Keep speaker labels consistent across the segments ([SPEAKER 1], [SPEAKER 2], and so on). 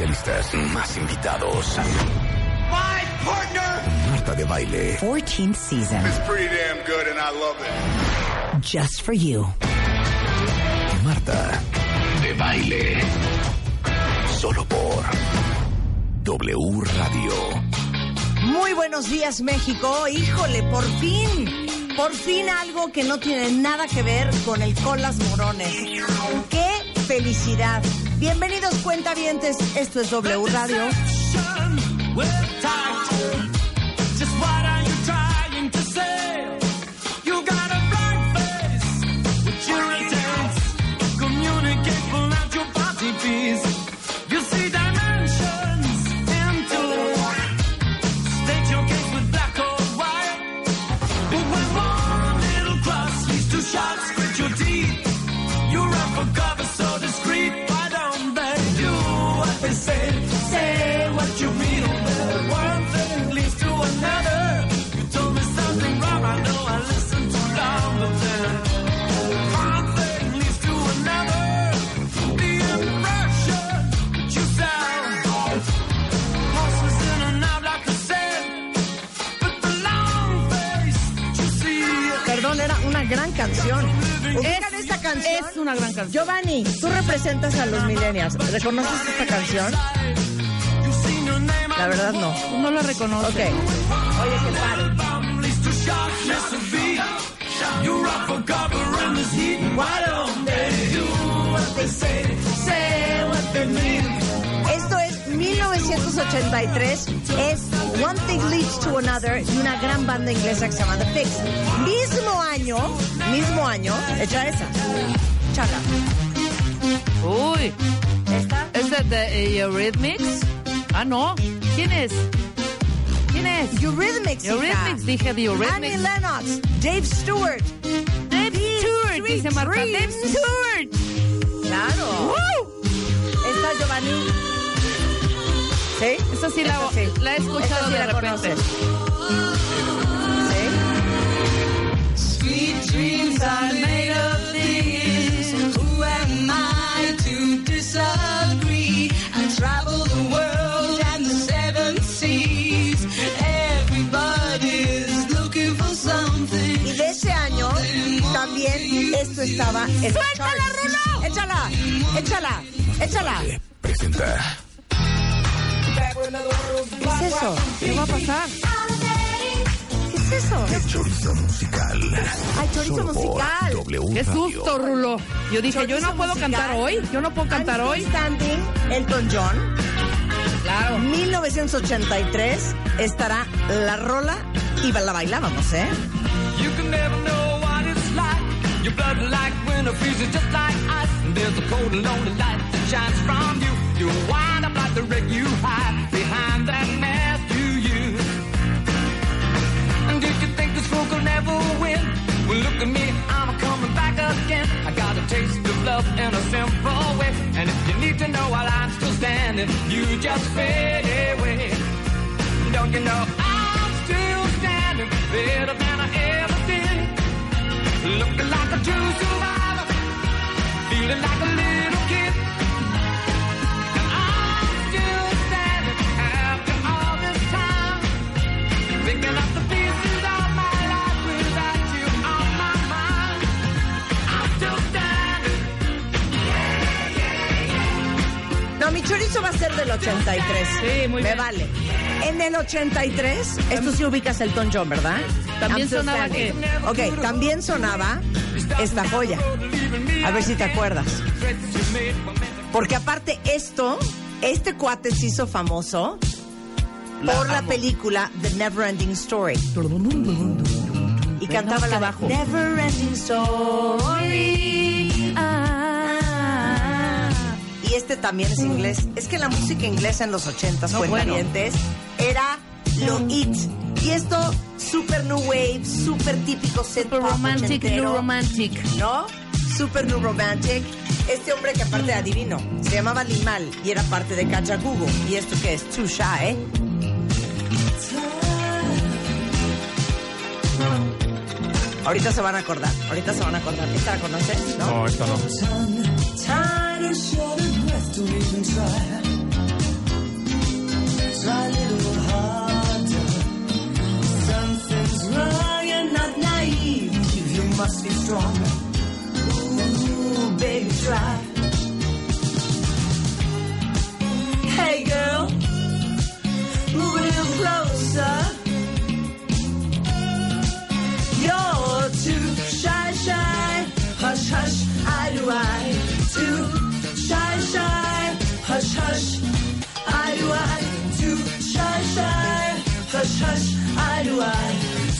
[SPEAKER 1] especialistas, más invitados.
[SPEAKER 2] My partner
[SPEAKER 1] Marta de baile.
[SPEAKER 3] 14th season,
[SPEAKER 2] is pretty damn good and I love it.
[SPEAKER 3] just for you.
[SPEAKER 1] Marta de baile. Solo por W Radio.
[SPEAKER 4] Muy buenos días, México. Híjole, por fin. Por fin algo que no tiene nada que ver con el colas morones. ¡Qué felicidad! Bienvenidos, cuentavientes. Esto es W Radio.
[SPEAKER 5] Cover so discreet, why don't they do what they say? Say what you mean. One thing leads to another. You told me something wrong. I know I listened too long, but then one thing leads to another. The impression that you sound horses in a knob like a sand, but the long face that you see.
[SPEAKER 4] Perdón, era una gran canción. ¿Ubican esta canción?
[SPEAKER 6] Es una gran canción.
[SPEAKER 4] Giovanni, tú representas a los millennials. ¿Reconoces esta canción? La verdad no.
[SPEAKER 6] No lo reconozco.
[SPEAKER 4] Ok. Oye, qué padre.
[SPEAKER 5] You're up for cover in this heat. Why don't they do what they say? Say what they mean.
[SPEAKER 4] Esto es 1983, es One Thing Leads to Another de una gran banda inglesa que se llama The Fix. Mismo año, mismo año, echa esa. Chala.
[SPEAKER 6] Uy,
[SPEAKER 4] ¿Esta?
[SPEAKER 6] ¿es de, de eh, Eurythmics? Ah, no. ¿Quién es? ¿Quién es?
[SPEAKER 4] Eurythmics, hija.
[SPEAKER 6] Eurythmics, dije de
[SPEAKER 4] Annie
[SPEAKER 6] Eurythmics.
[SPEAKER 4] Lennox, Dave Stewart.
[SPEAKER 6] Dave Stewart,
[SPEAKER 4] Sweet
[SPEAKER 6] dice Marta. Dave
[SPEAKER 4] Dreams.
[SPEAKER 6] Stewart.
[SPEAKER 4] Claro.
[SPEAKER 6] ¡Woo!
[SPEAKER 4] Esta Giovanni. ¿Sí?
[SPEAKER 6] Esa sí la,
[SPEAKER 4] Esa sí.
[SPEAKER 6] la he escuchado
[SPEAKER 4] Esa sí
[SPEAKER 6] de
[SPEAKER 4] la
[SPEAKER 6] repente.
[SPEAKER 4] conoces. ¿Sí?
[SPEAKER 5] Sweet dreams are made of these. Who am I to disagree? I travel the world and the seven seas. Everybody's looking for something.
[SPEAKER 4] Y de ese año también esto estaba en los charts. Échala, échala, échala.
[SPEAKER 1] Eh, Presenta
[SPEAKER 4] ¿Qué es eso?
[SPEAKER 6] ¿Qué va a pasar?
[SPEAKER 4] ¿Qué es eso?
[SPEAKER 1] el chorizo musical.
[SPEAKER 4] Ay, chorizo
[SPEAKER 1] Solo por
[SPEAKER 4] musical.
[SPEAKER 1] W
[SPEAKER 6] Qué
[SPEAKER 1] Radio.
[SPEAKER 6] susto, Rulo. Yo dije, yo
[SPEAKER 4] Chorizo
[SPEAKER 6] no puedo
[SPEAKER 4] musical.
[SPEAKER 6] cantar hoy. Yo no puedo cantar
[SPEAKER 4] I'm
[SPEAKER 6] hoy.
[SPEAKER 4] Still Standing, Elton John.
[SPEAKER 6] Claro.
[SPEAKER 4] 1983 estará la rola y la bailábamos, ¿eh?
[SPEAKER 5] You can never know what it's like. Your blood like winter freezes just like ice. And there's a cold and lonely light that shines from you. You wind up like the wreck you hide behind that mask you use. And did you think this fool could never win? Well, look at me, I'm coming back again. I got a taste of love in a simple way. And if you need to know while I'm still standing, you just fade away. Don't you know I'm still standing better than I ever did? Looking like a true survivor, feeling like a little kid. And I'm still standing after all this time, picking up the pieces of my life without you on my mind. I'm still standing.
[SPEAKER 4] No, mi chorizo va a ser del 83.
[SPEAKER 6] Sí, muy
[SPEAKER 4] Me
[SPEAKER 6] bien.
[SPEAKER 4] vale. En el 83, esto sí ubicas Elton John, ¿verdad?
[SPEAKER 6] También
[SPEAKER 4] I'm Still
[SPEAKER 6] sonaba
[SPEAKER 4] Standing. Ok, también sonaba esta joya. A ver si te acuerdas. Porque aparte esto, este cuate se hizo famoso por la película The Never Ending Story. Y cantaba la
[SPEAKER 6] abajo.
[SPEAKER 4] Never Ending Story. Ah. Y este también es inglés. Es que la música inglesa en los 80s
[SPEAKER 6] No,
[SPEAKER 4] cuentavientes, era lo it. Y esto super new wave, super típico set
[SPEAKER 6] Super
[SPEAKER 4] pop
[SPEAKER 6] romantic,
[SPEAKER 4] ochentero.
[SPEAKER 6] new romantic.
[SPEAKER 4] ¿no? Super New Romantic. Este hombre que aparte era adivino, se llamaba Limal y era parte de Cachacugo. ¿Y esto qué es? Too Shy, ¿eh? Ahorita se van a acordar, ahorita se van a acordar. ¿Esta la conoces? No,
[SPEAKER 7] No, esta no.
[SPEAKER 5] Tired and short of breath, don't even try. stronger. Ooh, baby, try. Hey, girl, move a little closer. You're too shy, shy. Hush, hush, I do I. Too shy, shy. Hush, hush, I do I. Too shy, shy. Hush, hush, I do I.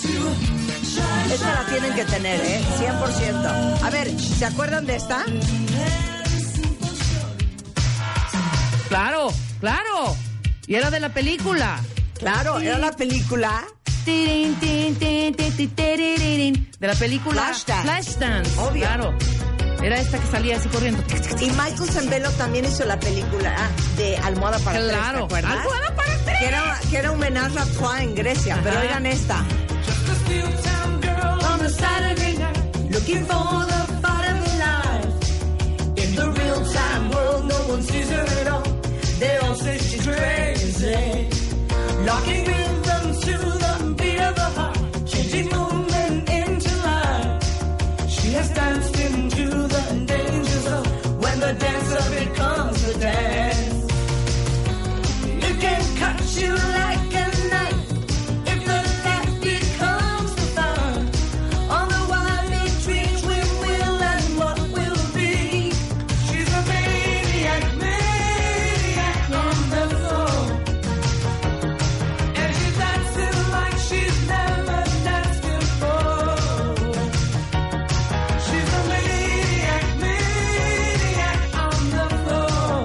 [SPEAKER 5] Too shy,
[SPEAKER 4] Esta la tienen que tener, ¿eh? 100%. A ver, ¿se acuerdan de esta?
[SPEAKER 8] Claro, claro. Y era de la película.
[SPEAKER 4] Claro, era la película.
[SPEAKER 8] Tirin, tin, tin, tin, tin, tiriririn. De la película
[SPEAKER 4] Flashdance.
[SPEAKER 8] Flashdance,
[SPEAKER 4] Obvio.
[SPEAKER 8] Claro. Era esta que salía así corriendo.
[SPEAKER 4] Y Michael Zambello también hizo la película ah, de Almohada para Tres, ¿te
[SPEAKER 8] Claro.
[SPEAKER 4] acuerdas?
[SPEAKER 8] Almohada para tres.
[SPEAKER 4] Que era, que era homenaje a Troy en Grecia, pero
[SPEAKER 8] Ajá.
[SPEAKER 4] oigan esta.
[SPEAKER 5] on a Saturday night, looking for the bottom of life. In the real time world, no one sees her at all. They all say she's crazy. Locking rhythm to the beat of her heart, changing movement into life. She has danced into the danger zone when the dancer becomes the dance. You can cut you like a knife if the that becomes the fun. On the wide between we will and what will be. She's a maniac, maniac on the floor. And she's dancing like she's never danced before. She's a maniac, maniac on the floor.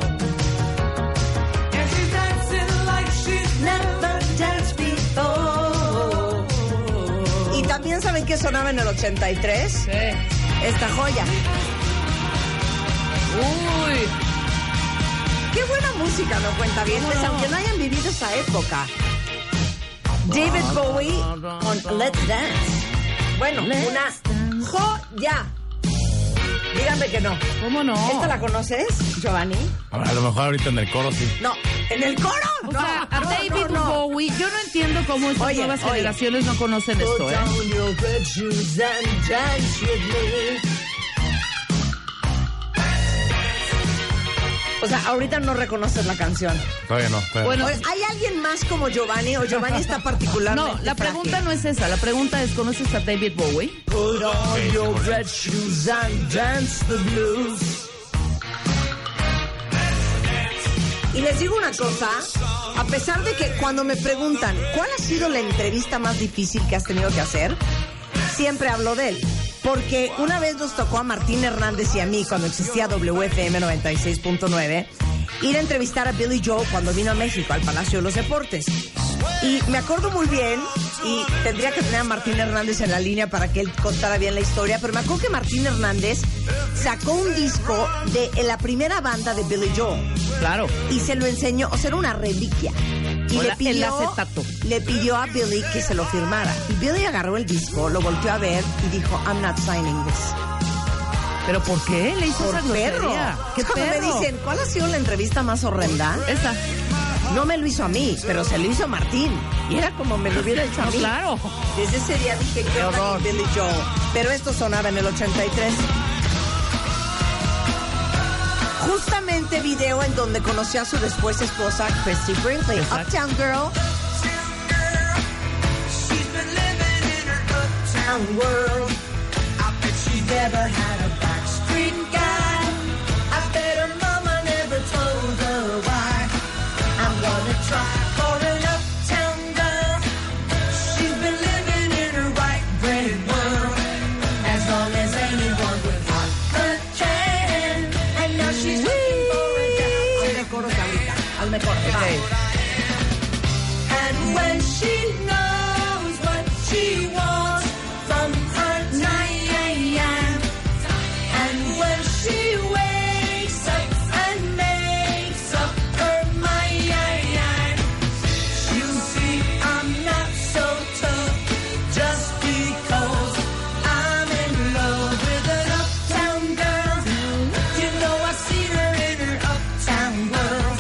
[SPEAKER 5] And she's dancing like she's never danced before.
[SPEAKER 4] Y también saben que sonaba en el 83,
[SPEAKER 8] Sí.
[SPEAKER 4] esta joya.
[SPEAKER 8] Uy.
[SPEAKER 4] Qué buena música, no cuenta bien, pues,
[SPEAKER 8] ¿Cómo no?
[SPEAKER 4] aunque no hayan vivido esa época. David Bowie con Let's Dance. Bueno,
[SPEAKER 8] Let's
[SPEAKER 4] una joya. Díganme que no.
[SPEAKER 8] ¿Cómo no?
[SPEAKER 4] ¿Esta la conoces, Giovanni?
[SPEAKER 9] A lo mejor ahorita en el coro sí.
[SPEAKER 4] No, en el coro.
[SPEAKER 8] O
[SPEAKER 4] no,
[SPEAKER 8] sea, a
[SPEAKER 4] no,
[SPEAKER 8] David
[SPEAKER 4] no, no.
[SPEAKER 8] Bowie, yo no entiendo cómo estas
[SPEAKER 4] Oye,
[SPEAKER 8] nuevas
[SPEAKER 4] oye.
[SPEAKER 8] generaciones no conocen esto,
[SPEAKER 5] Put
[SPEAKER 8] ¿eh?
[SPEAKER 5] down your red shoes and dance with me.
[SPEAKER 4] O sea, ahorita no reconoces la canción.
[SPEAKER 9] Todavía no. todavía
[SPEAKER 8] Bueno,
[SPEAKER 9] no.
[SPEAKER 4] Oye, ¿Hay alguien más como Giovanni o Giovanni está particularmente
[SPEAKER 8] no, la
[SPEAKER 4] frágil?
[SPEAKER 8] pregunta no es esa. La pregunta es, ¿conoces a David Bowie?
[SPEAKER 5] Put on your red shoes and dance the blues.
[SPEAKER 4] Y les digo una cosa, a pesar de que cuando me preguntan cuál ha sido la entrevista más difícil que has tenido que hacer, siempre hablo de él. Porque una vez nos tocó a Martín Hernández y a mí cuando existía WFM 96.9 ir a entrevistar a Billy Joe cuando vino a México al Palacio de los Deportes. Y me acuerdo muy bien, y tendría que tener a Martín Hernández en la línea para que él contara bien la historia, pero me acuerdo que Martín Hernández sacó un disco de la primera banda de Billy Joe
[SPEAKER 8] Claro.
[SPEAKER 4] y se lo enseñó, o sea, era una reliquia. Y
[SPEAKER 8] Hola,
[SPEAKER 4] le pidió,
[SPEAKER 8] el acetato.
[SPEAKER 4] le pidió a Billy que se lo firmara. Y Billy agarró el disco, lo volteó a ver y dijo, I'm not signing this.
[SPEAKER 8] ¿Pero por qué le hizo esa
[SPEAKER 4] Por perro.
[SPEAKER 8] grosería? ¿Qué
[SPEAKER 4] Cuando
[SPEAKER 8] perro?
[SPEAKER 4] me dicen, ¿cuál ha sido la entrevista más horrenda?
[SPEAKER 8] Esa.
[SPEAKER 4] No me lo hizo a mí, pero se lo hizo a Martín. Y era como me lo hubiera hecho a
[SPEAKER 8] No,
[SPEAKER 4] mí.
[SPEAKER 8] claro.
[SPEAKER 4] Desde ese día dije, ¿qué onda con Billy Joel? Pero esto sonaba en el 83. Justamente video en donde conoció a su después esposa, Christy Brinkley.
[SPEAKER 8] Exacto.
[SPEAKER 4] Uptown Girl.
[SPEAKER 5] Town world. I bet she never had a back street guy. I bet her mama never told her why. I'm gonna try for an uptown girl. She's been living in her white bread world. As long as anyone would want her can. And now she's looking for a guy.
[SPEAKER 4] Al mejor.
[SPEAKER 5] And when she knows what she wants from her night, and when she wakes up and makes up her mind, she'll see I'm not so tough just because I'm in love with an uptown girl. You know I seen her in her uptown world.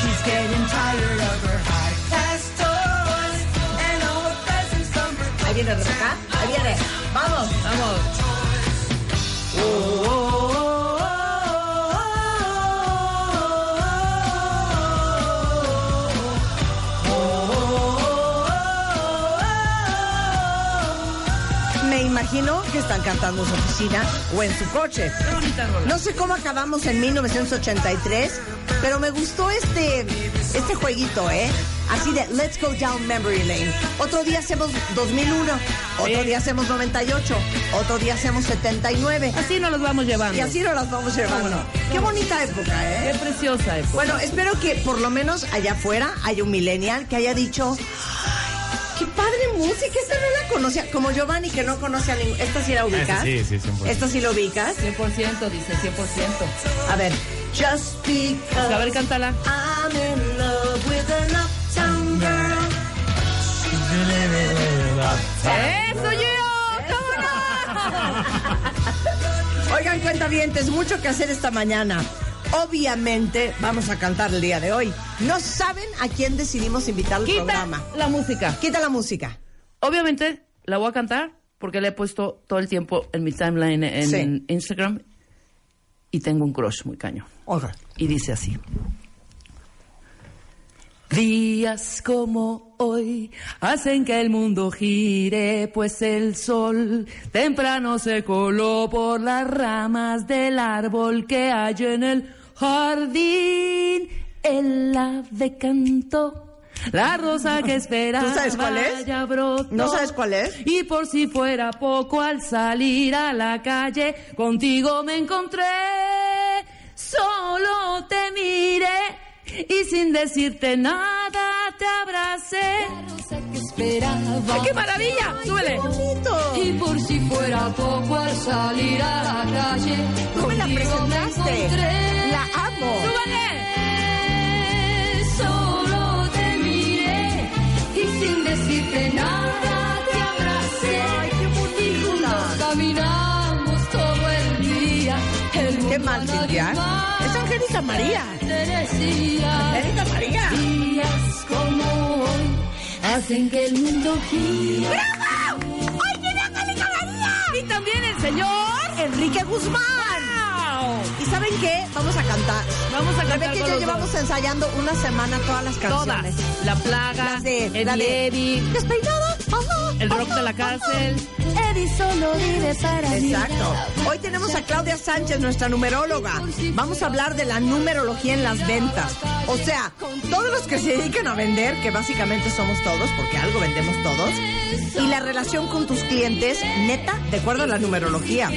[SPEAKER 5] She's getting tired of her high class toys and all the presents from her
[SPEAKER 4] Ahí viene Rebeca. Ahí viene. Vamos.
[SPEAKER 8] Vamos.
[SPEAKER 4] Me imagino que están cantando en su oficina o en su coche. No sé cómo acabamos en 1983, pero me gustó este, este jueguito, ¿eh? Así de Let's Go Down Memory Lane. Otro día hacemos 2001, otro día hacemos 98, otro día hacemos 79.
[SPEAKER 6] Así nos los vamos llevando.
[SPEAKER 4] Y así nos las vamos llevando. Qué bonita época, ¿eh?
[SPEAKER 6] Qué preciosa época.
[SPEAKER 4] Bueno, espero que por lo menos allá afuera haya un millennial que haya dicho, "Ay, qué padre música, esta no la conocía, como Giovanni que no conocía ningún, esta sí la ubicas.
[SPEAKER 5] Ah, Esa sí, sí, 100%.
[SPEAKER 4] Esta sí la ubicas.
[SPEAKER 6] 100%, dice, 100%.
[SPEAKER 4] A ver, just because
[SPEAKER 6] Pues a ver, cántala.
[SPEAKER 4] I'm in love with an uptown girl.
[SPEAKER 6] ¡Eso, yo!
[SPEAKER 4] Oigan, cuentavientes, mucho que hacer esta mañana. Obviamente vamos a cantar el día de hoy. No saben a quién decidimos invitar al
[SPEAKER 6] Quita
[SPEAKER 4] programa.
[SPEAKER 6] la música.
[SPEAKER 4] Quita la música.
[SPEAKER 6] Obviamente la voy a cantar porque la he puesto todo el tiempo en mi timeline en
[SPEAKER 4] Sí.
[SPEAKER 6] Instagram y tengo un crush muy caño.
[SPEAKER 4] Oigan.
[SPEAKER 6] Y dice así. Días como hoy hacen que el mundo gire, pues el sol temprano se coló por las ramas del árbol que hay en el jardín. El ave cantó, la rosa que esperaba
[SPEAKER 4] sabes cuál es?
[SPEAKER 6] ya brotó.
[SPEAKER 4] ¿No sabes cuál es?
[SPEAKER 6] Y por si fuera poco al salir a la calle, contigo me encontré. Solo te miré y sin decirte nada te abracé. ¡Ay, qué maravilla! ¡Súbele! Y por si fuera poco al salir a la calle,
[SPEAKER 4] Tú me la
[SPEAKER 6] contigo me
[SPEAKER 4] presentaste.
[SPEAKER 6] encontré.
[SPEAKER 4] La amo.
[SPEAKER 6] ¡Súbele! Solo te miré y sin decirte nada te abracé.
[SPEAKER 4] Ay, qué bonita.
[SPEAKER 6] Y juntos caminamos todo el día. El
[SPEAKER 4] Qué
[SPEAKER 6] mundo
[SPEAKER 4] mal,
[SPEAKER 6] a nadie
[SPEAKER 4] Cintia.
[SPEAKER 6] más
[SPEAKER 4] Es Angélica María.
[SPEAKER 6] te decía.
[SPEAKER 4] Angélica María.
[SPEAKER 6] Días como hoy hacen que el mundo gire. Y también el señor.
[SPEAKER 4] Enrique Guzmán. ¿Y saben qué? Vamos a cantar.
[SPEAKER 6] Vamos a
[SPEAKER 4] Rebeca
[SPEAKER 6] cantar
[SPEAKER 4] y
[SPEAKER 6] con
[SPEAKER 4] yo
[SPEAKER 6] los
[SPEAKER 4] llevamos
[SPEAKER 6] dos.
[SPEAKER 4] ensayando una semana todas las canciones.
[SPEAKER 6] Todas. La plaga,
[SPEAKER 4] Las de,
[SPEAKER 6] el
[SPEAKER 4] la de
[SPEAKER 6] Eddie,
[SPEAKER 4] Despeinada, ajá,
[SPEAKER 6] el rock
[SPEAKER 4] ajá,
[SPEAKER 6] de la
[SPEAKER 4] ajá.
[SPEAKER 6] cárcel.
[SPEAKER 4] Exacto. Hoy tenemos a Claudia Sánchez, nuestra numeróloga. Vamos a hablar de la numerología en las ventas. O sea, todos los que se dedican a vender, que básicamente somos todos, porque algo vendemos todos, y la relación con tus clientes, neta, de acuerdo a la numerología.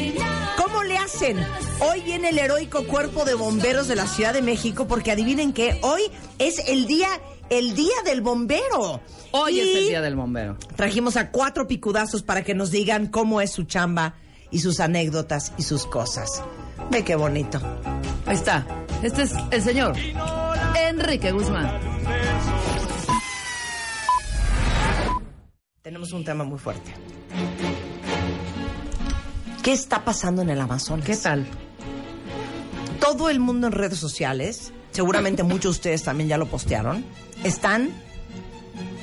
[SPEAKER 4] ¿Cómo le hacen? Hoy viene el heroico cuerpo de bomberos de la Ciudad de México, porque adivinen qué, hoy es el día, el día del bombero.
[SPEAKER 6] Hoy es el
[SPEAKER 4] Y-
[SPEAKER 6] día del bombero.
[SPEAKER 4] Trajimos a cuatro picudazos para que nos digan cómo es su chamba y sus anécdotas y sus cosas. Ve qué bonito.
[SPEAKER 6] Ahí está. Este es el señor Enrique Guzmán.
[SPEAKER 4] Tenemos un tema muy fuerte. ¿Qué está pasando en el Amazonas?
[SPEAKER 6] ¿Qué tal?
[SPEAKER 4] Todo el mundo en redes sociales, seguramente muchos de ustedes también ya lo postearon, están,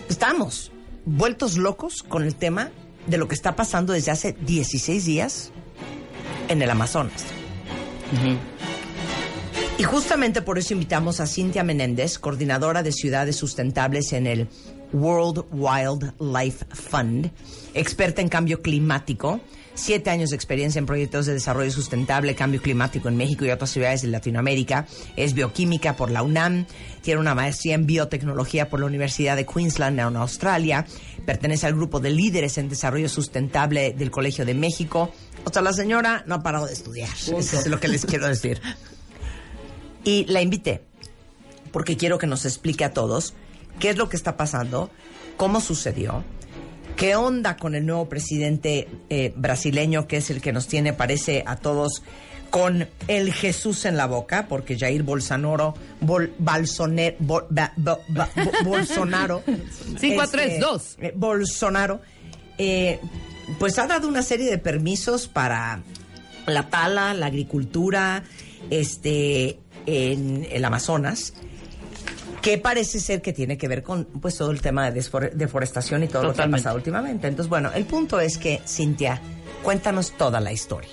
[SPEAKER 4] estamos vueltos locos con el tema de lo que está pasando desde hace 16 días en el Amazonas. Y justamente por eso invitamos a Cintia Menéndez, coordinadora de ciudades sustentables en el World Wildlife Fund, experta en cambio climático, siete años de experiencia en proyectos de desarrollo sustentable, cambio climático en México y otras ciudades de Latinoamérica, es bioquímica por la UNAM, tiene una maestría en biotecnología por la Universidad de Queensland en Australia, pertenece al grupo de líderes en desarrollo sustentable del Colegio de México. O sea, la señora no ha parado de estudiar, eso es lo que les quiero decir y la invité porque quiero que nos explique a todos qué es lo que está pasando, cómo sucedió, qué onda con el nuevo presidente eh, brasileño que es el que nos tiene, parece, a todos con el Jesús en la boca, porque Jair Bolsonaro, Bol- Balsone- Bol- Ba- Ba- Ba- Bo- Bolsonaro, Este,
[SPEAKER 6] Cinco a tres, dos.
[SPEAKER 4] eh, Bolsonaro, eh, pues ha dado una serie de permisos para la pala, la agricultura, este, en el Amazonas, que parece ser que tiene que ver con pues todo el tema de desfore- deforestación y todo lo que ha
[SPEAKER 6] Totalmente.
[SPEAKER 4] pasado últimamente. Entonces, bueno, el punto es que, Cintia, cuéntanos toda la historia.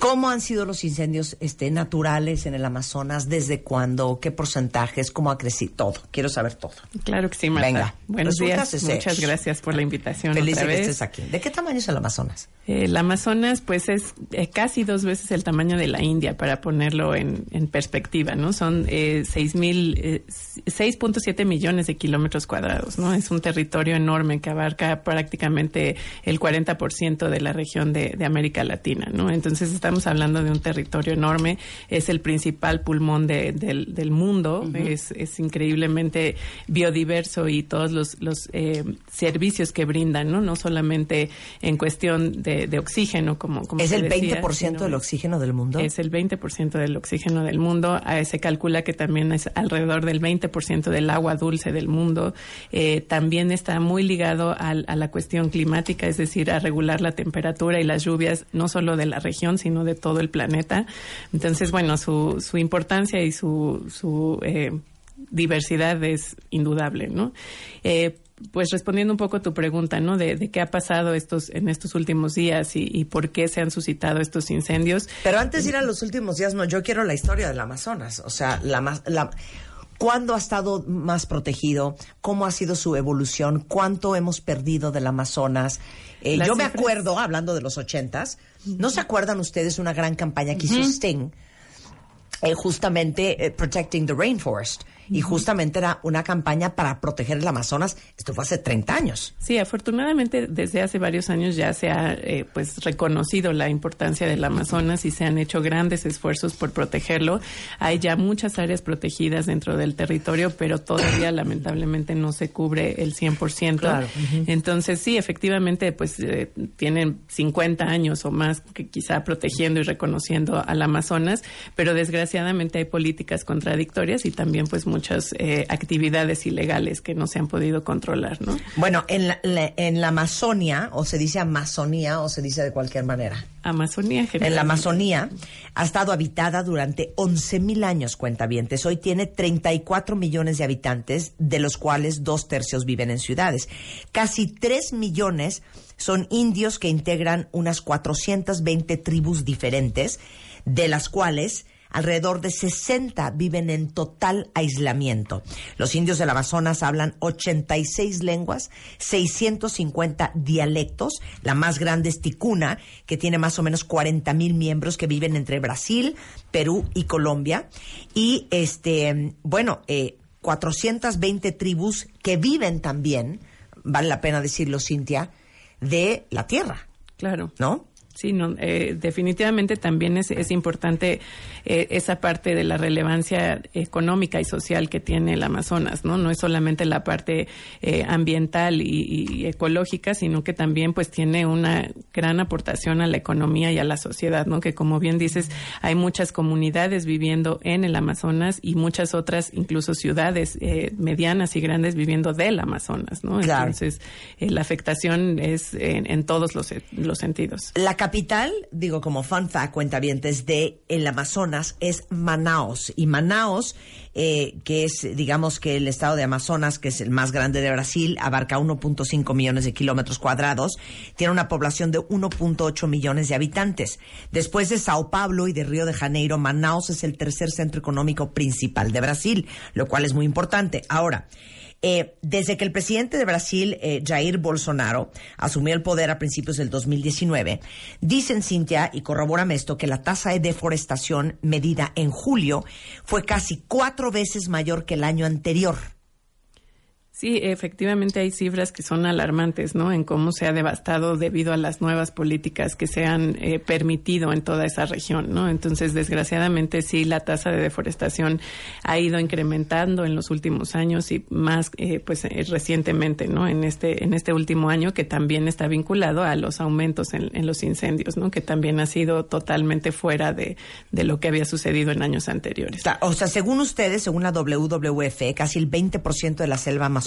[SPEAKER 4] ¿Cómo han sido los incendios este, naturales en el Amazonas? ¿Desde cuándo? ¿Qué porcentajes? ¿Cómo ha crecido? Todo. Quiero saber todo.
[SPEAKER 10] Claro que sí, Marta.
[SPEAKER 4] Venga,
[SPEAKER 10] Buenos días.
[SPEAKER 4] resultas ese-
[SPEAKER 10] Muchas gracias por la invitación.
[SPEAKER 4] Feliz de
[SPEAKER 10] otra
[SPEAKER 4] que
[SPEAKER 10] vez. Eh,
[SPEAKER 4] estés aquí. ¿De qué tamaño es el Amazonas?
[SPEAKER 10] El Amazonas, pues, es eh, casi dos veces el tamaño de la India, para ponerlo en, en perspectiva, ¿no? Son eh, seis mil, eh, 6.7 millones de kilómetros cuadrados, ¿no? Es un territorio enorme que abarca prácticamente el 40% de la región de, de América Latina, ¿no? Entonces, estamos hablando de un territorio enorme. Es el principal pulmón de- del, del mundo. es, es increíblemente biodiverso y todos los, los eh, servicios que brindan, ¿no? No solamente en cuestión de, de oxígeno, como, como
[SPEAKER 4] ¿Es
[SPEAKER 10] te
[SPEAKER 4] el
[SPEAKER 10] decía,
[SPEAKER 4] 20%
[SPEAKER 10] sino
[SPEAKER 4] del oxígeno del mundo?
[SPEAKER 10] Es el 20% del oxígeno del mundo. Ah, se calcula que también es alrededor del 20% del agua dulce del mundo. Eh, también está muy ligado al- a la cuestión climática, es decir, a regular la temperatura y las lluvias, no solo de la región, sino de todo el planeta. Entonces, bueno, su, su importancia y su, su eh, diversidad es indudable, ¿no? Eh, pues respondiendo un poco a tu pregunta, ¿no? De, de qué ha pasado estos en estos últimos días y, y por qué se han suscitado estos incendios.
[SPEAKER 4] Pero antes de ir a los últimos días, no, yo quiero la historia del Amazonas. O sea, la más. La, ¿Cuándo ha estado más protegido? ¿Cómo ha sido su evolución? ¿Cuánto hemos perdido del Amazonas? Eh,
[SPEAKER 10] Las
[SPEAKER 4] yo me
[SPEAKER 10] cifras-
[SPEAKER 4] acuerdo, hablando de los ochentas, ¿no se acuerdan ustedes una gran campaña que hizo Sting? eh, justamente eh, Protecting the Rainforest. Y justamente era una campaña para proteger el Amazonas. Esto fue hace 30 años.
[SPEAKER 10] Sí, afortunadamente desde hace varios años ya se ha eh, pues reconocido la importancia del Amazonas y se han hecho grandes esfuerzos por protegerlo. Hay ya muchas áreas protegidas dentro del territorio, pero todavía lamentablemente no se cubre el 100%.
[SPEAKER 4] Claro.
[SPEAKER 10] Entonces sí, efectivamente pues eh, tienen 50 años o más que quizá protegiendo y reconociendo al Amazonas, pero desgraciadamente hay políticas contradictorias y también pues muchas eh, actividades ilegales que no se han podido controlar, ¿no?
[SPEAKER 4] Bueno, en la, la- en la Amazonia, o se dice Amazonía, o se dice de cualquier manera.
[SPEAKER 10] Amazonía
[SPEAKER 4] En la Amazonía ha estado habitada durante 11.000 años, cuentavientes. Hoy tiene 34 millones de habitantes, de los cuales dos tercios viven en ciudades. Casi 3 millones son indios que integran unas 420 tribus diferentes, de las cuales Alrededor de 60 viven en total aislamiento. Los indios del Amazonas hablan 86 lenguas, 650 dialectos. La más grande es Ticuna, que tiene más o menos 40 mil miembros que viven entre Brasil, Perú y Colombia. Y este, bueno, eh, 420 tribus que viven también, vale la pena decirlo, Cintia, de la tierra,
[SPEAKER 10] Claro.
[SPEAKER 4] ¿no?
[SPEAKER 10] Sí, no, eh, definitivamente también es, es importante eh, esa parte de la relevancia económica y social que tiene el Amazonas, ¿no? No es solamente la parte eh, ambiental y, y ecológica, sino que también pues tiene una gran aportación a la economía y a la sociedad, ¿no? Que como bien dices, hay muchas comunidades viviendo en el Amazonas y muchas otras, incluso ciudades eh, medianas y grandes viviendo del Amazonas, ¿no?
[SPEAKER 4] Claro.
[SPEAKER 10] Entonces, eh, la afectación es en, en todos los, los sentidos.
[SPEAKER 4] La capital, digo como fun fact, cuentavientes, de el Amazonas es Manaos. Y Manaos, eh, que es, digamos que el estado de Amazonas, que es el más grande de Brasil, abarca 1.5 millones de kilómetros cuadrados, tiene una población de 1.8 millones de habitantes. Después de Sao Paulo y de Río de Janeiro, Manaos es el tercer centro económico principal de Brasil, lo cual es muy importante. Ahora, eh, desde que el presidente de Brasil, eh, Jair Bolsonaro, asumió el poder a principios del 2019, dicen, Cintia, y corrobórame esto, que la tasa de deforestación medida en julio fue casi cuatro veces mayor que el año anterior.
[SPEAKER 10] Sí, efectivamente hay cifras que son alarmantes, ¿no? En cómo se ha devastado debido a las nuevas políticas que se han eh, permitido en toda esa región, ¿no? Entonces, desgraciadamente, sí, la tasa de deforestación ha ido incrementando en los últimos años y más, eh, pues, eh, recientemente, ¿no? En este, en este último año, que también está vinculado a los aumentos en, en los incendios, ¿no? Que también ha sido totalmente fuera de, de lo que había sucedido en años anteriores.
[SPEAKER 4] O sea, o sea, según ustedes, según la WWF, casi el 20% de la selva amazónica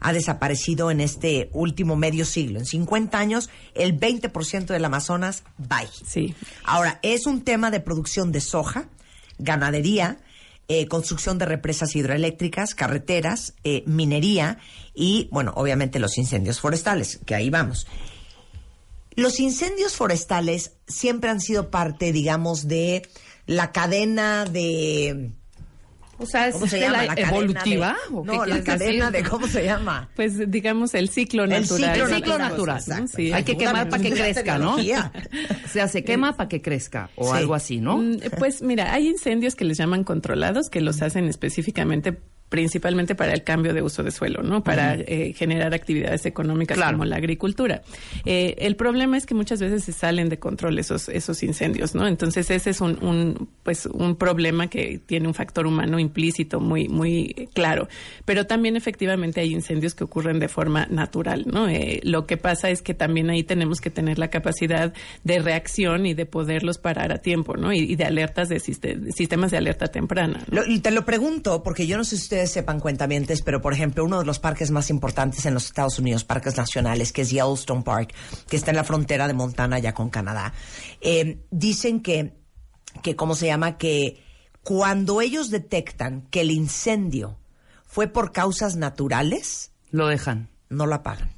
[SPEAKER 4] ha desaparecido en este último medio siglo. En 50 años, el 20% del Amazonas, bye.
[SPEAKER 10] Sí.
[SPEAKER 4] Ahora, es un tema de producción de soja, ganadería, eh, construcción de represas hidroeléctricas, carreteras, eh, minería y, bueno, obviamente los incendios forestales, que ahí vamos. Los incendios forestales siempre han sido parte, digamos, de la cadena de...
[SPEAKER 8] O sea, es
[SPEAKER 4] ¿Cómo se
[SPEAKER 8] de
[SPEAKER 4] llama?
[SPEAKER 8] la,
[SPEAKER 4] cadena de-
[SPEAKER 8] evolutiva. ¿o qué
[SPEAKER 4] no, la
[SPEAKER 8] quieres
[SPEAKER 4] cadena
[SPEAKER 8] decir?
[SPEAKER 4] de... ¿Cómo se llama?
[SPEAKER 10] Pues digamos el ciclo
[SPEAKER 4] El
[SPEAKER 10] natural.
[SPEAKER 8] El ciclo natural.
[SPEAKER 10] ¿no?
[SPEAKER 4] Exacto.
[SPEAKER 10] Sí.
[SPEAKER 8] Hay que
[SPEAKER 4] Ayúdame,
[SPEAKER 8] quemar para que
[SPEAKER 4] ayúdame,
[SPEAKER 8] crezca, ¿no?
[SPEAKER 4] tecnología.
[SPEAKER 8] O sea, se quema para que crezca o
[SPEAKER 4] Sí.
[SPEAKER 8] algo así, ¿no?
[SPEAKER 10] Eh, Mm, Pues mira, hay incendios que les llaman controlados, que los hacen específicamente principalmente para el cambio de uso de suelo, ¿no? Para eh, generar actividades económicas
[SPEAKER 8] Claro.
[SPEAKER 10] como la agricultura. Eh, el problema es que muchas veces se salen de control esos esos incendios, ¿no? Entonces ese es un, un pues un problema que tiene un factor humano implícito muy muy claro. Pero también efectivamente hay incendios que ocurren de forma natural, ¿no? Eh, lo que pasa es que también ahí tenemos que tener la capacidad de reacción y de poderlos parar a tiempo, ¿no? Y, y de alertas de siste- sistemas de alerta temprana. ¿no?
[SPEAKER 4] Lo- y te lo pregunto porque yo no sé si ustedes sepan cuentamientes, pero por ejemplo, uno de los parques más importantes en los Estados Unidos, parques nacionales, que es Yellowstone Park, que está en la frontera de Montana ya con Canadá, eh, dicen que, que, ¿cómo se llama? Que cuando ellos detectan que el incendio fue por causas naturales,
[SPEAKER 8] Lo dejan.
[SPEAKER 4] no lo apagan.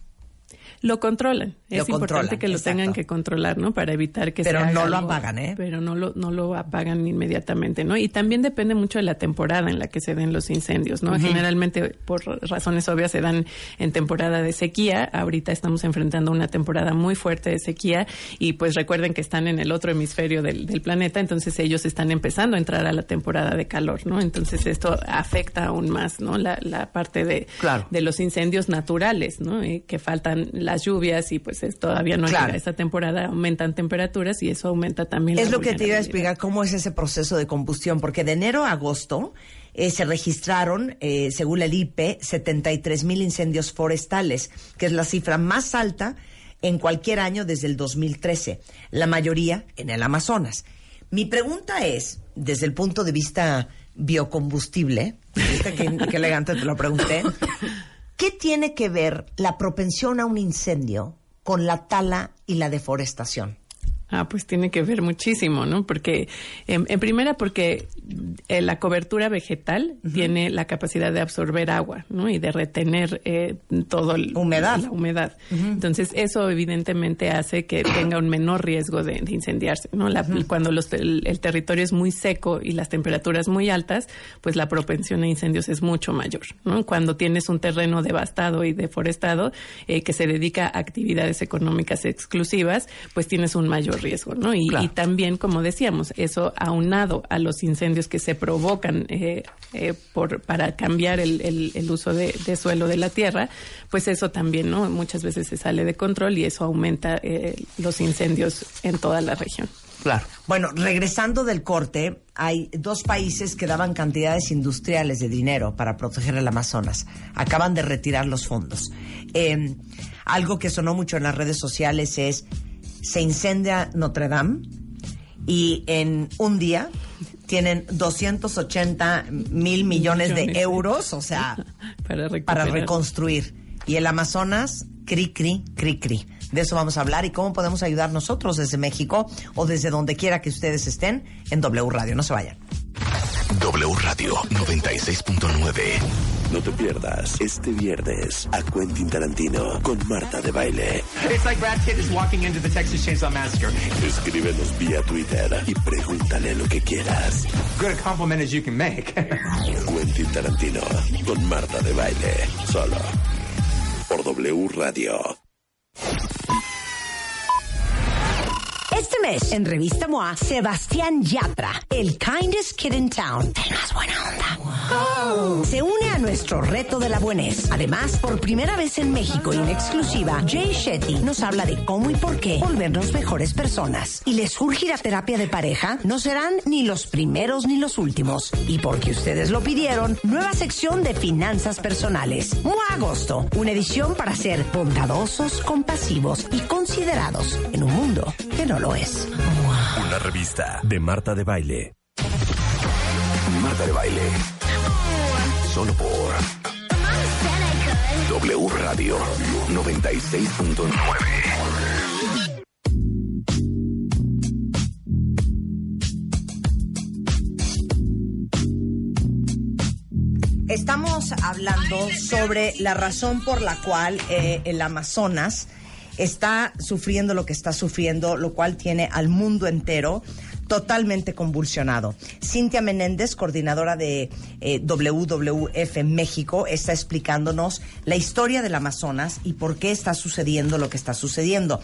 [SPEAKER 10] Lo controlan.
[SPEAKER 4] Lo
[SPEAKER 10] es importante
[SPEAKER 4] controlan,
[SPEAKER 10] que lo
[SPEAKER 4] exacto.
[SPEAKER 10] tengan que controlar, ¿no? Para evitar que
[SPEAKER 4] Pero
[SPEAKER 10] se haga
[SPEAKER 4] no lo
[SPEAKER 10] algo-
[SPEAKER 4] apagan, ¿eh?
[SPEAKER 10] Pero no lo, no lo apagan inmediatamente, ¿no? Y también depende mucho de la temporada en la que se den los incendios, ¿no? Generalmente, por razones obvias, se dan en temporada de sequía. Ahorita estamos enfrentando una temporada muy fuerte de sequía y pues recuerden que están en el otro hemisferio del, del planeta, entonces ellos están empezando a entrar a la temporada de calor, ¿no? Entonces esto afecta aún más, ¿no? La, la parte de,
[SPEAKER 8] Claro.
[SPEAKER 10] de los incendios naturales, ¿no? Eh, que faltan las lluvias y pues es, todavía no
[SPEAKER 4] Claro.
[SPEAKER 10] llega esta temporada, aumentan temperaturas y eso aumenta también la
[SPEAKER 4] Es lo que te iba
[SPEAKER 10] vulnerabilidad.
[SPEAKER 4] a explicar, cómo es ese proceso de combustión, porque de enero a agosto eh, se registraron, eh, según el IPE, 73 mil incendios forestales, que es la cifra más alta en cualquier año desde el 2013, la mayoría en el Amazonas. Mi pregunta es, desde el punto de vista biocombustible, ¿viste qué, qué elegante te lo pregunté? ¿Qué tiene que ver la propensión a un incendio con la tala y la deforestación?
[SPEAKER 10] Ah, pues tiene que ver muchísimo, ¿no? Porque, em, en, en primera, porque eh, la cobertura vegetal tiene la capacidad de absorber agua, ¿no? Y de retener eh, todo el-
[SPEAKER 4] Humedad.
[SPEAKER 10] la humedad. Entonces, eso evidentemente hace que tenga un menor riesgo de, de incendiarse, ¿no? La- Cuando los- el, el territorio es muy seco y las temperaturas muy altas, pues la propensión a incendios es mucho mayor, ¿no? Cuando tienes un terreno devastado y deforestado eh, que se dedica a actividades económicas exclusivas, pues tienes un mayor riesgo, ¿no? Y,
[SPEAKER 8] Claro.
[SPEAKER 10] y también, como decíamos, eso aunado a los incendios que se provocan eh, eh, por, para cambiar el, el- el uso de, de suelo de la tierra, pues eso también, ¿no? Muchas veces se sale de control y eso aumenta eh, los incendios en toda la región.
[SPEAKER 8] Claro.
[SPEAKER 4] Bueno, regresando del corte, hay dos países que daban cantidades industriales de dinero para proteger el Amazonas. Acaban de retirar los fondos. Eh, algo que sonó mucho en las redes sociales es, se incendia Notre Dame y en un día tienen 280 mil millones de
[SPEAKER 10] Millones.
[SPEAKER 4] euros, o sea,
[SPEAKER 10] Para
[SPEAKER 4] para
[SPEAKER 10] recuperar.
[SPEAKER 4] reconstruir. Y el Amazonas, cri, cri, cri, cri. De eso vamos a hablar y cómo podemos ayudar nosotros desde México o desde donde quiera que ustedes estén en W Radio. No se vayan.
[SPEAKER 1] W Radio 96.9.
[SPEAKER 11] No te pierdas este viernes a Quentin Tarantino con Marta de Baile.
[SPEAKER 12] It's like Brad Pitt is walking into the Texas Chainsaw Massacre.
[SPEAKER 11] Escríbenos vía Twitter y pregúntale lo que quieras.
[SPEAKER 12] Good a compliment as you can make.
[SPEAKER 11] Quentin Tarantino con Marta de Baile. Solo por W Radio.
[SPEAKER 3] Este mes, en Revista MOA, Sebastián Yatra, el kindest kid in town, el más buena onda, se une a nuestro reto de la buenez. Además, por primera vez en México y en exclusiva, Jay Shetty nos habla de cómo y por qué volvernos mejores personas. ¿Y les urge ir a terapia de pareja? No serán ni los primeros ni los últimos. Y porque ustedes lo pidieron, nueva sección de finanzas personales. MOA Agosto, una edición para ser bondadosos, compasivos y considerados en un mundo que no lo es.
[SPEAKER 11] Una revista de Marta de Baile. Marta de Baile.
[SPEAKER 1] Solo por W Radio 96.9.
[SPEAKER 4] Estamos hablando sobre la razón por la cual eh, el Amazonas está sufriendo lo que está sufriendo, lo cual tiene al mundo entero totalmente convulsionado. Cintia Menéndez, coordinadora de eh, WWF México, está explicándonos la historia del Amazonas y por qué está sucediendo lo que está sucediendo.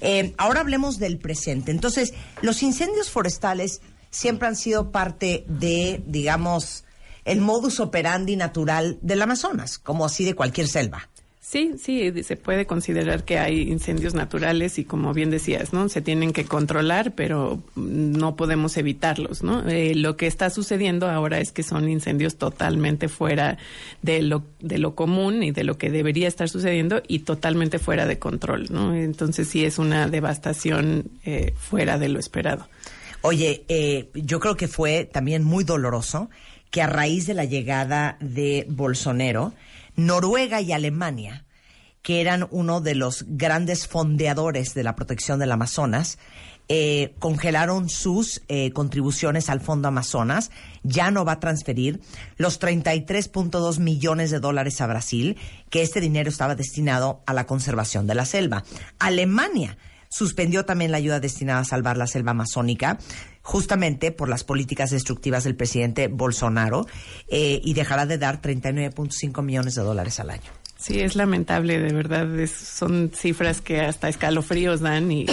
[SPEAKER 4] Eh, ahora hablemos del presente. Entonces, los incendios forestales siempre han sido parte de, digamos, el modus operandi natural del Amazonas, como así de cualquier selva.
[SPEAKER 10] Sí, sí, se puede considerar que hay incendios naturales y como bien decías, ¿no? Se tienen que controlar, pero no podemos evitarlos, ¿no? Eh, lo que está sucediendo ahora es que son incendios totalmente fuera de lo, de lo común y de lo que debería estar sucediendo y totalmente fuera de control, ¿no? Entonces sí es una devastación eh, fuera de lo esperado.
[SPEAKER 4] Oye, eh, yo creo que fue también muy doloroso que a raíz de la llegada de Bolsonaro, Noruega y Alemania, que eran uno de los grandes fondeadores de la protección del Amazonas, eh, congelaron sus eh, contribuciones al Fondo Amazonas, ya no va a transferir los 33.2 millones de dólares a Brasil, que este dinero estaba destinado a la conservación de la selva. Alemania suspendió también la ayuda destinada a salvar la selva amazónica, justamente por las políticas destructivas del presidente Bolsonaro, eh, y dejará de dar 39.5 millones de dólares al año.
[SPEAKER 10] Sí, es lamentable, de verdad. Es- son cifras que hasta escalofríos dan y,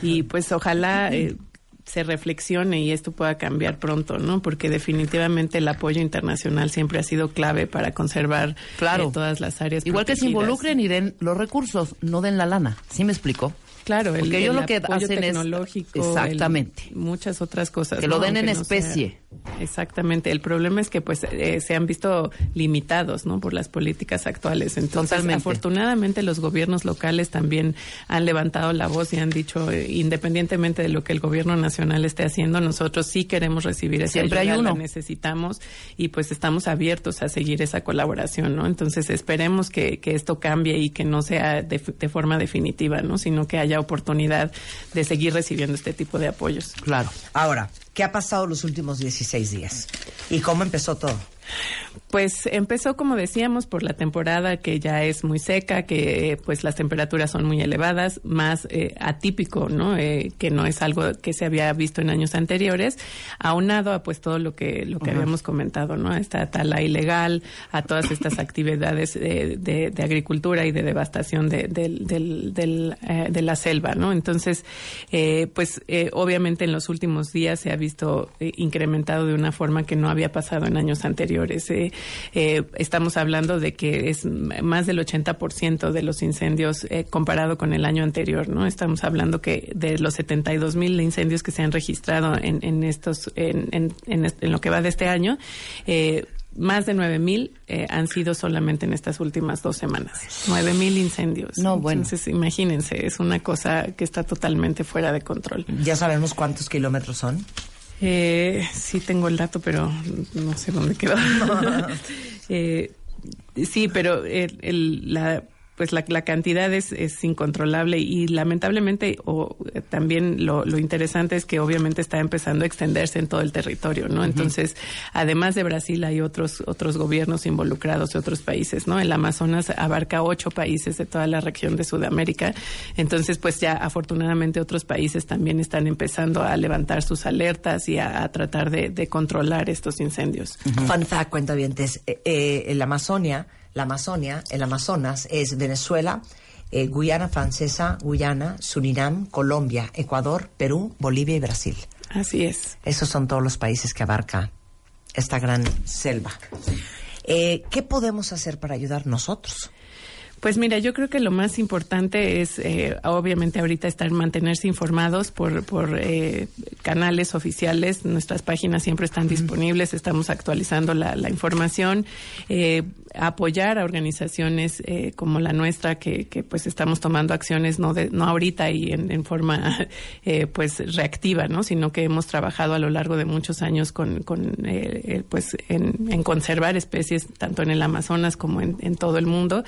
[SPEAKER 10] y pues ojalá eh, se reflexione y esto pueda cambiar pronto, ¿no? Porque definitivamente el apoyo internacional siempre ha sido clave para conservar
[SPEAKER 13] Claro.
[SPEAKER 10] eh, todas las áreas.
[SPEAKER 13] Igual que se
[SPEAKER 10] protegidas.
[SPEAKER 13] involucren y den los recursos, no den la lana. ¿Sí me explico?
[SPEAKER 10] Claro, el,
[SPEAKER 13] Porque ellos
[SPEAKER 10] el
[SPEAKER 13] lo que
[SPEAKER 10] apoyo
[SPEAKER 13] hacen es-
[SPEAKER 10] tecnológico, el-
[SPEAKER 13] Exactamente.
[SPEAKER 10] muchas otras cosas.
[SPEAKER 13] Que lo
[SPEAKER 10] ¿no?
[SPEAKER 13] den en
[SPEAKER 10] Aunque no sea-
[SPEAKER 13] especie.
[SPEAKER 10] Exactamente. El problema es que pues eh, se han visto limitados, ¿no? Por las políticas actuales. Entonces,
[SPEAKER 13] Totalmente.
[SPEAKER 10] afortunadamente los gobiernos locales también han levantado la voz y han dicho, eh, independientemente de lo que el gobierno nacional esté haciendo, nosotros sí queremos recibir esa
[SPEAKER 13] Siempre hay
[SPEAKER 10] ayuda, la
[SPEAKER 13] uno.
[SPEAKER 10] necesitamos y pues estamos abiertos a seguir esa colaboración, ¿no? Entonces esperemos que, que esto cambie y que no sea de, de forma definitiva, ¿no? Sino que haya oportunidad de seguir recibiendo este tipo de apoyos.
[SPEAKER 13] Claro.
[SPEAKER 4] Ahora, ¿qué ha pasado los últimos 16 días? ¿Y cómo empezó todo?
[SPEAKER 10] Pues empezó, como decíamos, por la temporada que ya es muy seca, que eh, pues las temperaturas son muy elevadas, más eh, atípico, ¿no? Eh, que no es algo que se había visto en años anteriores, aunado a pues todo lo que, lo que habíamos comentado, ¿no? A Esta tala ilegal, a todas estas actividades eh, de, de agricultura y de devastación de, del- del- del, eh, de la selva, ¿no? Entonces, eh, pues eh, obviamente en los últimos días se ha visto eh, incrementado de una forma que no había pasado en años anteriores. Eh, eh, estamos hablando de que es m- más del 80% de los incendios eh, comparado con el año anterior, ¿no? Estamos hablando que de los 72 mil incendios que se han registrado en, en estos, en, en- en est- en lo que va de este año, eh, más de 9 mil eh, han sido solamente en estas últimas dos semanas. 9 mil incendios.
[SPEAKER 13] No, bueno.
[SPEAKER 10] Entonces, imagínense, es una cosa que está totalmente fuera de control.
[SPEAKER 4] Ya sabemos cuántos kilómetros son.
[SPEAKER 10] Eh, sí tengo el dato, pero no sé dónde quedó. Eh, sí, pero el- el- la pues la, la cantidad es, es incontrolable y lamentablemente o eh, también lo, lo interesante es que obviamente está empezando a extenderse en todo el territorio, ¿no? Entonces, además de Brasil hay otros otros gobiernos involucrados de otros países, ¿no? El Amazonas abarca ocho países de toda la región de Sudamérica, entonces pues ya afortunadamente otros países también están empezando a levantar sus alertas y a, a tratar de, de controlar estos incendios.
[SPEAKER 4] Fun fact, cuentavientes, eh, eh, el Amazonia, la Amazonia, el Amazonas es Venezuela, eh, Guyana Francesa, Guyana, Surinam, Colombia, Ecuador, Perú, Bolivia y Brasil.
[SPEAKER 10] Así es.
[SPEAKER 4] Esos son todos los países que abarca esta gran selva. Eh, ¿Qué podemos hacer para ayudar nosotros?
[SPEAKER 10] Pues mira, yo creo que lo más importante es, eh, obviamente, ahorita estar mantenerse informados por, por eh, canales oficiales. Nuestras páginas siempre están disponibles, estamos actualizando la, la información. Eh, apoyar a organizaciones eh, como la nuestra, que, que pues estamos tomando acciones no, de, no ahorita y en, en forma eh, pues reactiva, ¿no? sino que hemos trabajado a lo largo de muchos años con, con, eh, eh, pues en, en conservar especies tanto en el Amazonas como en, en todo el mundo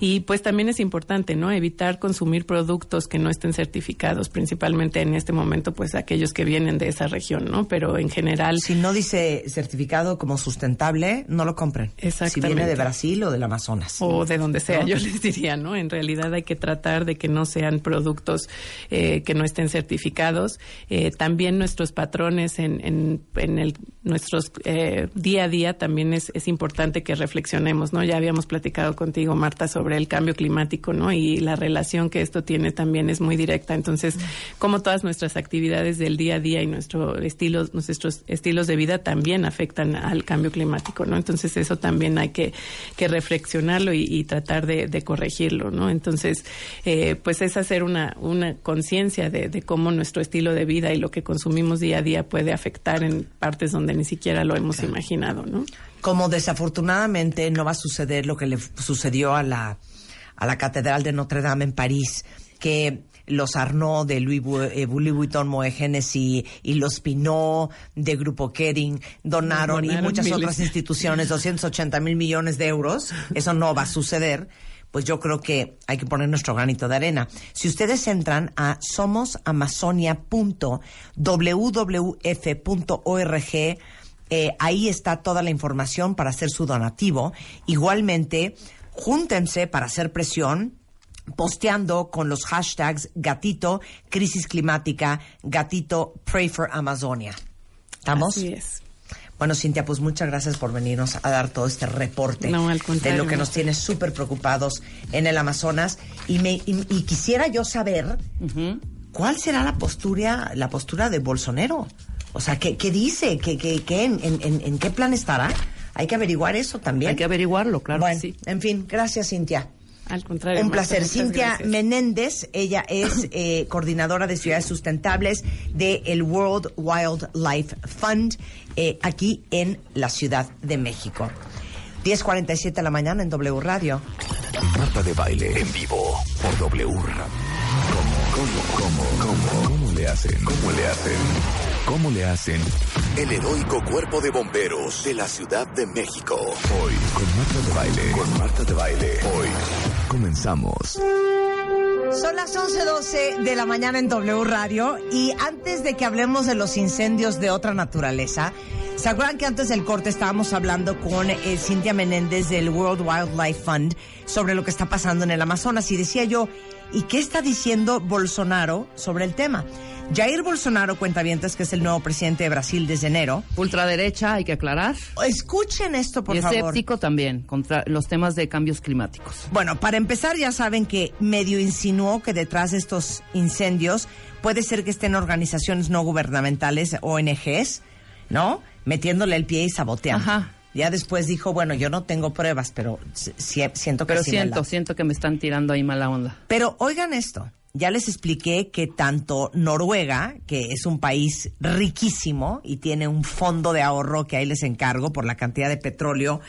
[SPEAKER 10] y Y pues también es importante, ¿no? Evitar consumir productos que no estén certificados, principalmente en este momento, pues aquellos que vienen de esa región, ¿no? Pero en general.
[SPEAKER 4] Si no dice certificado como sustentable, no lo compren. Si
[SPEAKER 10] Exactamente.
[SPEAKER 4] viene de Brasil o del Amazonas.
[SPEAKER 10] O de donde sea,
[SPEAKER 4] ¿No?
[SPEAKER 10] yo les diría, ¿no? En realidad hay que tratar de que no sean productos eh, que no estén certificados. Eh, también nuestros patrones en, en, en el, nuestros eh, día a día también es, es importante que reflexionemos, ¿no? Ya habíamos platicado contigo, Marta, sobre el cambio climático, ¿no? Y la relación que esto tiene también es muy directa. Entonces, como todas nuestras actividades del día a día y nuestro estilo, nuestros estilos de vida también afectan al cambio climático, ¿no? Entonces, eso también hay que, que reflexionarlo y, y tratar de, de corregirlo, ¿no? Entonces, eh, pues es hacer una, una conciencia de, de cómo nuestro estilo de vida y lo que consumimos día a día puede afectar en partes donde ni siquiera lo hemos imaginado, ¿no?
[SPEAKER 4] Como desafortunadamente no va a suceder lo que le f- sucedió a la, a la Catedral de Notre Dame en París, que los Arnaud de Louis, Bu- eh, Louis Vuitton Moët Hennessy y los Pinot de Grupo Kering donaron, y
[SPEAKER 10] Donaron
[SPEAKER 4] muchas
[SPEAKER 10] miles.
[SPEAKER 4] otras instituciones 280 mil millones de euros. Eso no va a suceder. Pues yo creo que hay que poner nuestro granito de arena. Si ustedes entran a somosamazonia.wwf.org eh, ahí está toda la información para hacer su donativo. Igualmente, júntense para hacer presión posteando con los hashtags gatito, crisis climática, gatito, pray for Amazonia. ¿Estamos?
[SPEAKER 10] Así es.
[SPEAKER 4] Bueno, Cintia, pues muchas gracias por venirnos a dar todo este reporte
[SPEAKER 10] No, al
[SPEAKER 4] de
[SPEAKER 10] contrario,
[SPEAKER 4] lo que nos
[SPEAKER 10] Marta.
[SPEAKER 4] tiene súper preocupados en el Amazonas. Y, me, y, y quisiera yo saber cuál será la postura, la postura de Bolsonaro. O sea, ¿qué, qué dice? ¿Qué, qué, qué, en, en- en- en qué plan estará? Hay que averiguar eso también.
[SPEAKER 13] Hay que averiguarlo, claro.
[SPEAKER 4] Bueno,
[SPEAKER 13] que sí.
[SPEAKER 4] en fin, gracias, Cintia.
[SPEAKER 10] Al contrario.
[SPEAKER 4] Un
[SPEAKER 10] Marta,
[SPEAKER 4] placer.
[SPEAKER 10] muchas
[SPEAKER 4] Cintia
[SPEAKER 10] gracias.
[SPEAKER 4] Menéndez, ella es eh, coordinadora de ciudades sustentables del World Wildlife Fund eh, aquí en la Ciudad de México. 10.47 de la mañana en W Radio.
[SPEAKER 1] Marta de baile en vivo por W Radio. ¿Cómo? ¿Cómo? ¿Cómo? ¿Cómo? ¿Cómo le hacen? ¿Cómo le hacen? ¿Cómo le hacen?
[SPEAKER 11] El heroico cuerpo de bomberos de la Ciudad de México.
[SPEAKER 1] Hoy con Marta de baile. Con Marta de baile. Hoy comenzamos.
[SPEAKER 4] Son las 11.12 de la mañana en W Radio y antes de que hablemos de los incendios de otra naturaleza, ¿se acuerdan que antes del corte estábamos hablando con eh, Cintia Menéndez del World Wildlife Fund sobre lo que está pasando en el Amazonas? Y decía yo, ¿y qué está diciendo Bolsonaro sobre el tema? Jair Bolsonaro, cuentavientes, que es el nuevo presidente de Brasil desde enero.
[SPEAKER 13] Ultraderecha, hay que aclarar.
[SPEAKER 4] Escuchen esto, por
[SPEAKER 13] y
[SPEAKER 4] favor.
[SPEAKER 13] escéptico también contra los temas de cambios climáticos.
[SPEAKER 4] Bueno, para empezar ya saben que medio insinuó que detrás de estos incendios puede ser que estén organizaciones no gubernamentales, ONGs, ¿no? Metiéndole el pie y saboteando.
[SPEAKER 13] Ajá.
[SPEAKER 4] Ya después dijo, bueno, yo no tengo pruebas, pero si- si- siento que
[SPEAKER 13] Pero
[SPEAKER 4] sí me
[SPEAKER 13] siento,
[SPEAKER 4] la-
[SPEAKER 13] siento que me están tirando ahí mala onda.
[SPEAKER 4] pero oigan esto, ya les expliqué que tanto Noruega, que es un país riquísimo y tiene un fondo de ahorro que ahí les encargo por la cantidad de petróleo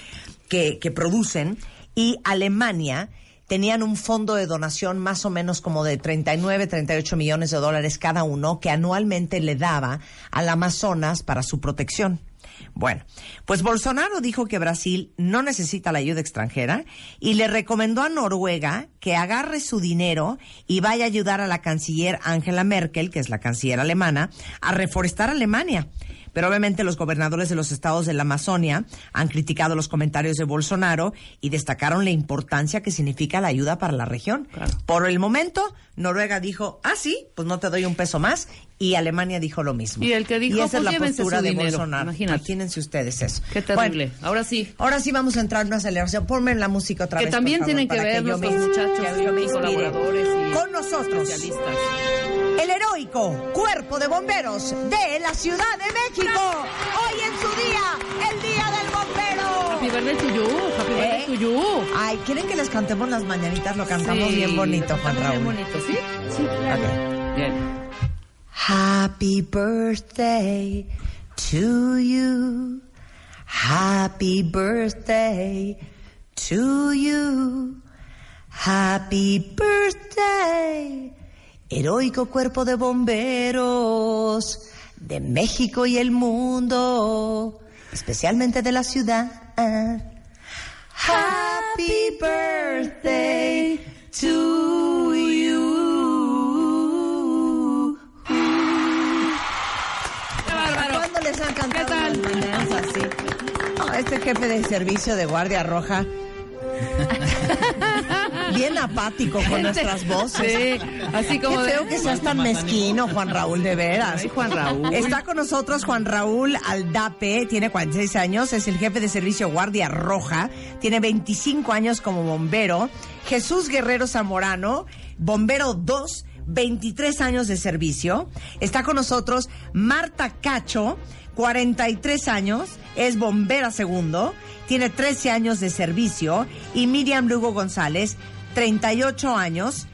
[SPEAKER 4] que, que producen, y Alemania tenían un fondo de donación más o menos como de 39, 38 millones de dólares cada uno que anualmente le daba al Amazonas para su protección. Bueno, pues Bolsonaro dijo que Brasil no necesita la ayuda extranjera y le recomendó a Noruega que agarre su dinero y vaya a ayudar a la canciller Angela Merkel, que es la canciller alemana, a reforestar Alemania. Pero obviamente los gobernadores de los estados de la Amazonia han criticado los comentarios de Bolsonaro y destacaron la importancia que significa la ayuda para la región. Por el momento, Noruega dijo, ah, sí, pues no te doy un peso más. Y Alemania dijo lo mismo.
[SPEAKER 13] Y el que dijo,
[SPEAKER 4] esa es
[SPEAKER 13] "Pues
[SPEAKER 4] la
[SPEAKER 13] llévense
[SPEAKER 4] postura
[SPEAKER 13] su
[SPEAKER 4] de
[SPEAKER 13] dinero".
[SPEAKER 4] Bolsonaro.
[SPEAKER 13] Imagínate.
[SPEAKER 4] Imagínense ustedes eso.
[SPEAKER 13] Qué
[SPEAKER 4] Bueno,
[SPEAKER 13] terrible. Ahora sí.
[SPEAKER 4] Ahora sí vamos a entrar en una aceleración. Ponme la música otra
[SPEAKER 13] Que
[SPEAKER 4] vez.
[SPEAKER 13] también
[SPEAKER 4] por favor,
[SPEAKER 13] tienen que
[SPEAKER 4] para
[SPEAKER 13] ver
[SPEAKER 4] yo
[SPEAKER 13] nuestros
[SPEAKER 4] me-
[SPEAKER 13] muchachos
[SPEAKER 4] que yo me
[SPEAKER 13] y
[SPEAKER 4] inspire.
[SPEAKER 13] colaboradores y
[SPEAKER 4] Con nosotros,
[SPEAKER 13] especialistas.
[SPEAKER 4] el heroico Cuerpo de Bomberos de la Ciudad de México. Hoy en su día, el Día del
[SPEAKER 13] Happy
[SPEAKER 4] Bombero.
[SPEAKER 13] birthday to you, happy birthday to
[SPEAKER 4] ¿Eh?
[SPEAKER 13] you.
[SPEAKER 4] Ay, ¿quieren que les cantemos las mañanitas? Lo cantamos
[SPEAKER 13] Sí,
[SPEAKER 4] bien bonito, Juan
[SPEAKER 13] estamos
[SPEAKER 4] Raúl.
[SPEAKER 13] Bien bonito, ¿sí? Sí,
[SPEAKER 4] Ok.
[SPEAKER 13] Bien.
[SPEAKER 4] Happy birthday to you. Happy birthday to you. Happy birthday, heroico cuerpo de bomberos de México y el mundo, especialmente de la ciudad. Happy birthday Este jefe de servicio de Guardia Roja. Bien apático con nuestras voces.
[SPEAKER 8] Sí, así como
[SPEAKER 4] Qué
[SPEAKER 8] de-
[SPEAKER 4] feo que seas tan mezquino, Juan Raúl, de veras.
[SPEAKER 8] Ay, Juan Raúl.
[SPEAKER 4] Está con nosotros Juan Raúl Aldape, tiene 46 años, es el jefe de servicio Guardia Roja, tiene 25 años como bombero. Jesús Guerrero Zamorano, bombero 2, 23 años de servicio. Está con nosotros Marta Cacho, 43 años, es bombera segundo, tiene 13 años de servicio. Y Miriam Lugo González, 38 años,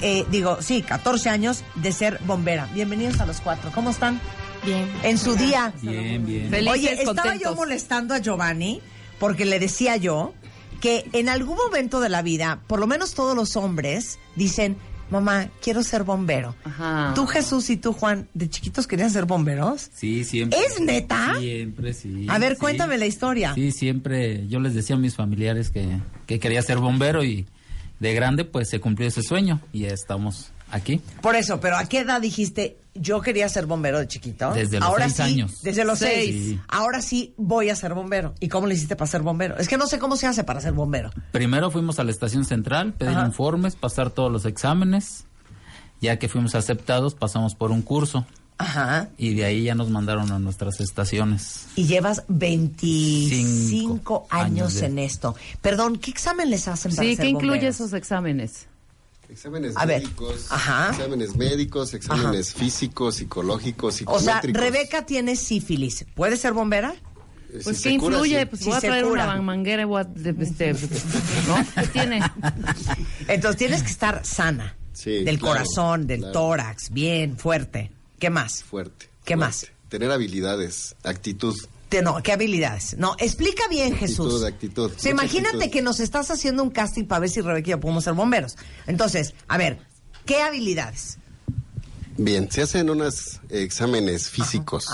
[SPEAKER 4] eh, digo, sí, 14 años de ser bombera. Bienvenidos a los cuatro. ¿Cómo están?
[SPEAKER 10] Bien.
[SPEAKER 4] En su día.
[SPEAKER 7] Bien, bien.
[SPEAKER 4] Oye, estaba yo molestando a Giovanni porque le decía yo que en algún momento de la vida, por lo menos todos los hombres dicen, mamá, quiero ser bombero. Tú, Jesús y tú, Juan, de chiquitos querían ser bomberos.
[SPEAKER 7] Sí, siempre.
[SPEAKER 4] ¿Es neta?
[SPEAKER 7] Siempre, sí.
[SPEAKER 4] a ver,
[SPEAKER 7] sí.
[SPEAKER 4] cuéntame la historia.
[SPEAKER 7] Sí, siempre. Yo les decía a mis familiares que, que quería ser bombero y de grande pues se cumplió ese sueño y ya estamos aquí.
[SPEAKER 4] Por eso, pero ¿a qué edad dijiste yo quería ser bombero de chiquito?
[SPEAKER 7] Desde los
[SPEAKER 4] Ahora
[SPEAKER 7] seis
[SPEAKER 4] sí,
[SPEAKER 7] años.
[SPEAKER 4] Desde los
[SPEAKER 7] Seis.
[SPEAKER 4] seis.
[SPEAKER 7] Sí.
[SPEAKER 4] Ahora sí voy a ser bombero. ¿Y cómo le hiciste para ser bombero? Es que no sé cómo se hace para ser bombero.
[SPEAKER 7] Primero fuimos a la estación central, pedir informes, pasar todos los exámenes. Ya que fuimos aceptados, pasamos por un curso.
[SPEAKER 4] Ajá.
[SPEAKER 7] Y de ahí ya nos mandaron a nuestras estaciones.
[SPEAKER 4] Y llevas 25 años
[SPEAKER 7] años de-
[SPEAKER 4] en esto. Perdón, ¿qué examen les hacen para
[SPEAKER 13] Sí,
[SPEAKER 4] ser
[SPEAKER 13] ¿qué incluye
[SPEAKER 4] bomberos?
[SPEAKER 13] esos exámenes?
[SPEAKER 14] Exámenes
[SPEAKER 4] A ver.
[SPEAKER 14] médicos,
[SPEAKER 4] Ajá.
[SPEAKER 14] exámenes médicos, exámenes físicos, psicológicos,
[SPEAKER 4] O sea,
[SPEAKER 14] psicométricos.
[SPEAKER 4] Rebeca tiene sífilis. ¿Puede ser bombera?
[SPEAKER 14] Eh, si
[SPEAKER 13] Pues
[SPEAKER 14] se
[SPEAKER 13] ¿qué
[SPEAKER 14] cura,
[SPEAKER 13] influye?
[SPEAKER 14] sí.
[SPEAKER 13] Pues
[SPEAKER 4] Si
[SPEAKER 13] voy a
[SPEAKER 4] se
[SPEAKER 13] traer
[SPEAKER 4] cura.
[SPEAKER 13] una manguera y voy a... de- este, ¿No? ¿Qué tiene?
[SPEAKER 4] Entonces tienes que estar sana.
[SPEAKER 14] Sí,
[SPEAKER 4] del
[SPEAKER 14] claro,
[SPEAKER 4] corazón, del
[SPEAKER 14] claro.
[SPEAKER 4] tórax, bien, fuerte. ¿Qué más?
[SPEAKER 14] Fuerte.
[SPEAKER 4] ¿Qué más?
[SPEAKER 14] Tener habilidades, actitud.
[SPEAKER 4] Te- no, ¿qué habilidades? No, explica bien, Jesús.
[SPEAKER 14] Actitud, actitud.
[SPEAKER 4] O sea,
[SPEAKER 14] mucha
[SPEAKER 4] imagínate
[SPEAKER 14] actitud.
[SPEAKER 4] que nos estás haciendo un casting para ver si Rebeca y yo podemos ser bomberos. Entonces, a ver, ¿qué habilidades?
[SPEAKER 14] Bien, se hacen unos exámenes físicos.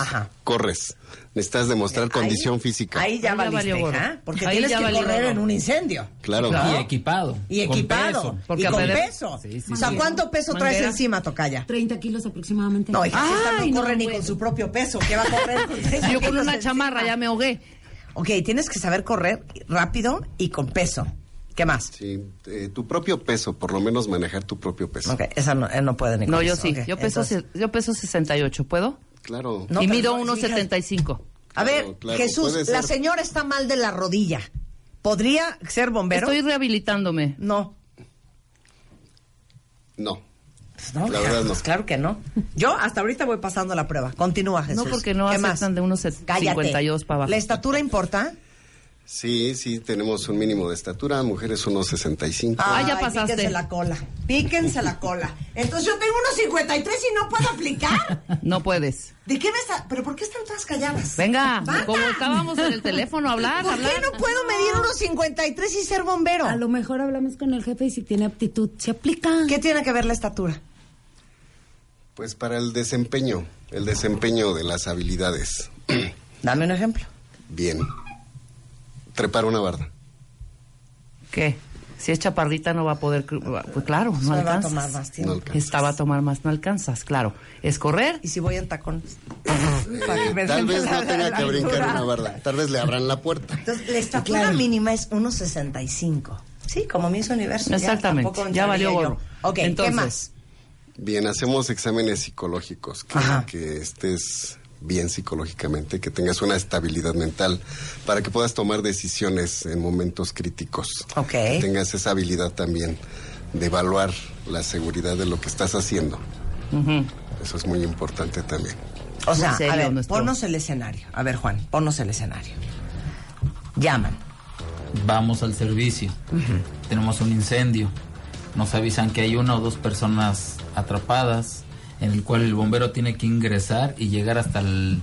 [SPEAKER 14] Corres. Necesitas demostrar condición física.
[SPEAKER 4] Ahí ya
[SPEAKER 13] Ahí ya
[SPEAKER 4] valiste,
[SPEAKER 13] valió gorro.
[SPEAKER 4] ¿ah? Porque
[SPEAKER 13] Ahí
[SPEAKER 4] tienes
[SPEAKER 13] ya
[SPEAKER 4] que
[SPEAKER 13] valió
[SPEAKER 4] correr
[SPEAKER 13] gorro.
[SPEAKER 4] en un incendio.
[SPEAKER 14] Claro.
[SPEAKER 7] Y equipado.
[SPEAKER 4] Y
[SPEAKER 7] con
[SPEAKER 4] equipado.
[SPEAKER 7] peso.
[SPEAKER 4] Porque y con peso. o sea, ¿cuánto peso traes
[SPEAKER 8] Manguera.
[SPEAKER 4] encima, Tocaya?
[SPEAKER 8] 30 kilos aproximadamente.
[SPEAKER 4] No, hija, si esta
[SPEAKER 8] Ay,
[SPEAKER 4] no
[SPEAKER 8] no,
[SPEAKER 4] corre ni
[SPEAKER 8] bueno.
[SPEAKER 4] con su propio peso. ¿Qué va a correr? con treinta
[SPEAKER 13] Yo con
[SPEAKER 4] kilos
[SPEAKER 13] una
[SPEAKER 4] encima?
[SPEAKER 13] chamarra ya me ahogué.
[SPEAKER 4] Ok, tienes que saber correr rápido y con peso. ¿Qué más?
[SPEAKER 14] Sí, eh, tu propio peso, por lo menos manejar tu propio peso.
[SPEAKER 4] Ok, esa no, él no puede ni con
[SPEAKER 13] No, yo
[SPEAKER 4] eso.
[SPEAKER 13] sí.
[SPEAKER 4] Ok,
[SPEAKER 13] Yo peso
[SPEAKER 4] entonces-
[SPEAKER 13] se- yo peso 68, ¿puedo?
[SPEAKER 14] Claro.
[SPEAKER 4] No,
[SPEAKER 13] y
[SPEAKER 4] pero
[SPEAKER 13] mido
[SPEAKER 4] no,
[SPEAKER 13] 1.75.
[SPEAKER 4] A ver,
[SPEAKER 14] Claro, claro, puede
[SPEAKER 4] Jesús,
[SPEAKER 14] ser.
[SPEAKER 4] la señora está mal de la rodilla. ¿Podría ser bombero?
[SPEAKER 13] Estoy rehabilitándome.
[SPEAKER 4] No.
[SPEAKER 14] No.
[SPEAKER 4] Pues no,
[SPEAKER 14] La
[SPEAKER 4] hija,
[SPEAKER 14] verdad no.
[SPEAKER 4] pues claro que no. Yo hasta ahorita voy pasando la prueba. Continúa, Jesús.
[SPEAKER 13] No, porque no
[SPEAKER 4] ¿Qué más?
[SPEAKER 13] aceptan de 1.52 para abajo.
[SPEAKER 4] ¿La estatura importa?
[SPEAKER 14] Sí, sí, tenemos un mínimo de estatura. Mujeres 1,65.
[SPEAKER 13] Ah, ya
[SPEAKER 4] Ay,
[SPEAKER 13] pasaste.
[SPEAKER 4] Píquense la cola. Píquense la cola. Entonces yo tengo unos 53 y no puedo aplicar.
[SPEAKER 13] No puedes.
[SPEAKER 4] ¿De qué me está? ¿Pero por qué están todas calladas?
[SPEAKER 13] Venga,
[SPEAKER 4] Banda.
[SPEAKER 13] como estábamos en el teléfono, hablar,
[SPEAKER 4] ¿Por
[SPEAKER 13] hablar.
[SPEAKER 4] qué no puedo medir unos 53 y ser bombero?
[SPEAKER 8] A lo mejor hablamos con el jefe y si tiene aptitud, se aplica.
[SPEAKER 4] ¿Qué tiene que ver la estatura?
[SPEAKER 14] Pues para el desempeño, el desempeño de las habilidades.
[SPEAKER 4] Dame un ejemplo.
[SPEAKER 14] Bien. Trepar una barda.
[SPEAKER 13] ¿Qué? Si es chaparrita no va a poder... cru- Pues claro, no
[SPEAKER 4] Me va a
[SPEAKER 13] alcanzas.
[SPEAKER 4] tomar más
[SPEAKER 14] No
[SPEAKER 4] tiempo.
[SPEAKER 14] alcanzas.
[SPEAKER 13] Estaba a tomar más, no alcanzas, claro. Es correr.
[SPEAKER 4] ¿Y si voy en tacones?
[SPEAKER 14] Eh, tal vez no tenga que brincar una barda. Tal vez le abran la puerta.
[SPEAKER 4] Entonces, la estatura mínima es 1.65. Sí, como Miss Universo. ya
[SPEAKER 13] Exactamente,
[SPEAKER 4] tampoco
[SPEAKER 13] ya valió
[SPEAKER 4] entraría
[SPEAKER 13] gorro.
[SPEAKER 4] yo. Ok,
[SPEAKER 13] Entonces,
[SPEAKER 4] ¿qué más?
[SPEAKER 14] Bien, hacemos exámenes psicológicos. Que,
[SPEAKER 4] Ajá.
[SPEAKER 14] que estés bien psicológicamente, que tengas una estabilidad mental para que puedas tomar decisiones en momentos críticos.
[SPEAKER 4] Ok.
[SPEAKER 14] Que tengas esa habilidad también de evaluar la seguridad de lo que estás haciendo. Eso es muy importante también.
[SPEAKER 4] O sea,
[SPEAKER 13] Muy serio
[SPEAKER 4] a ver,
[SPEAKER 13] nuestro-
[SPEAKER 4] ponnos el escenario. A ver, Juan, ponnos el escenario. Llaman.
[SPEAKER 7] Vamos al servicio. Tenemos un incendio. Nos avisan que hay una o dos personas atrapadas, en el cual el bombero tiene que ingresar y llegar hasta el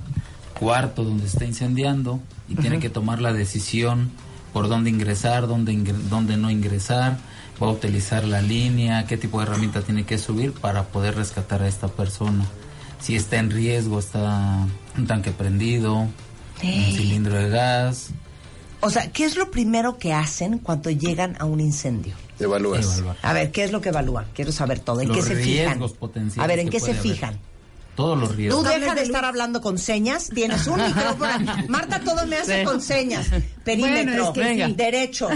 [SPEAKER 7] cuarto donde está incendiando y tiene que tomar la decisión por dónde ingresar, dónde, ingre- dónde no ingresar, va a utilizar la línea, qué tipo de herramienta tiene que subir para poder rescatar a esta persona. Si está en riesgo, está un tanque prendido, un cilindro de gas,
[SPEAKER 4] O sea, ¿qué es lo primero que hacen cuando llegan a un incendio?
[SPEAKER 14] Evalúas.
[SPEAKER 7] evaluar.
[SPEAKER 4] A ver, ¿qué es lo que evalúan? Quiero saber todo. ¿En
[SPEAKER 7] Pues, Los
[SPEAKER 4] qué se
[SPEAKER 7] riesgos
[SPEAKER 4] fijan?
[SPEAKER 7] potenciales
[SPEAKER 4] A ver, ¿en
[SPEAKER 7] que
[SPEAKER 4] qué se
[SPEAKER 7] puede haber.
[SPEAKER 4] fijan?
[SPEAKER 7] Todos los riesgos.
[SPEAKER 4] Tú deja de estar hablando con señas, tienes un micrófono. Marta todo me hace
[SPEAKER 7] Sí.
[SPEAKER 4] con señas.
[SPEAKER 15] Bueno,
[SPEAKER 4] Perímetro,
[SPEAKER 15] es que Venga. sí.
[SPEAKER 4] derecho,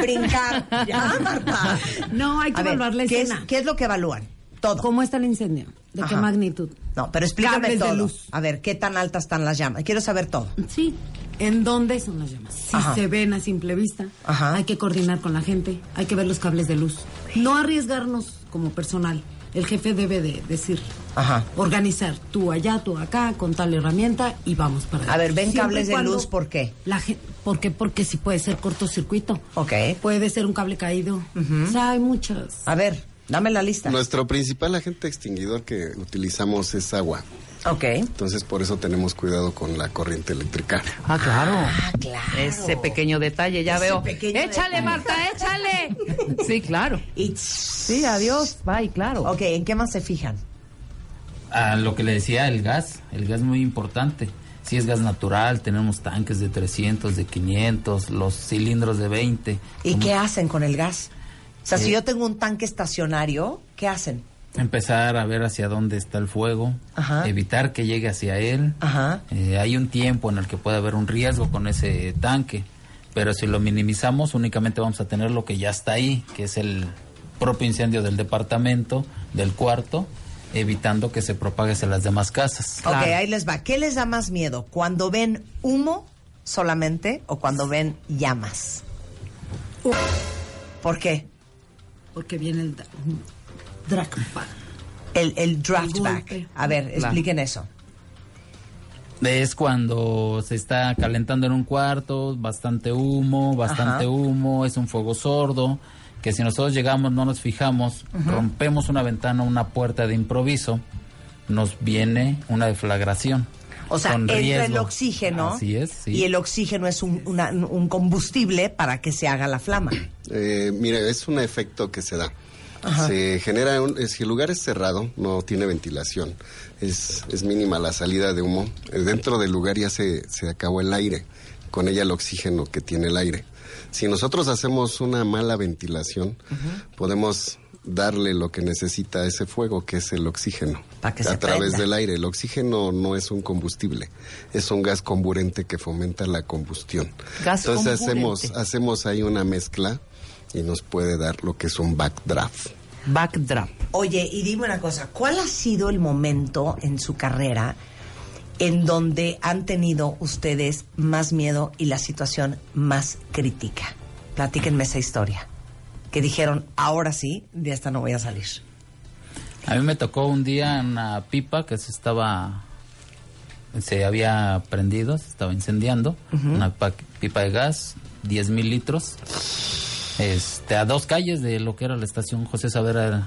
[SPEAKER 4] brincar. Ah, Marta.
[SPEAKER 15] No, hay que
[SPEAKER 4] A ver,
[SPEAKER 15] evaluar la
[SPEAKER 4] ¿qué
[SPEAKER 15] escena.
[SPEAKER 4] Es, ¿Qué es lo que evalúan? Todo.
[SPEAKER 15] ¿Cómo está el incendio? ¿De qué
[SPEAKER 4] Ajá.
[SPEAKER 15] magnitud?
[SPEAKER 4] No, pero explícame
[SPEAKER 15] Cables de
[SPEAKER 4] todo.
[SPEAKER 15] luz.
[SPEAKER 4] A ver, ¿qué tan altas están las llamas? Quiero saber todo.
[SPEAKER 15] Sí. ¿En dónde son las llamas? Si
[SPEAKER 4] Ajá.
[SPEAKER 15] se ven a simple vista,
[SPEAKER 4] Ajá.
[SPEAKER 15] hay que coordinar con la gente, hay que ver los cables de luz. No arriesgarnos como personal. El jefe debe de decir,
[SPEAKER 4] Ajá.
[SPEAKER 15] organizar tú allá, tú acá, con tal herramienta y vamos para
[SPEAKER 4] A ver,
[SPEAKER 15] adelante.
[SPEAKER 4] ven
[SPEAKER 15] Siempre
[SPEAKER 4] cables
[SPEAKER 15] y
[SPEAKER 4] de
[SPEAKER 15] cuando
[SPEAKER 4] luz, ¿por qué?
[SPEAKER 15] La gente, ¿Por qué? Porque sí puede ser cortocircuito.
[SPEAKER 4] Ok.
[SPEAKER 15] Puede ser un cable caído. O sea, hay muchas.
[SPEAKER 4] A ver, dame la lista.
[SPEAKER 14] Nuestro principal agente extinguidor que utilizamos es agua.
[SPEAKER 4] Ok.
[SPEAKER 14] Entonces por eso tenemos cuidado con la corriente eléctrica.
[SPEAKER 13] Ah, claro. Ese pequeño detalle, ya
[SPEAKER 14] Ese
[SPEAKER 13] veo.
[SPEAKER 14] pequeño
[SPEAKER 13] Échale, Marta, échale. Sí, claro.
[SPEAKER 4] Sí, adiós.
[SPEAKER 13] Bye, claro.
[SPEAKER 4] Ok, ¿en qué más se fijan?
[SPEAKER 7] a lo que le decía, el gas. El gas muy importante. Si es gas natural, tenemos tanques de 300, de 500, los cilindros de 20.
[SPEAKER 4] ¿Y qué hacen con el gas? O sea,
[SPEAKER 7] Eh.
[SPEAKER 4] si yo tengo un tanque estacionario, ¿qué hacen?
[SPEAKER 7] Empezar a ver hacia dónde está el fuego,
[SPEAKER 4] Ajá.
[SPEAKER 7] evitar que llegue hacia él.
[SPEAKER 4] Ajá.
[SPEAKER 7] Eh, hay un tiempo en el que puede haber un riesgo con ese tanque, pero si lo minimizamos únicamente vamos a tener lo que ya está ahí, que es el propio incendio del departamento, del cuarto, evitando que se propague hacia las demás casas.
[SPEAKER 4] Ok, ahí les va. ¿Qué les da más miedo? ¿Cuando ven humo solamente o cuando ven llamas? ¿Por qué?
[SPEAKER 15] Porque viene el da- dragpa.
[SPEAKER 4] El, el draft
[SPEAKER 15] El
[SPEAKER 4] back.
[SPEAKER 15] golpe.
[SPEAKER 4] A ver,
[SPEAKER 7] Claro.
[SPEAKER 4] expliquen eso.
[SPEAKER 7] Es cuando se está calentando en un cuarto, bastante humo, bastante
[SPEAKER 4] Ajá.
[SPEAKER 7] humo, es un fuego sordo, que si nosotros llegamos, no nos fijamos,
[SPEAKER 16] Ujú.
[SPEAKER 7] rompemos una ventana, una puerta de improviso, nos viene una deflagración.
[SPEAKER 4] O sea,
[SPEAKER 7] con
[SPEAKER 4] entra el
[SPEAKER 7] riesgo.
[SPEAKER 4] oxígeno
[SPEAKER 7] Así es, sí.
[SPEAKER 4] y el oxígeno es un, una- un combustible para que se haga la flama.
[SPEAKER 14] Eh, mira, es un efecto que se da.
[SPEAKER 4] Ajá.
[SPEAKER 14] Se genera, un- eh, si el lugar es cerrado, no tiene ventilación, es, es mínima la salida de humo, eh, dentro del lugar ya se, se acabó el aire, con ella el oxígeno que tiene el aire. Si nosotros hacemos una mala ventilación, podemos darle lo que necesita a ese fuego, que es el oxígeno,
[SPEAKER 4] que
[SPEAKER 14] a
[SPEAKER 4] se
[SPEAKER 14] través
[SPEAKER 4] prenda.
[SPEAKER 14] del aire. El oxígeno no es un combustible, es un gas comburente que fomenta la combustión.
[SPEAKER 13] Gas
[SPEAKER 14] Entonces
[SPEAKER 13] comburente.
[SPEAKER 14] hacemos, hacemos ahí una mezcla y nos puede dar lo que es un backdraft.
[SPEAKER 13] Backdraft.
[SPEAKER 4] Oye, y dime una cosa, ¿cuál ha sido el momento en su carrera en donde han tenido ustedes más miedo y la situación más crítica? Platíquenme esa historia. Que dijeron, ahora sí, de esta no voy a salir.
[SPEAKER 7] A mí me tocó un día una pipa que se estaba, se había prendido, se estaba incendiando,
[SPEAKER 16] Ujú.
[SPEAKER 7] una pa- pipa de gas, 10 mil litros, este, a dos calles de lo que era la estación José Savera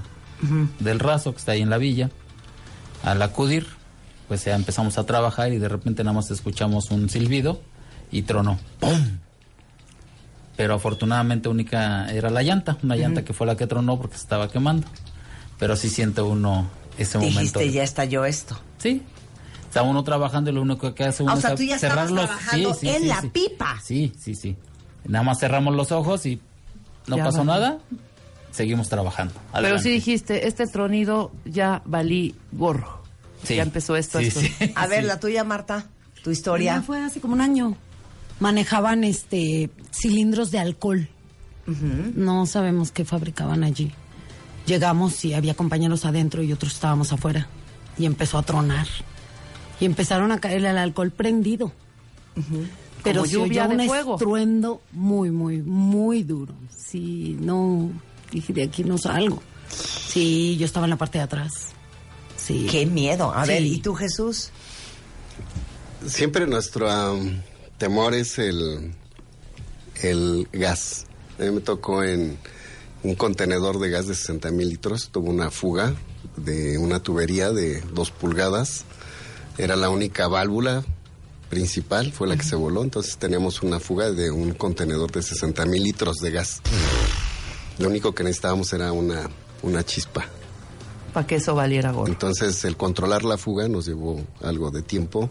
[SPEAKER 7] del Razo, que está ahí en la villa. Al acudir, pues ya empezamos a trabajar y de repente nada más escuchamos un silbido y tronó. ¡Pum! Pero afortunadamente única era la llanta, una llanta que fue la que tronó porque se estaba quemando. Pero sí siente uno ese momento.
[SPEAKER 4] Dijiste,
[SPEAKER 7] de-
[SPEAKER 4] ya estalló esto.
[SPEAKER 7] Sí. Está uno trabajando y lo único que hace
[SPEAKER 4] Ah,
[SPEAKER 7] uno
[SPEAKER 4] o sea,
[SPEAKER 7] es
[SPEAKER 4] tú ya estabas
[SPEAKER 7] cerrar los
[SPEAKER 4] trabajando
[SPEAKER 7] sí, sí,
[SPEAKER 4] en
[SPEAKER 7] sí,
[SPEAKER 4] la
[SPEAKER 7] sí.
[SPEAKER 4] pipa.
[SPEAKER 7] Sí, sí, sí. Nada más cerramos los ojos y no
[SPEAKER 13] Ya
[SPEAKER 7] pasó
[SPEAKER 13] valió.
[SPEAKER 7] nada. Seguimos trabajando.
[SPEAKER 13] Pero
[SPEAKER 7] Adelante.
[SPEAKER 13] sí dijiste, este tronido ya valí gorro.
[SPEAKER 7] Sí.
[SPEAKER 13] Ya empezó esto.
[SPEAKER 7] Sí,
[SPEAKER 13] esto.
[SPEAKER 7] sí.
[SPEAKER 4] A ver, la tuya, Marta, tu
[SPEAKER 15] Ya
[SPEAKER 4] historia.
[SPEAKER 15] fue hace como un año. Manejaban este cilindros de alcohol. No sabemos qué fabricaban allí. Llegamos y había compañeros adentro y otros estábamos afuera. Y empezó a tronar. Y empezaron a caer el alcohol prendido. Pero
[SPEAKER 13] Como
[SPEAKER 15] se oyó
[SPEAKER 13] lluvia de
[SPEAKER 15] un
[SPEAKER 13] fuego.
[SPEAKER 15] estruendo muy, muy, muy duro. Sí, no, dije, de aquí no salgo. Sí, yo estaba en la parte de atrás. Sí.
[SPEAKER 4] Qué miedo. A
[SPEAKER 15] Sí.
[SPEAKER 4] ver, ¿y tú, Jesús?
[SPEAKER 14] Siempre nuestro am, temor es el, el gas. A mí me tocó en un contenedor de gas de 60 mil litros, tuvo una fuga de una tubería de dos pulgadas. Era la única válvula principal, fue la que se voló, entonces teníamos una fuga de un contenedor de 60 mil litros de gas. Lo único que necesitábamos era una, una chispa.
[SPEAKER 13] Para que eso valiera gorro.
[SPEAKER 14] Entonces el controlar la fuga nos llevó algo de tiempo,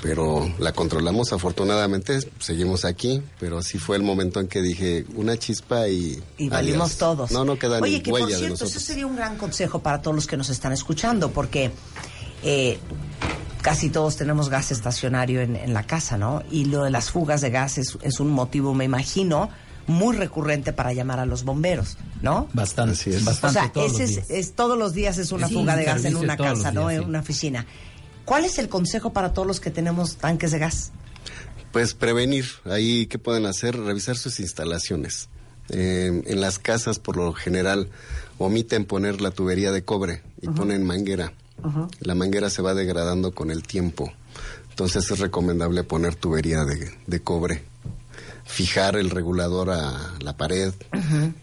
[SPEAKER 14] pero la controlamos afortunadamente, seguimos aquí, pero sí fue el momento en que dije una chispa y...
[SPEAKER 4] Y valimos
[SPEAKER 14] adiós.
[SPEAKER 4] todos.
[SPEAKER 14] No, no queda
[SPEAKER 4] Oye,
[SPEAKER 14] ni
[SPEAKER 4] que
[SPEAKER 14] huella
[SPEAKER 4] por
[SPEAKER 14] de
[SPEAKER 4] cierto, eso
[SPEAKER 14] nosotros.
[SPEAKER 4] sería un gran consejo para todos los que nos están escuchando, porque eh, casi todos tenemos gas estacionario en, en la casa, ¿no? Y lo de las fugas de gas es, es un motivo, me imagino, muy recurrente para llamar a los bomberos, ¿no?
[SPEAKER 7] Bastante,
[SPEAKER 4] O
[SPEAKER 7] bastante
[SPEAKER 4] sea,
[SPEAKER 7] todos los
[SPEAKER 4] ese
[SPEAKER 7] días.
[SPEAKER 4] es, es- todos los días es una
[SPEAKER 7] Es
[SPEAKER 4] fuga
[SPEAKER 7] un
[SPEAKER 4] de gas en
[SPEAKER 7] servicio
[SPEAKER 4] una
[SPEAKER 7] todos los
[SPEAKER 4] casa, ¿no?
[SPEAKER 7] días,
[SPEAKER 4] En
[SPEAKER 7] sí.
[SPEAKER 4] una oficina. ¿Cuál es el consejo para todos los que tenemos tanques de gas?
[SPEAKER 14] Pues prevenir. Ahí, ¿qué pueden hacer? Revisar sus instalaciones. Eh, en las casas, por lo general, omiten poner la tubería de cobre y ponen manguera. La manguera se va degradando con el tiempo. Entonces es recomendable poner tubería de, de cobre. Fijar el regulador a la pared,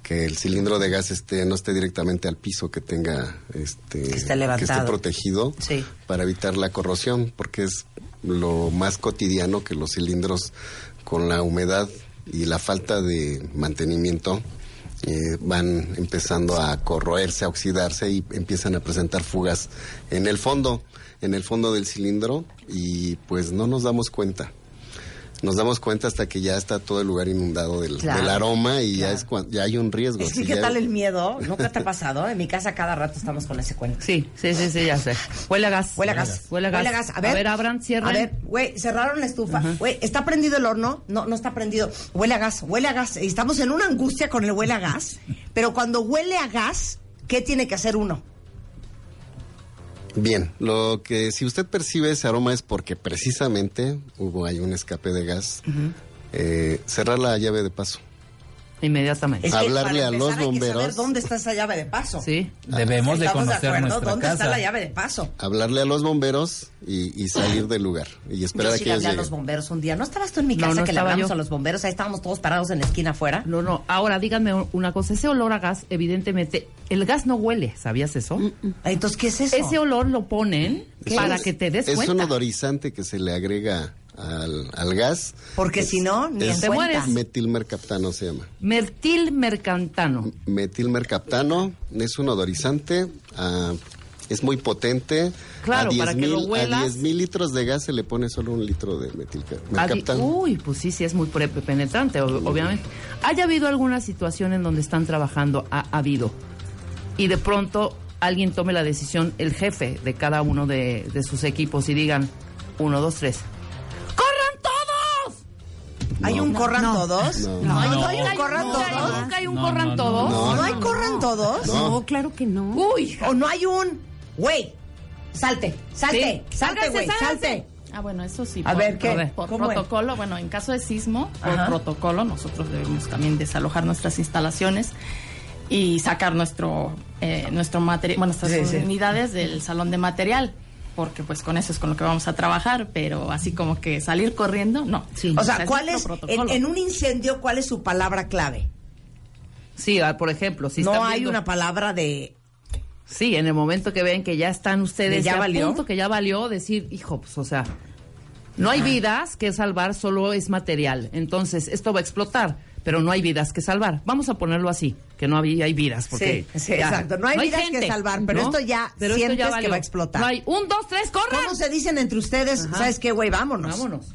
[SPEAKER 14] que el cilindro de gas esté, no esté directamente al piso, que tenga este,
[SPEAKER 4] esté levantado.
[SPEAKER 14] protegido
[SPEAKER 4] Sí.
[SPEAKER 14] para evitar la corrosión, porque es lo más cotidiano que los cilindros con la humedad y la falta de mantenimiento eh, van empezando a corroerse, a oxidarse y empiezan a presentar fugas en el fondo, en el fondo del cilindro y pues no nos damos cuenta. Nos damos cuenta hasta que ya está todo el lugar inundado del,
[SPEAKER 4] Claro,
[SPEAKER 14] del aroma y ya es cuan- ya hay un riesgo.
[SPEAKER 4] Es que,
[SPEAKER 14] Pues Si
[SPEAKER 4] ¿qué
[SPEAKER 14] ya-
[SPEAKER 4] tal el miedo? ¿Nunca te ha pasado? ¿eh? En mi casa cada rato estamos con ese cuento.
[SPEAKER 13] Sí, sí, sí, sí, ya sé. Huele a gas.
[SPEAKER 4] Huele a gas.
[SPEAKER 13] Huele a gas.
[SPEAKER 4] A ver,
[SPEAKER 13] abran, cierren.
[SPEAKER 4] A ver, güey, cerraron la estufa. Güey, ¿está prendido el horno? No, no está prendido. Huele a gas, huele a gas. Y Estamos en una angustia con el huele a gas. Pero cuando huele a gas, ¿qué tiene que hacer uno?
[SPEAKER 14] Bien, lo que si usted percibe ese aroma es porque precisamente hubo hay un escape de gas. Eh, cerrar la llave de paso.
[SPEAKER 13] Inmediatamente.
[SPEAKER 4] Es que
[SPEAKER 14] Hablarle
[SPEAKER 4] para
[SPEAKER 14] a los
[SPEAKER 4] empezar hay que saber
[SPEAKER 14] bomberos. Ah,
[SPEAKER 4] dónde está esa llave de paso.
[SPEAKER 13] Sí.
[SPEAKER 7] Debemos de
[SPEAKER 4] Estamos
[SPEAKER 7] conocer
[SPEAKER 4] acuerdo,
[SPEAKER 7] nuestra
[SPEAKER 4] ¿Dónde está
[SPEAKER 7] casa.
[SPEAKER 4] la llave de paso?
[SPEAKER 14] Hablarle a los bomberos y, y salir del lugar y esperar
[SPEAKER 4] Yo
[SPEAKER 14] a
[SPEAKER 4] sí
[SPEAKER 14] que ellos
[SPEAKER 4] le hablé a
[SPEAKER 14] lleguen.
[SPEAKER 4] los bomberos un día. ¿No estabas tú en mi
[SPEAKER 13] No,
[SPEAKER 4] casa
[SPEAKER 13] no
[SPEAKER 4] que le
[SPEAKER 13] estaba
[SPEAKER 4] hablamos
[SPEAKER 13] yo.
[SPEAKER 4] a los bomberos? Ahí estábamos todos parados en la esquina afuera.
[SPEAKER 13] No, no. Ahora, díganme un- una cosa. Ese olor a gas, evidentemente, el gas no huele. ¿Sabías eso?
[SPEAKER 4] Mm, Entonces, ¿qué es eso?
[SPEAKER 13] Ese olor lo ponen
[SPEAKER 14] Es
[SPEAKER 13] para
[SPEAKER 14] un-
[SPEAKER 13] que te des
[SPEAKER 14] es
[SPEAKER 13] cuenta.
[SPEAKER 14] un odorizante que se le agrega al, al gas.
[SPEAKER 4] Porque si no, ni en
[SPEAKER 14] es
[SPEAKER 13] Te mueres.
[SPEAKER 14] metilmercaptano se llama.
[SPEAKER 13] Mertil mercantano.
[SPEAKER 14] Metilmercaptano es un odorizante, ah, es muy potente.
[SPEAKER 13] Claro,
[SPEAKER 14] a 10
[SPEAKER 13] para que
[SPEAKER 14] mil,
[SPEAKER 13] lo huelas.
[SPEAKER 14] A 10 mil litros de gas se le pone solo un litro de
[SPEAKER 13] Adi-
[SPEAKER 14] metilmercaptano.
[SPEAKER 13] Uy, pues sí, sí, es muy pre- penetrante, ob- obviamente. ¿Haya habido alguna situación en donde están trabajando? Ha ha habido. Y de pronto alguien tome la decisión, el jefe de cada uno de, de sus equipos, y digan: uno, dos, tres. ¡Corran todos!
[SPEAKER 4] ¿Hay un corran todos?
[SPEAKER 14] No.
[SPEAKER 4] No, hay-
[SPEAKER 13] No.
[SPEAKER 4] no hay un corran
[SPEAKER 13] Nunca hay-
[SPEAKER 4] todos.
[SPEAKER 13] nunca hay un corran todos.
[SPEAKER 4] No,
[SPEAKER 14] No,
[SPEAKER 4] hay corran todos.
[SPEAKER 14] No.
[SPEAKER 15] claro que no.
[SPEAKER 13] Uy,
[SPEAKER 4] O no hay un güey. Salte, salte,
[SPEAKER 10] Sí.
[SPEAKER 4] salte,
[SPEAKER 10] Sálgase,
[SPEAKER 4] güey,
[SPEAKER 10] sálgase.
[SPEAKER 4] salte.
[SPEAKER 10] Ah, bueno, eso sí.
[SPEAKER 4] A
[SPEAKER 10] por-
[SPEAKER 4] ver, ¿qué?
[SPEAKER 10] por- Por
[SPEAKER 4] ¿Cómo es?
[SPEAKER 10] protocolo, bueno, en caso de sismo, por
[SPEAKER 4] Ajá.
[SPEAKER 10] protocolo, nosotros debemos también desalojar nuestras instalaciones y sacar nuestro, eh, nuestro material, bueno, nuestras
[SPEAKER 4] Sí, sí.
[SPEAKER 10] unidades del salón de material, porque pues con eso es con lo que vamos a trabajar, pero así como que salir corriendo, no.
[SPEAKER 4] O sea,
[SPEAKER 10] es
[SPEAKER 4] ¿cuál es,
[SPEAKER 10] nuestro
[SPEAKER 4] en,
[SPEAKER 10] protocolo.
[SPEAKER 4] en un incendio, cuál es su palabra clave?
[SPEAKER 13] Sí, ah, por ejemplo, si
[SPEAKER 4] no
[SPEAKER 13] están
[SPEAKER 4] hay
[SPEAKER 13] viendo-
[SPEAKER 4] una palabra de...
[SPEAKER 13] Sí, en el momento que ven que ya están
[SPEAKER 4] ¿De
[SPEAKER 13] ustedes
[SPEAKER 4] ya
[SPEAKER 13] ya
[SPEAKER 4] valió?
[SPEAKER 13] a punto que ya valió, decir, hijo, pues, o sea, no
[SPEAKER 4] Ah.
[SPEAKER 13] hay vidas que salvar, solo es material. Entonces, esto va a explotar, pero no hay vidas que salvar. Vamos a ponerlo así, que no hay, hay vidas, porque...
[SPEAKER 4] Sí, sí,
[SPEAKER 13] ya-
[SPEAKER 4] exacto. No hay vidas que salvar, pero esto ya sientes que
[SPEAKER 13] valió.
[SPEAKER 4] va a explotar.
[SPEAKER 13] No hay, un, dos, tres, corran.
[SPEAKER 4] ¿Cómo se dicen entre ustedes?
[SPEAKER 13] Ajá.
[SPEAKER 4] ¿Sabes qué, güey? Vámonos.
[SPEAKER 13] Vámonos.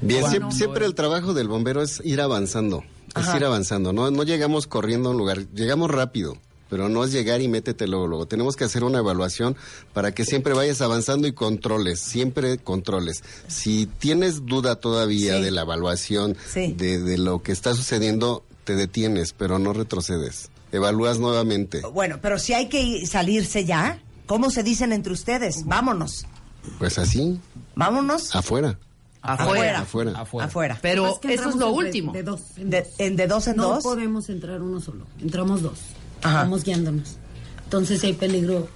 [SPEAKER 14] Bien,
[SPEAKER 13] Bueno,
[SPEAKER 14] siem-
[SPEAKER 13] bueno.
[SPEAKER 14] siempre, el trabajo del bombero es ir avanzando,
[SPEAKER 4] Ajá.
[SPEAKER 14] es ir avanzando, no, no llegamos corriendo a un lugar, llegamos rápido, pero no es llegar y métete luego, luego. Tenemos que hacer una evaluación para que siempre vayas avanzando y controles, siempre controles. Si tienes duda todavía
[SPEAKER 4] Sí.
[SPEAKER 14] de la evaluación,
[SPEAKER 4] Sí.
[SPEAKER 14] de, de lo que está sucediendo, te detienes, pero no retrocedes. Evalúas nuevamente.
[SPEAKER 4] Bueno, pero si hay que ir- salirse ya, ¿cómo se dicen entre ustedes? Vámonos.
[SPEAKER 14] Pues así,
[SPEAKER 4] Vámonos
[SPEAKER 14] afuera.
[SPEAKER 13] Afuera.
[SPEAKER 14] Afuera.
[SPEAKER 7] Afuera.
[SPEAKER 4] afuera.
[SPEAKER 13] Pero
[SPEAKER 15] Pues que
[SPEAKER 13] eso es
[SPEAKER 15] entramos
[SPEAKER 13] lo
[SPEAKER 15] en de-
[SPEAKER 13] último.
[SPEAKER 15] De dos. en
[SPEAKER 4] De,
[SPEAKER 15] dos.
[SPEAKER 4] en de dos en
[SPEAKER 15] no
[SPEAKER 4] dos.
[SPEAKER 15] podemos entrar uno solo. Entramos dos.
[SPEAKER 4] Ajá.
[SPEAKER 15] Vamos guiándonos. Entonces hay peligro.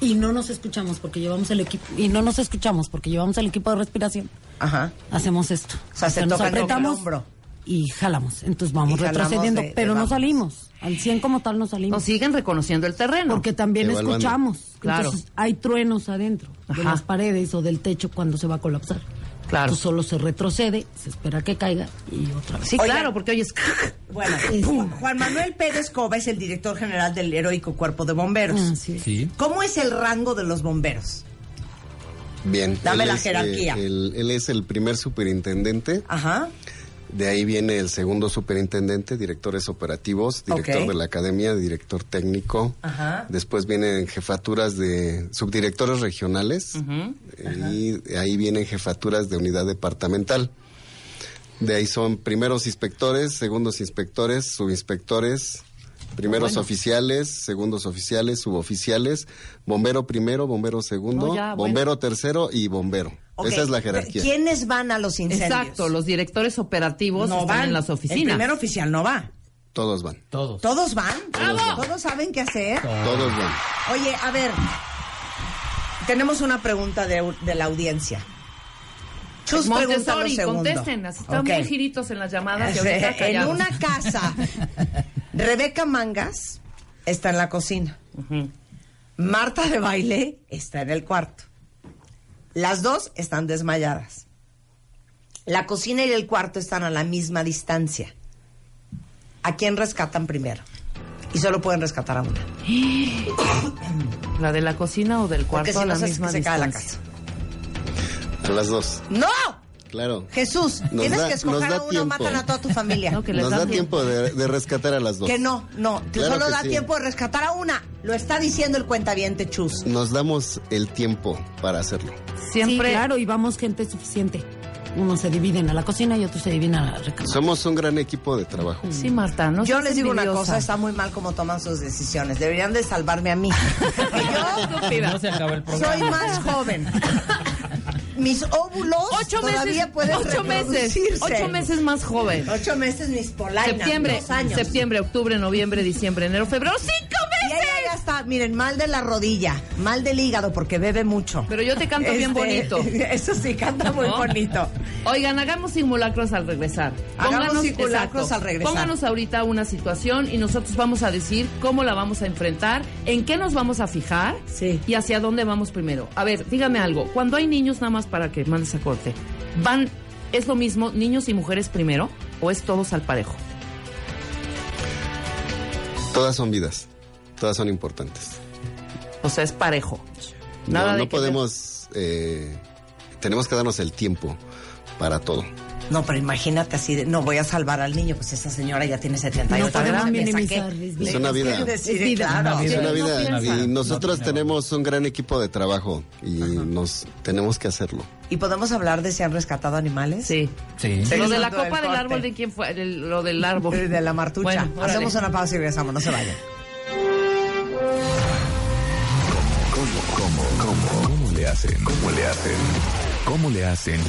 [SPEAKER 15] Y no nos escuchamos porque llevamos el equipo. Y no nos escuchamos porque llevamos el equipo de respiración.
[SPEAKER 4] Ajá.
[SPEAKER 15] Hacemos esto.
[SPEAKER 4] O sea, se
[SPEAKER 15] nos
[SPEAKER 4] tocan con el
[SPEAKER 15] apretamos
[SPEAKER 4] hombro.
[SPEAKER 15] y jalamos. Entonces vamos
[SPEAKER 4] Y jalamos
[SPEAKER 15] retrocediendo.
[SPEAKER 4] de- de
[SPEAKER 15] pero no
[SPEAKER 4] vamos.
[SPEAKER 15] salimos. Al 100 como tal no salimos.
[SPEAKER 13] No siguen reconociendo el terreno.
[SPEAKER 15] Porque también
[SPEAKER 14] Evaluando.
[SPEAKER 15] escuchamos.
[SPEAKER 13] Claro.
[SPEAKER 15] Entonces hay truenos adentro de
[SPEAKER 13] Ajá.
[SPEAKER 15] las paredes o del techo cuando se va a colapsar.
[SPEAKER 13] Claro.
[SPEAKER 15] Entonces solo se retrocede, se espera que caiga y otra vez.
[SPEAKER 13] Sí,
[SPEAKER 4] Oigan.
[SPEAKER 13] claro, porque oyes...
[SPEAKER 4] Bueno, Ju- Juan Manuel Pérez Cova es el director general del heroico cuerpo de bomberos.
[SPEAKER 15] Ah, sí.
[SPEAKER 7] Sí.
[SPEAKER 4] ¿Cómo es el rango de los bomberos?
[SPEAKER 14] Bien.
[SPEAKER 4] Dame
[SPEAKER 14] Él
[SPEAKER 4] la
[SPEAKER 14] es, eh,
[SPEAKER 4] jerarquía.
[SPEAKER 14] él- él es el primer superintendente.
[SPEAKER 4] Ajá.
[SPEAKER 14] De ahí viene el segundo superintendente, directores operativos, director
[SPEAKER 4] Ok.
[SPEAKER 14] de la academia, director técnico.
[SPEAKER 4] Ajá.
[SPEAKER 14] Después vienen jefaturas de subdirectores regionales y de ahí vienen jefaturas de unidad departamental. De ahí son primeros inspectores, segundos inspectores, subinspectores, primeros
[SPEAKER 16] Bueno.
[SPEAKER 14] oficiales, segundos oficiales, suboficiales, bombero primero, bombero segundo,
[SPEAKER 4] No, ya, bueno.
[SPEAKER 14] bombero tercero y bombero.
[SPEAKER 4] Ok,
[SPEAKER 14] Esa es la jerarquía.
[SPEAKER 4] ¿Quiénes van a los incendios?
[SPEAKER 13] Exacto, los directores operativos
[SPEAKER 4] No
[SPEAKER 13] están
[SPEAKER 4] van.
[SPEAKER 13] en las
[SPEAKER 4] El
[SPEAKER 13] oficinas.
[SPEAKER 4] primer oficial no va.
[SPEAKER 14] Todos van.
[SPEAKER 7] Todos.
[SPEAKER 4] ¿Todos van?
[SPEAKER 14] Todos van.
[SPEAKER 4] ¿Todos saben qué hacer?
[SPEAKER 14] Todos van.
[SPEAKER 4] Oye, a ver, tenemos una pregunta de, de la audiencia. Chus pregunta lo
[SPEAKER 13] Montessori,
[SPEAKER 4] segundo.
[SPEAKER 13] contesten, así están
[SPEAKER 4] Ok.
[SPEAKER 13] muy giritos en las llamadas. y ahorita
[SPEAKER 4] En
[SPEAKER 13] callados.
[SPEAKER 4] una casa, Rebeca Mangas está en la cocina. Marta de baile está en el cuarto. Las dos están desmayadas. La cocina y el cuarto están a la misma distancia. ¿A quién rescatan primero? Y solo pueden rescatar a una.
[SPEAKER 13] ¿La de la cocina o del cuarto
[SPEAKER 4] Porque si
[SPEAKER 13] a
[SPEAKER 4] no
[SPEAKER 13] la
[SPEAKER 4] se,
[SPEAKER 13] misma
[SPEAKER 4] se cae la
[SPEAKER 13] distancia?
[SPEAKER 14] A
[SPEAKER 4] casa.
[SPEAKER 14] las dos.
[SPEAKER 4] ¡No!
[SPEAKER 14] Claro.
[SPEAKER 4] Jesús,
[SPEAKER 14] Nos
[SPEAKER 4] tienes
[SPEAKER 14] da-
[SPEAKER 4] que
[SPEAKER 14] nos
[SPEAKER 4] escoger
[SPEAKER 14] da
[SPEAKER 4] a uno,
[SPEAKER 14] tiempo.
[SPEAKER 4] matan a toda tu familia.
[SPEAKER 14] Nos da tiempo de, de rescatar a las dos.
[SPEAKER 4] Que no, no. que
[SPEAKER 14] Claro
[SPEAKER 4] solo
[SPEAKER 14] que
[SPEAKER 4] da
[SPEAKER 14] sí.
[SPEAKER 4] tiempo de rescatar a una. Lo está diciendo el cuentaviente Chus.
[SPEAKER 14] Nos damos el tiempo para hacerlo.
[SPEAKER 15] Siempre. claro, y vamos gente suficiente. Unos se dividen a la cocina y otros se dividen a la recámara.
[SPEAKER 14] Somos un gran equipo de trabajo.
[SPEAKER 13] Sí, Marta, no
[SPEAKER 4] Yo
[SPEAKER 13] seas
[SPEAKER 4] les digo una
[SPEAKER 13] envidiosa.
[SPEAKER 4] cosa, está muy mal como toman sus decisiones. Deberían de salvarme a mí.
[SPEAKER 7] No se acaba el programa.
[SPEAKER 4] Soy más joven. Mis óvulos
[SPEAKER 13] Ocho
[SPEAKER 4] todavía
[SPEAKER 13] meses,
[SPEAKER 4] pueden
[SPEAKER 13] ocho meses,
[SPEAKER 4] reproducirse.
[SPEAKER 13] ocho meses más joven.
[SPEAKER 4] Ocho meses mis polainas.
[SPEAKER 13] Septiembre,
[SPEAKER 4] dos años.
[SPEAKER 13] septiembre, octubre, noviembre, diciembre, enero, febrero, cinco
[SPEAKER 4] Y ella ya está, miren, mal de la rodilla, mal del hígado porque bebe mucho. Este,
[SPEAKER 13] Pero yo te canto bien bonito.
[SPEAKER 4] Eso sí, canta muy
[SPEAKER 13] ¿No?
[SPEAKER 4] bonito.
[SPEAKER 13] Oigan, hagamos simulacros al regresar.
[SPEAKER 4] Hagamos simulacros al regresar.
[SPEAKER 13] Pónganos ahorita una situación y nosotros vamos a decir cómo la vamos a enfrentar, en qué nos vamos a fijar y hacia dónde vamos primero. A ver, dígame algo. Cuando hay niños, nada más para que mandes a corte, ¿van, es lo mismo niños y mujeres primero o es todos al parejo?
[SPEAKER 14] Todas son vidas. Todas son importantes.
[SPEAKER 13] O sea, es parejo.
[SPEAKER 14] no
[SPEAKER 13] Nada de
[SPEAKER 14] no
[SPEAKER 13] que-
[SPEAKER 14] podemos... eh, tenemos que darnos el tiempo para todo.
[SPEAKER 4] No, pero imagínate así, de, no voy a salvar al niño, pues esa señora ya tiene 78
[SPEAKER 15] No
[SPEAKER 4] años.
[SPEAKER 15] podemos
[SPEAKER 4] ¿me
[SPEAKER 15] minimizar,
[SPEAKER 4] saqué?
[SPEAKER 14] Es una vida.
[SPEAKER 4] Sí,
[SPEAKER 14] Es
[SPEAKER 4] sí, claro.
[SPEAKER 14] Es una
[SPEAKER 4] Sí, no
[SPEAKER 14] vida.
[SPEAKER 4] piensa.
[SPEAKER 14] y nosotros tenemos un gran equipo de trabajo y nos tenemos que hacerlo.
[SPEAKER 4] ¿Y podemos hablar de si han rescatado animales?
[SPEAKER 13] Sí.
[SPEAKER 14] Sí.
[SPEAKER 13] Lo de la
[SPEAKER 4] Regresando
[SPEAKER 13] copa del
[SPEAKER 4] corte.
[SPEAKER 13] árbol, ¿de quién fue? Del- lo del árbol.
[SPEAKER 4] Eh, De la martucha.
[SPEAKER 13] Bueno, órale.
[SPEAKER 4] Hacemos una pausa y regresamos, no se vayan.
[SPEAKER 1] ¿Cómo, cómo, cómo, cómo le hacen? ¿Cómo le hacen? ¿Cómo le hacen?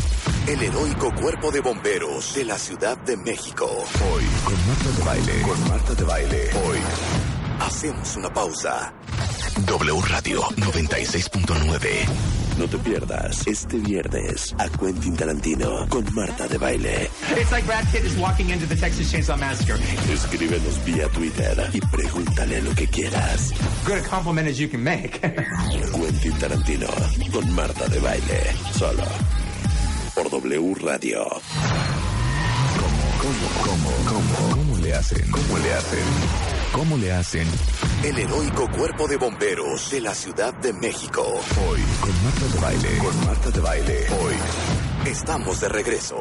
[SPEAKER 11] El heroico cuerpo de bomberos de la Ciudad de México.
[SPEAKER 1] Hoy con Marta de Baile.
[SPEAKER 11] Con Marta de Baile. Hoy hacemos una pausa.
[SPEAKER 1] W Radio 96.9.
[SPEAKER 11] No te pierdas este viernes a Quentin Tarantino con Marta de Baile.
[SPEAKER 12] It's like Brad Pitt is walking into the Texas Chainsaw Massacre.
[SPEAKER 11] Escríbenos vía Twitter y pregúntale lo que quieras.
[SPEAKER 12] Good a compliment as you can make.
[SPEAKER 11] Quentin Tarantino con Marta de Baile. Solo por W Radio.
[SPEAKER 1] ¿Cómo, cómo, cómo, cómo le hacen? ¿Cómo le hacen? ¿Cómo le hacen?
[SPEAKER 11] El heroico cuerpo de bomberos de la Ciudad de México. Hoy
[SPEAKER 1] Con Marta de Baile.
[SPEAKER 11] con Marta de Baile. Hoy estamos de regreso.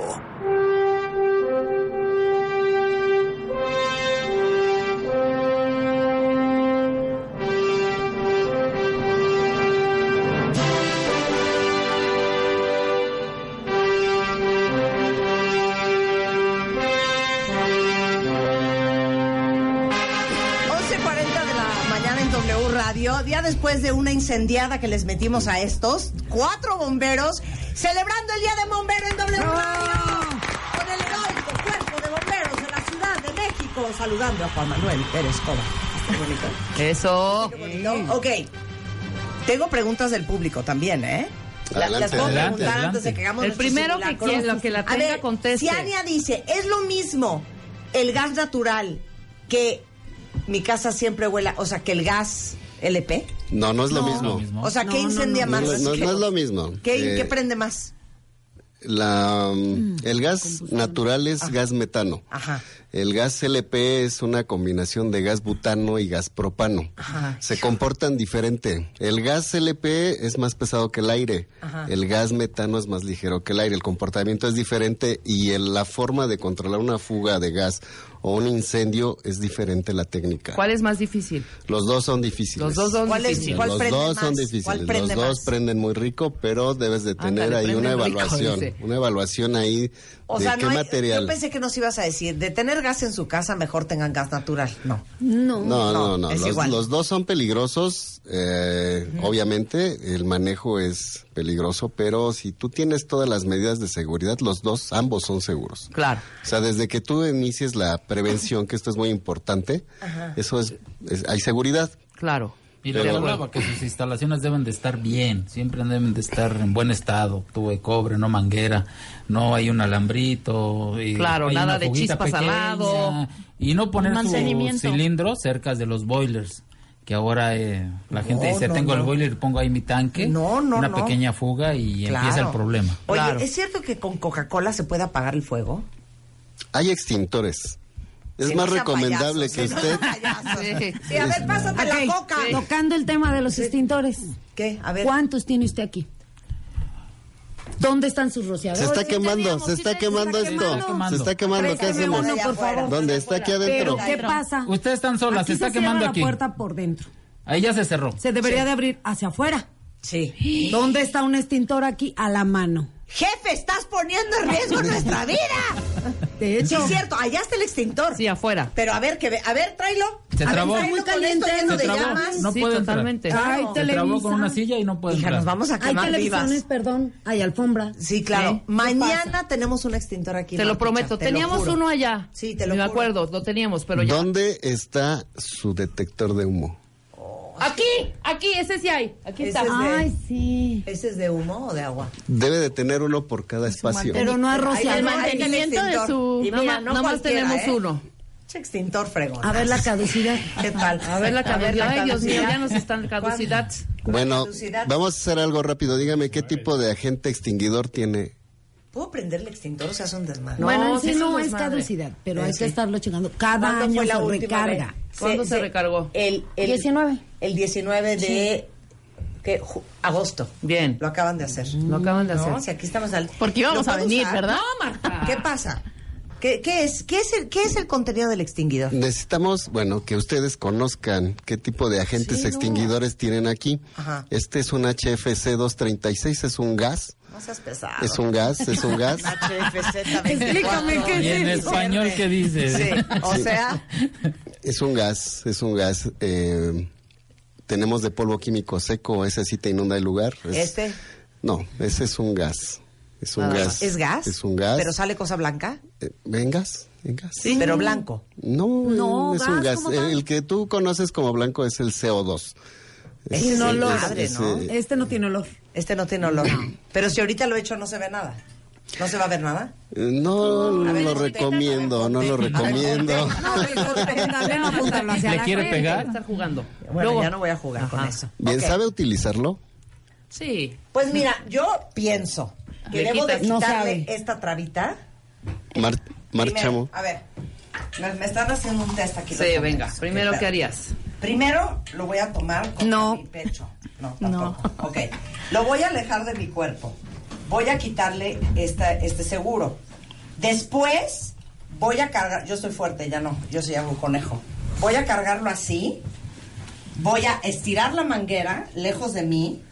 [SPEAKER 4] de la mañana en W Radio, día después de una incendiada que les metimos a estos, cuatro bomberos celebrando el Día de Bombero en W Radio. Con el heroico cuerpo de bomberos de la Ciudad de México, saludando a Juan Manuel Pérez Coba. Qué bonito.
[SPEAKER 13] Eso.
[SPEAKER 4] Qué bonito. Ok. Tengo preguntas del público también, ¿eh? La-
[SPEAKER 13] Adelante,
[SPEAKER 4] las puedo
[SPEAKER 13] adelante,
[SPEAKER 4] preguntar antes de
[SPEAKER 13] adelante.
[SPEAKER 4] que hagamos
[SPEAKER 13] El
[SPEAKER 4] nuestros
[SPEAKER 13] primero que
[SPEAKER 4] simulacros.
[SPEAKER 13] quiera, lo que la
[SPEAKER 4] A
[SPEAKER 13] tenga,
[SPEAKER 4] ver,
[SPEAKER 13] conteste.
[SPEAKER 4] Ciania dice, es lo mismo el gas natural que mi casa siempre huela, o sea, que el gas LP.
[SPEAKER 14] No, no es lo
[SPEAKER 4] No.
[SPEAKER 14] mismo.
[SPEAKER 4] O sea, ¿qué incendia
[SPEAKER 14] No,
[SPEAKER 4] más?
[SPEAKER 14] no, no es lo mismo.
[SPEAKER 4] ¿Qué,
[SPEAKER 14] Eh,
[SPEAKER 4] qué prende más?
[SPEAKER 14] La, mm, el gas natural es gas metano.
[SPEAKER 4] Ajá.
[SPEAKER 14] El gas LP es una combinación de gas butano y gas propano.
[SPEAKER 4] Ajá.
[SPEAKER 14] Se comportan diferente. El gas LP es más pesado que el aire.
[SPEAKER 4] Ajá.
[SPEAKER 14] El gas metano es más ligero que el aire. El comportamiento es diferente y el- la forma de controlar una fuga de gas o un incendio es diferente la técnica.
[SPEAKER 13] ¿Cuál es más difícil?
[SPEAKER 14] Los dos son difíciles.
[SPEAKER 13] Los dos son ¿Cuál es- difíciles. cuál
[SPEAKER 14] Los
[SPEAKER 13] prende
[SPEAKER 14] dos
[SPEAKER 13] más?
[SPEAKER 14] son
[SPEAKER 13] ¿Cuál
[SPEAKER 14] difíciles. Los
[SPEAKER 13] prende
[SPEAKER 14] dos
[SPEAKER 13] más?
[SPEAKER 14] prenden muy rico, pero debes de tener
[SPEAKER 13] Ándale,
[SPEAKER 14] ahí una
[SPEAKER 13] prenden rico,
[SPEAKER 14] evaluación.
[SPEAKER 13] dice.
[SPEAKER 14] una evaluación ahí
[SPEAKER 4] O
[SPEAKER 14] de
[SPEAKER 4] sea,
[SPEAKER 14] qué
[SPEAKER 4] no hay-
[SPEAKER 14] material.
[SPEAKER 4] yo pensé que nos ibas a decir, de tener gas en su casa, mejor tengan gas natural. No.
[SPEAKER 15] No.
[SPEAKER 14] No, no, no.
[SPEAKER 4] es
[SPEAKER 14] Los,
[SPEAKER 4] igual.
[SPEAKER 14] los dos son peligrosos. eh, Obviamente, el manejo es peligroso, pero si tú tienes todas las medidas de seguridad, los dos, ambos son seguros.
[SPEAKER 13] Claro.
[SPEAKER 14] O sea, desde que tú inicies la prevención, que esto es muy importante,
[SPEAKER 13] Ajá.
[SPEAKER 14] eso es, es- hay seguridad.
[SPEAKER 13] Claro.
[SPEAKER 7] Y le
[SPEAKER 14] Pero
[SPEAKER 7] hablaba que sus instalaciones deben de estar bien, siempre deben de estar en buen estado, tubo de cobre, no manguera, no hay un alambrito. y
[SPEAKER 13] Claro,
[SPEAKER 7] hay
[SPEAKER 13] nada
[SPEAKER 7] una
[SPEAKER 13] de
[SPEAKER 7] fuguita
[SPEAKER 13] chispas al
[SPEAKER 7] pequeña,
[SPEAKER 13] lado.
[SPEAKER 7] Y no poner tu
[SPEAKER 13] Mantenimiento.
[SPEAKER 7] cilindro cerca de los boilers, que ahora eh, la gente
[SPEAKER 4] No,
[SPEAKER 7] dice,
[SPEAKER 4] no,
[SPEAKER 7] tengo el
[SPEAKER 4] no.
[SPEAKER 7] boiler, pongo ahí mi tanque,
[SPEAKER 4] no,
[SPEAKER 7] una
[SPEAKER 4] no.
[SPEAKER 7] pequeña fuga y
[SPEAKER 4] Claro.
[SPEAKER 7] empieza el problema.
[SPEAKER 4] Oye, ¿es cierto que con Coca-Cola se puede apagar el fuego?
[SPEAKER 14] Hay extintores. Es
[SPEAKER 4] Sí,
[SPEAKER 14] más
[SPEAKER 4] no sea
[SPEAKER 14] recomendable
[SPEAKER 4] payaso,
[SPEAKER 14] que
[SPEAKER 4] sí, no
[SPEAKER 14] usted...
[SPEAKER 4] Sí, a ver, pásame la coca.
[SPEAKER 15] Tocando el tema de los extintores.
[SPEAKER 4] ¿Qué? A ver.
[SPEAKER 15] ¿Cuántos tiene usted aquí? ¿Dónde están sus rociadores?
[SPEAKER 14] Se está
[SPEAKER 15] Sí
[SPEAKER 14] quemando,
[SPEAKER 15] teníamos,
[SPEAKER 14] se
[SPEAKER 15] sí
[SPEAKER 14] está
[SPEAKER 15] te-
[SPEAKER 14] quemando esto. Se está quemando, ¿qué
[SPEAKER 15] Préstame
[SPEAKER 14] hacemos?
[SPEAKER 15] uno, por favor.
[SPEAKER 14] ¿Dónde? Está aquí
[SPEAKER 15] Pero
[SPEAKER 14] adentro.
[SPEAKER 15] ¿qué pasa?
[SPEAKER 7] Ustedes están solas, se
[SPEAKER 15] Aquí
[SPEAKER 7] está
[SPEAKER 15] cierra
[SPEAKER 7] quemando aquí.
[SPEAKER 15] la puerta por dentro.
[SPEAKER 7] Ahí ya se cerró.
[SPEAKER 15] Se debería de abrir hacia afuera.
[SPEAKER 4] Sí.
[SPEAKER 15] ¿Dónde está un extintor aquí a la mano?
[SPEAKER 4] Jefe, estás poniendo en riesgo nuestra vida.
[SPEAKER 15] De hecho.
[SPEAKER 4] Sí, es cierto, allá está el extintor. Sí,
[SPEAKER 13] afuera.
[SPEAKER 4] Pero a ver, que ve- a ver, tráelo.
[SPEAKER 7] Se
[SPEAKER 4] A ver,
[SPEAKER 7] trabó.
[SPEAKER 4] tráelo
[SPEAKER 7] Muy
[SPEAKER 4] con esto
[SPEAKER 15] caliente,
[SPEAKER 4] lleno
[SPEAKER 7] se
[SPEAKER 4] de
[SPEAKER 7] trabó.
[SPEAKER 4] llamas.
[SPEAKER 7] No
[SPEAKER 13] Sí,
[SPEAKER 7] puede entrar.
[SPEAKER 15] Ay,
[SPEAKER 13] totalmente.
[SPEAKER 7] Se trabó
[SPEAKER 15] Televisa.
[SPEAKER 7] con una silla y no puede
[SPEAKER 4] Hija,
[SPEAKER 7] entrar.
[SPEAKER 4] nos vamos a
[SPEAKER 15] Hay
[SPEAKER 4] quemar
[SPEAKER 15] televisiones,
[SPEAKER 4] vivas.
[SPEAKER 15] perdón. Hay alfombra.
[SPEAKER 4] Sí, claro.
[SPEAKER 15] ¿Qué?
[SPEAKER 4] Mañana tenemos un extintor aquí.
[SPEAKER 13] Te lo
[SPEAKER 4] Marta,
[SPEAKER 13] prometo.
[SPEAKER 4] te lo
[SPEAKER 13] teníamos
[SPEAKER 4] juro.
[SPEAKER 13] uno allá. Sí, te lo Me acuerdo, lo teníamos, pero ya.
[SPEAKER 14] ¿Dónde está su detector de humo?
[SPEAKER 8] Aquí, aquí, ese sí hay. Aquí
[SPEAKER 4] Ese
[SPEAKER 8] está.
[SPEAKER 4] es de-
[SPEAKER 8] Ay,
[SPEAKER 15] sí.
[SPEAKER 4] ¿Ese es de humo o de agua?
[SPEAKER 14] Debe de tener uno por cada espacio.
[SPEAKER 4] Ahí
[SPEAKER 13] El
[SPEAKER 4] no hay
[SPEAKER 13] mantenimiento de
[SPEAKER 4] extintor.
[SPEAKER 13] su.
[SPEAKER 4] Y
[SPEAKER 13] Nada
[SPEAKER 4] mira,
[SPEAKER 13] más- nada más
[SPEAKER 4] cualquiera,
[SPEAKER 13] tenemos
[SPEAKER 4] ¿eh?
[SPEAKER 13] uno.
[SPEAKER 4] Che, extintor fregón.
[SPEAKER 15] A ver la caducidad.
[SPEAKER 4] ¿Qué tal?
[SPEAKER 13] A ver la caducidad. Ay, Dios mío, ya nos están caducidad.
[SPEAKER 14] Bueno, vamos a hacer algo rápido. Dígame qué tipo de agente extinguidor tiene.
[SPEAKER 4] ¿Puedo prender el extintor o se hace un desmadre?
[SPEAKER 15] bueno, en sí no es caducidad, pero
[SPEAKER 4] Eh,
[SPEAKER 15] hay
[SPEAKER 4] sí.
[SPEAKER 15] que estarlo checando. Cada año se recarga.
[SPEAKER 13] ¿Cuándo se recargó?
[SPEAKER 4] El, el
[SPEAKER 15] 19.
[SPEAKER 4] El 19 de ¿qué? Ju- agosto.
[SPEAKER 13] Bien.
[SPEAKER 4] Lo acaban de hacer.
[SPEAKER 13] Lo acaban de
[SPEAKER 4] No,
[SPEAKER 13] hacer.
[SPEAKER 4] si aquí estamos al...
[SPEAKER 13] Porque íbamos
[SPEAKER 4] ¿Lo
[SPEAKER 13] a
[SPEAKER 4] puedo
[SPEAKER 13] venir,
[SPEAKER 4] usar?
[SPEAKER 13] ¿verdad?
[SPEAKER 4] No, Marta. ¿Qué pasa? ¿Qué, qué es, qué, es el, ¿Qué es el contenido del extinguidor?
[SPEAKER 14] Necesitamos, bueno, que ustedes conozcan qué tipo de agentes
[SPEAKER 4] Sí, no.
[SPEAKER 14] extinguidores tienen aquí.
[SPEAKER 4] Ajá.
[SPEAKER 14] Este es un HFC 236, es un gas.
[SPEAKER 4] No seas pesado.
[SPEAKER 14] Es un gas, es un gas.
[SPEAKER 4] Explícame
[SPEAKER 7] ¿Y en español qué dice?
[SPEAKER 4] O sea,
[SPEAKER 14] Es un gas, es un gas. eh, tenemos de polvo químico seco, ese sí te inunda el lugar. Es-
[SPEAKER 4] este
[SPEAKER 14] No, ese es un gas. Es un
[SPEAKER 4] ah,
[SPEAKER 14] gas.
[SPEAKER 4] es gas.
[SPEAKER 14] Es un gas.
[SPEAKER 4] Pero sale cosa blanca.
[SPEAKER 14] Eh, ¿En gas? ¿En gas?
[SPEAKER 4] Sí. Pero blanco.
[SPEAKER 14] No,
[SPEAKER 4] No,
[SPEAKER 14] es
[SPEAKER 4] gas,
[SPEAKER 14] un gas.
[SPEAKER 4] ¿cómo
[SPEAKER 14] El,
[SPEAKER 4] tal?
[SPEAKER 14] el que tú conoces como blanco es el CO2.
[SPEAKER 4] Es
[SPEAKER 14] el-
[SPEAKER 4] olor.
[SPEAKER 14] es-
[SPEAKER 4] Madre,
[SPEAKER 14] es,
[SPEAKER 4] ¿no?
[SPEAKER 14] eh,
[SPEAKER 15] Este no tiene olor.
[SPEAKER 4] Este no tiene olor. Pero si ahorita lo he hecho no se ve nada. ¿No se va a ver nada?
[SPEAKER 14] No
[SPEAKER 4] A
[SPEAKER 14] no
[SPEAKER 4] ver,
[SPEAKER 14] lo
[SPEAKER 4] contenta,
[SPEAKER 14] recomiendo, no lo recomiendo.
[SPEAKER 7] ¿Le quiere pegar?
[SPEAKER 13] Estar jugando.
[SPEAKER 4] Bueno,
[SPEAKER 13] Luego-
[SPEAKER 4] ya no voy a jugar con eso.
[SPEAKER 14] Bien,
[SPEAKER 4] Ok.
[SPEAKER 14] ¿sabe utilizarlo?
[SPEAKER 13] Sí.
[SPEAKER 4] Pues mira, yo pienso que
[SPEAKER 13] Le
[SPEAKER 4] debo de
[SPEAKER 13] quitas- no
[SPEAKER 4] quitarle
[SPEAKER 13] sabe.
[SPEAKER 4] esta trabita.
[SPEAKER 14] Mar- marchamo.
[SPEAKER 4] Primero, a ver, me, me están haciendo un test aquí.
[SPEAKER 13] Sí,
[SPEAKER 4] los
[SPEAKER 13] venga.
[SPEAKER 4] hombres.
[SPEAKER 13] Primero, ¿qué harías?
[SPEAKER 4] Primero lo voy a tomar con mi pecho. No, tampoco. Ok. Lo voy a alejar de mi cuerpo. Voy a quitarle esta, este seguro. Después voy a cargar. Yo soy fuerte, ya no. Yo soy un conejo. Voy a cargarlo así. Voy a estirar la manguera lejos de mí.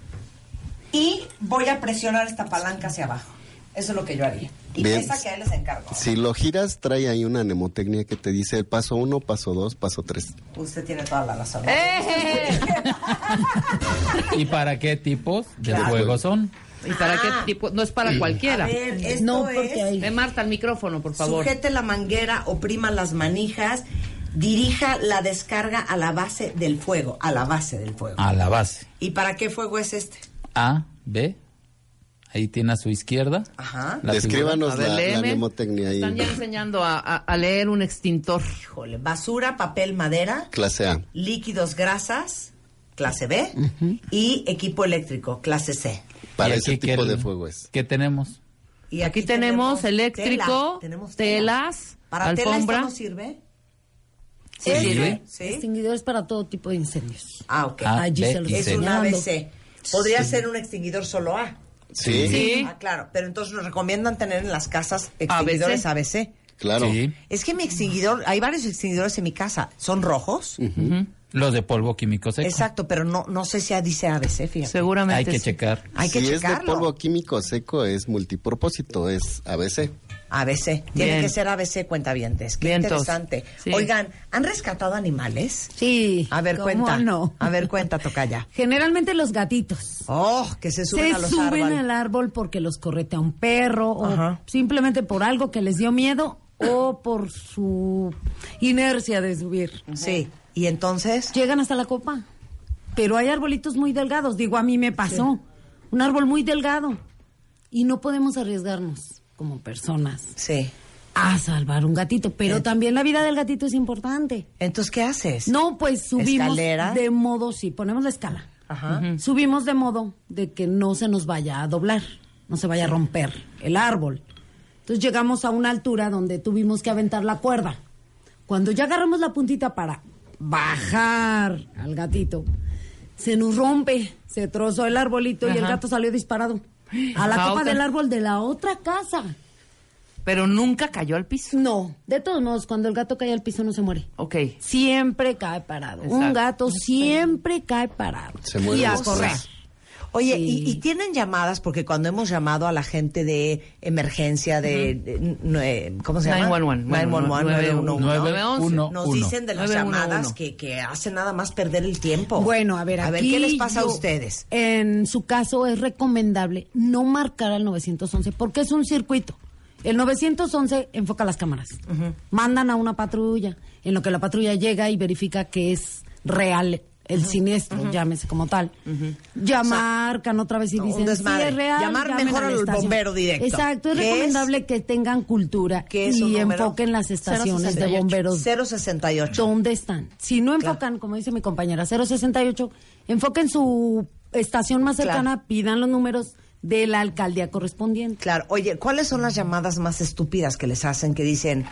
[SPEAKER 4] Y voy a presionar esta palanca hacia abajo. Eso es lo que yo haría. Y
[SPEAKER 14] Bien.
[SPEAKER 4] esa que a él les encargo.
[SPEAKER 14] Si lo giras, trae ahí una mnemotecnia que te dice el paso 1, paso 2, paso 3.
[SPEAKER 4] Usted tiene toda la razón.
[SPEAKER 7] ¿Y para qué tipos de
[SPEAKER 4] Claro.
[SPEAKER 7] juegos son?
[SPEAKER 13] ¿Y para qué tipo? No es para cualquiera.
[SPEAKER 4] A ver, esto
[SPEAKER 13] no,
[SPEAKER 4] es-
[SPEAKER 13] Eh, Marta, al micrófono, por favor.
[SPEAKER 4] Sujete la manguera, oprima las manijas, dirija la descarga a la base del fuego, a la base del fuego.
[SPEAKER 7] A la base.
[SPEAKER 4] ¿Y para qué fuego es este?
[SPEAKER 7] A, B. Ahí tiene a su izquierda.
[SPEAKER 4] Ajá.
[SPEAKER 7] La
[SPEAKER 14] Descríbanos
[SPEAKER 7] figura.
[SPEAKER 13] ver,
[SPEAKER 14] la, la
[SPEAKER 13] léeme.
[SPEAKER 14] mnemotecnia
[SPEAKER 13] Están ya
[SPEAKER 14] ahí.
[SPEAKER 13] enseñando a, a- a leer un extintor.
[SPEAKER 4] Híjole, basura, papel, madera,
[SPEAKER 14] Clase A.
[SPEAKER 4] líquidos, grasas, clase B, y equipo eléctrico, clase C.
[SPEAKER 14] Para
[SPEAKER 7] Y
[SPEAKER 14] ese
[SPEAKER 7] aquí,
[SPEAKER 14] tipo
[SPEAKER 7] ¿qué-
[SPEAKER 14] de fuego es.
[SPEAKER 7] ¿Qué tenemos? Y
[SPEAKER 13] aquí, tenemos, eléctrico,
[SPEAKER 4] tela, tenemos
[SPEAKER 13] telas,
[SPEAKER 4] ¿Para tela esto
[SPEAKER 13] alfombra.
[SPEAKER 4] no sirve?
[SPEAKER 13] Sí, ¿eh? sirve.
[SPEAKER 15] Extinguidores para todo tipo de incendios.
[SPEAKER 4] Ah, ok.
[SPEAKER 13] A, B y
[SPEAKER 4] es
[SPEAKER 13] C.
[SPEAKER 4] un ABC. Podría
[SPEAKER 13] Sí.
[SPEAKER 4] ser un extinguidor solo A.
[SPEAKER 14] Sí. Sí.
[SPEAKER 4] Ah, claro. Pero entonces nos recomiendan tener en las casas
[SPEAKER 13] ABC.
[SPEAKER 4] extinguidores ABC.
[SPEAKER 14] Claro.
[SPEAKER 4] Es que mi extinguidor, hay varios extinguidores en mi casa. ¿Son rojos?
[SPEAKER 7] Los de polvo químico seco.
[SPEAKER 4] Exacto, pero no, no sé si dice ABC, fíjate.
[SPEAKER 7] Hay que checar.
[SPEAKER 4] Hay que
[SPEAKER 14] si es de
[SPEAKER 4] checarlo.
[SPEAKER 14] polvo químico seco es multipropósito, es ABC.
[SPEAKER 4] ABC. Tiene
[SPEAKER 14] Bien.
[SPEAKER 4] que ser ABC cuentavientes. Qué
[SPEAKER 14] Vientos.
[SPEAKER 4] interesante.
[SPEAKER 14] Sí.
[SPEAKER 4] Oigan, ¿han rescatado animales?
[SPEAKER 15] Sí.
[SPEAKER 4] A ver,
[SPEAKER 15] ¿cómo
[SPEAKER 4] cuenta.
[SPEAKER 15] no?
[SPEAKER 4] A ver, cuenta, tocaya.
[SPEAKER 15] Generalmente los gatitos.
[SPEAKER 4] Oh, que se suben
[SPEAKER 15] se
[SPEAKER 4] a los
[SPEAKER 15] suben
[SPEAKER 4] árboles.
[SPEAKER 15] al árbol porque los corretea un perro o
[SPEAKER 4] Ajá.
[SPEAKER 15] simplemente por algo que les dio miedo o por su inercia de subir.
[SPEAKER 4] Sí, y entonces
[SPEAKER 15] llegan hasta la copa. Pero hay arbolitos muy delgados, digo, a mí me pasó. Un árbol muy delgado y no podemos arriesgarnos como personas
[SPEAKER 4] Sí.
[SPEAKER 15] a salvar un gatito, pero también la vida del gatito es importante.
[SPEAKER 4] Entonces, ¿qué haces?
[SPEAKER 15] No, pues subimos
[SPEAKER 4] ¿Escalera?
[SPEAKER 15] de modo, sí, ponemos la escala.
[SPEAKER 4] Ajá. Ujú.
[SPEAKER 15] Subimos de modo de que no se nos vaya a doblar, no se vaya a romper el árbol. Entonces llegamos a una altura donde tuvimos que aventar la cuerda. Cuando ya agarramos la puntita para bajar al gatito, se nos rompe, se trozó el arbolito y el
[SPEAKER 13] Ajá.
[SPEAKER 15] gato salió disparado a la
[SPEAKER 13] A
[SPEAKER 15] copa
[SPEAKER 13] otra.
[SPEAKER 15] del árbol de la otra casa.
[SPEAKER 13] Pero nunca cayó al piso.
[SPEAKER 15] No, de todos modos, cuando el gato cae al piso no se muere.
[SPEAKER 13] Ok.
[SPEAKER 15] Siempre cae parado. Un
[SPEAKER 13] Exacto.
[SPEAKER 15] gato siempre cae parado.
[SPEAKER 14] Se
[SPEAKER 15] y
[SPEAKER 14] mueren
[SPEAKER 15] a
[SPEAKER 14] los
[SPEAKER 15] correr.
[SPEAKER 14] tres.
[SPEAKER 4] Oye, y, y tienen llamadas? Porque cuando hemos llamado a la gente de emergencia, de. de- n- eh, ¿Cómo se llama?
[SPEAKER 13] 911,
[SPEAKER 4] 911, 911.
[SPEAKER 13] 911.
[SPEAKER 4] Nos dicen de las
[SPEAKER 13] 911.
[SPEAKER 4] llamadas que, que hacen nada más perder el tiempo.
[SPEAKER 15] Bueno, a ver,
[SPEAKER 4] A ver,
[SPEAKER 15] aquí
[SPEAKER 4] ¿qué les pasa a
[SPEAKER 15] yo-
[SPEAKER 4] ustedes?
[SPEAKER 15] En su caso es recomendable no marcar al 911 porque es un circuito. El 911 enfoca las cámaras. Mandan a una patrulla, en lo que la patrulla llega y verifica que es real el siniestro, llámese como tal. Llamar, marcan otra vez y
[SPEAKER 4] un
[SPEAKER 15] dicen, sí,
[SPEAKER 4] desmadre.
[SPEAKER 15] es real.
[SPEAKER 4] Llamar
[SPEAKER 15] llamen
[SPEAKER 4] mejor
[SPEAKER 15] a la
[SPEAKER 4] al
[SPEAKER 15] estación".
[SPEAKER 4] bombero directo.
[SPEAKER 15] Exacto, es
[SPEAKER 4] ¿Qué es?
[SPEAKER 15] recomendable que tengan cultura
[SPEAKER 4] ¿Qué es un
[SPEAKER 15] y
[SPEAKER 4] número?
[SPEAKER 15] enfoquen las estaciones de
[SPEAKER 4] 068.
[SPEAKER 15] bomberos
[SPEAKER 4] 068.
[SPEAKER 15] ¿Dónde están? Si no
[SPEAKER 4] Claro.
[SPEAKER 15] enfocan, como dice mi compañera, 068, enfoquen su estación más cercana, pidan los números de la alcaldía correspondiente.
[SPEAKER 4] Claro, oye, ¿cuáles son las llamadas más estúpidas que les hacen que dicen,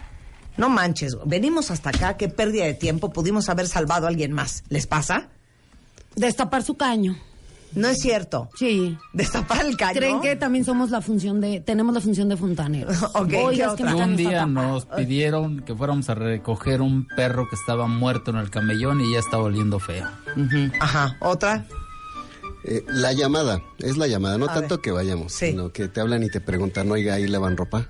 [SPEAKER 4] no manches, venimos hasta acá, qué pérdida de tiempo, pudimos haber salvado a alguien más? ¿Les pasa?
[SPEAKER 15] Destapar su caño.
[SPEAKER 4] No es cierto.
[SPEAKER 15] Sí.
[SPEAKER 4] Destapar el caño.
[SPEAKER 15] Creen que también somos la función de, tenemos la función de fontaneros. Oiga, es que mi
[SPEAKER 7] Y
[SPEAKER 15] caño
[SPEAKER 7] un
[SPEAKER 15] está
[SPEAKER 7] día
[SPEAKER 15] tapado.
[SPEAKER 7] nos pidieron que fuéramos a recoger un perro que estaba muerto en el camellón y ya estaba oliendo feo.
[SPEAKER 4] Ajá, otra.
[SPEAKER 14] Eh, la llamada, es la llamada, no
[SPEAKER 4] A
[SPEAKER 14] tanto
[SPEAKER 4] ver.
[SPEAKER 14] que vayamos, sino que te hablan y te preguntan, oiga, ahí lavan ropa.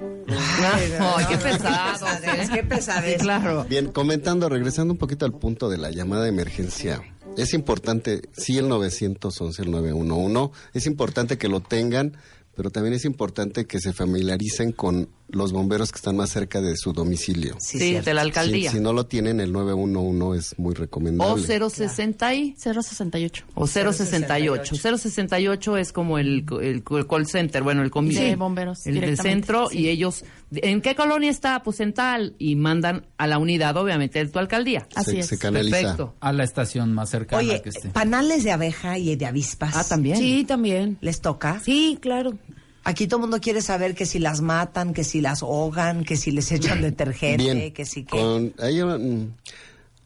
[SPEAKER 4] Ay,
[SPEAKER 13] Ay, qué
[SPEAKER 4] no, no,
[SPEAKER 13] pesado,
[SPEAKER 4] pesadez,
[SPEAKER 13] ¿eh?
[SPEAKER 4] Qué pesadez.
[SPEAKER 13] claro.
[SPEAKER 14] Bien, comentando, regresando un poquito al punto de la llamada de emergencia. Es importante, sí, el 911, el 911, es importante que lo tengan, pero también es importante que se familiaricen con los bomberos que están más cerca de su domicilio.
[SPEAKER 13] Sí, Sí, cierto. de la alcaldía.
[SPEAKER 14] Si, si no lo tienen, el 911 es muy
[SPEAKER 13] O
[SPEAKER 14] recomendable.
[SPEAKER 13] 060 y 068. O 068. 068 es como el, el, el call center, bueno, el comienzo.
[SPEAKER 10] De bomberos,
[SPEAKER 13] El del
[SPEAKER 10] directamente,
[SPEAKER 13] centro
[SPEAKER 10] sí.
[SPEAKER 13] y ellos, ¿en qué colonia está? Pues en tal. Y mandan a la unidad, obviamente, de tu alcaldía.
[SPEAKER 7] Así Se- es. se canaliza.
[SPEAKER 13] Perfecto.
[SPEAKER 7] A la estación más cercana
[SPEAKER 4] Oye, eh,
[SPEAKER 7] que esté.
[SPEAKER 4] panales de abeja y de avispas. Ah,
[SPEAKER 13] también.
[SPEAKER 15] Sí, también.
[SPEAKER 4] ¿Les toca?
[SPEAKER 15] Sí, claro.
[SPEAKER 4] Aquí todo el mundo quiere saber que si las matan, que si las ahogan, que si les echan detergente,
[SPEAKER 14] Bien,
[SPEAKER 4] que si que...
[SPEAKER 14] con- hay un-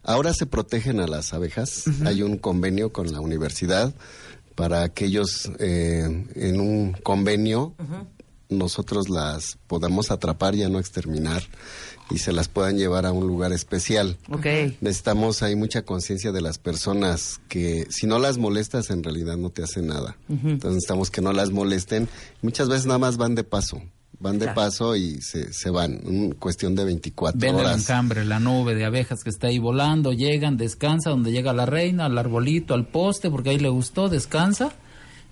[SPEAKER 14] ahora se protegen a las abejas. Hay un convenio con la universidad para que ellos eh, en un convenio nosotros las podamos atrapar, ya no exterminar, y se las puedan llevar a un lugar especial.
[SPEAKER 13] Ok.
[SPEAKER 14] Necesitamos, hay mucha conciencia de las personas que si no las molestas en realidad no te hacen nada.
[SPEAKER 5] Mm.
[SPEAKER 13] Ujú.
[SPEAKER 14] Entonces necesitamos que no las molesten. Muchas veces nada más van de paso. Van de
[SPEAKER 7] Claro.
[SPEAKER 14] paso y se, se van. En cuestión de 24
[SPEAKER 7] Ven el
[SPEAKER 14] horas.
[SPEAKER 7] encambre, la nube de abejas que está ahí volando, llegan, descansa donde llega la reina, al arbolito, al poste, porque ahí le gustó, descansa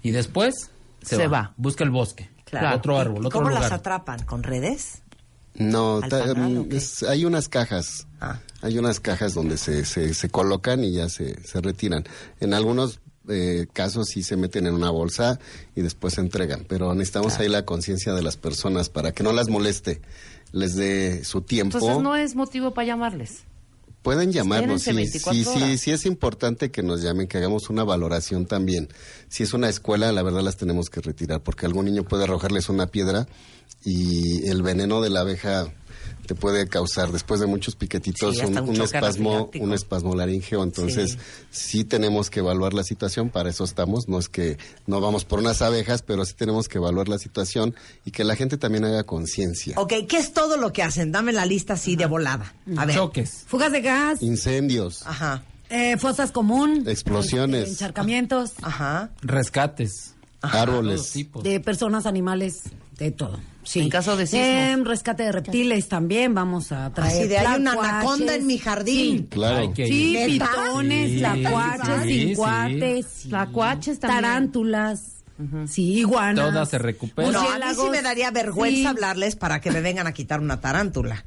[SPEAKER 7] y después se,
[SPEAKER 13] Se
[SPEAKER 7] va.
[SPEAKER 13] va.
[SPEAKER 7] Busca el bosque, otro árbol, otro
[SPEAKER 4] ¿Cómo las
[SPEAKER 7] lugar.
[SPEAKER 4] atrapan? ¿Con redes?
[SPEAKER 14] No,
[SPEAKER 4] ¿Al
[SPEAKER 14] ta-
[SPEAKER 4] panal
[SPEAKER 14] mm, es- hay unas cajas. Hay unas cajas donde se, se, se colocan y ya se, se retiran. En algunos eh, casos sí se meten en una bolsa y después se entregan, pero necesitamos ahí la conciencia de las personas para que no las moleste, les dé su tiempo.
[SPEAKER 13] Entonces no es motivo para llamarles.
[SPEAKER 14] Pueden llamarnos,
[SPEAKER 13] Espérense
[SPEAKER 14] sí,
[SPEAKER 13] 24
[SPEAKER 14] sí, sí,
[SPEAKER 13] horas.
[SPEAKER 14] sí es importante que nos llamen, que hagamos una valoración también. Si es una escuela, la verdad las tenemos que retirar, porque algún niño puede arrojarles una piedra y el veneno de la abeja te puede causar después de muchos piquetitos
[SPEAKER 16] Sí,
[SPEAKER 14] un,
[SPEAKER 16] hasta un
[SPEAKER 14] un
[SPEAKER 16] choque
[SPEAKER 14] espasmo,
[SPEAKER 16] anafiláctico.
[SPEAKER 14] un espasmo laringeo. Entonces,
[SPEAKER 16] Sí.
[SPEAKER 14] sí tenemos que evaluar la situación, para eso estamos, no es que no vamos por unas abejas, pero sí tenemos que evaluar la situación y que la gente también haga conciencia.
[SPEAKER 4] Ok, ¿qué es todo lo que hacen? Dame la lista así de volada. A ver.
[SPEAKER 14] Choques.
[SPEAKER 15] Fugas de gas,
[SPEAKER 14] Incendios,
[SPEAKER 4] Ajá.
[SPEAKER 15] eh, fosas común,
[SPEAKER 14] Explosiones.
[SPEAKER 15] este, encharcamientos,
[SPEAKER 4] ajá,
[SPEAKER 7] Rescates.
[SPEAKER 14] árboles.
[SPEAKER 15] de personas, animales, de todo. Sí.
[SPEAKER 13] En caso de sismo.
[SPEAKER 15] Eh, rescate de reptiles también, vamos a traer.
[SPEAKER 4] Así de, hay una
[SPEAKER 15] tlacuaches.
[SPEAKER 4] anaconda en mi jardín.
[SPEAKER 15] Sí.
[SPEAKER 14] Claro.
[SPEAKER 15] Sí,
[SPEAKER 4] ¿Neta?
[SPEAKER 15] pitones,
[SPEAKER 4] Sí,
[SPEAKER 15] tlacuaches,
[SPEAKER 7] sí, sí.
[SPEAKER 15] cincuates,
[SPEAKER 13] tlacuaches
[SPEAKER 15] también. tarántulas, sí, iguanas.
[SPEAKER 7] Todas se recuperan.
[SPEAKER 4] No, a mí Pues sí me daría vergüenza hablarles para que me vengan a quitar una tarántula.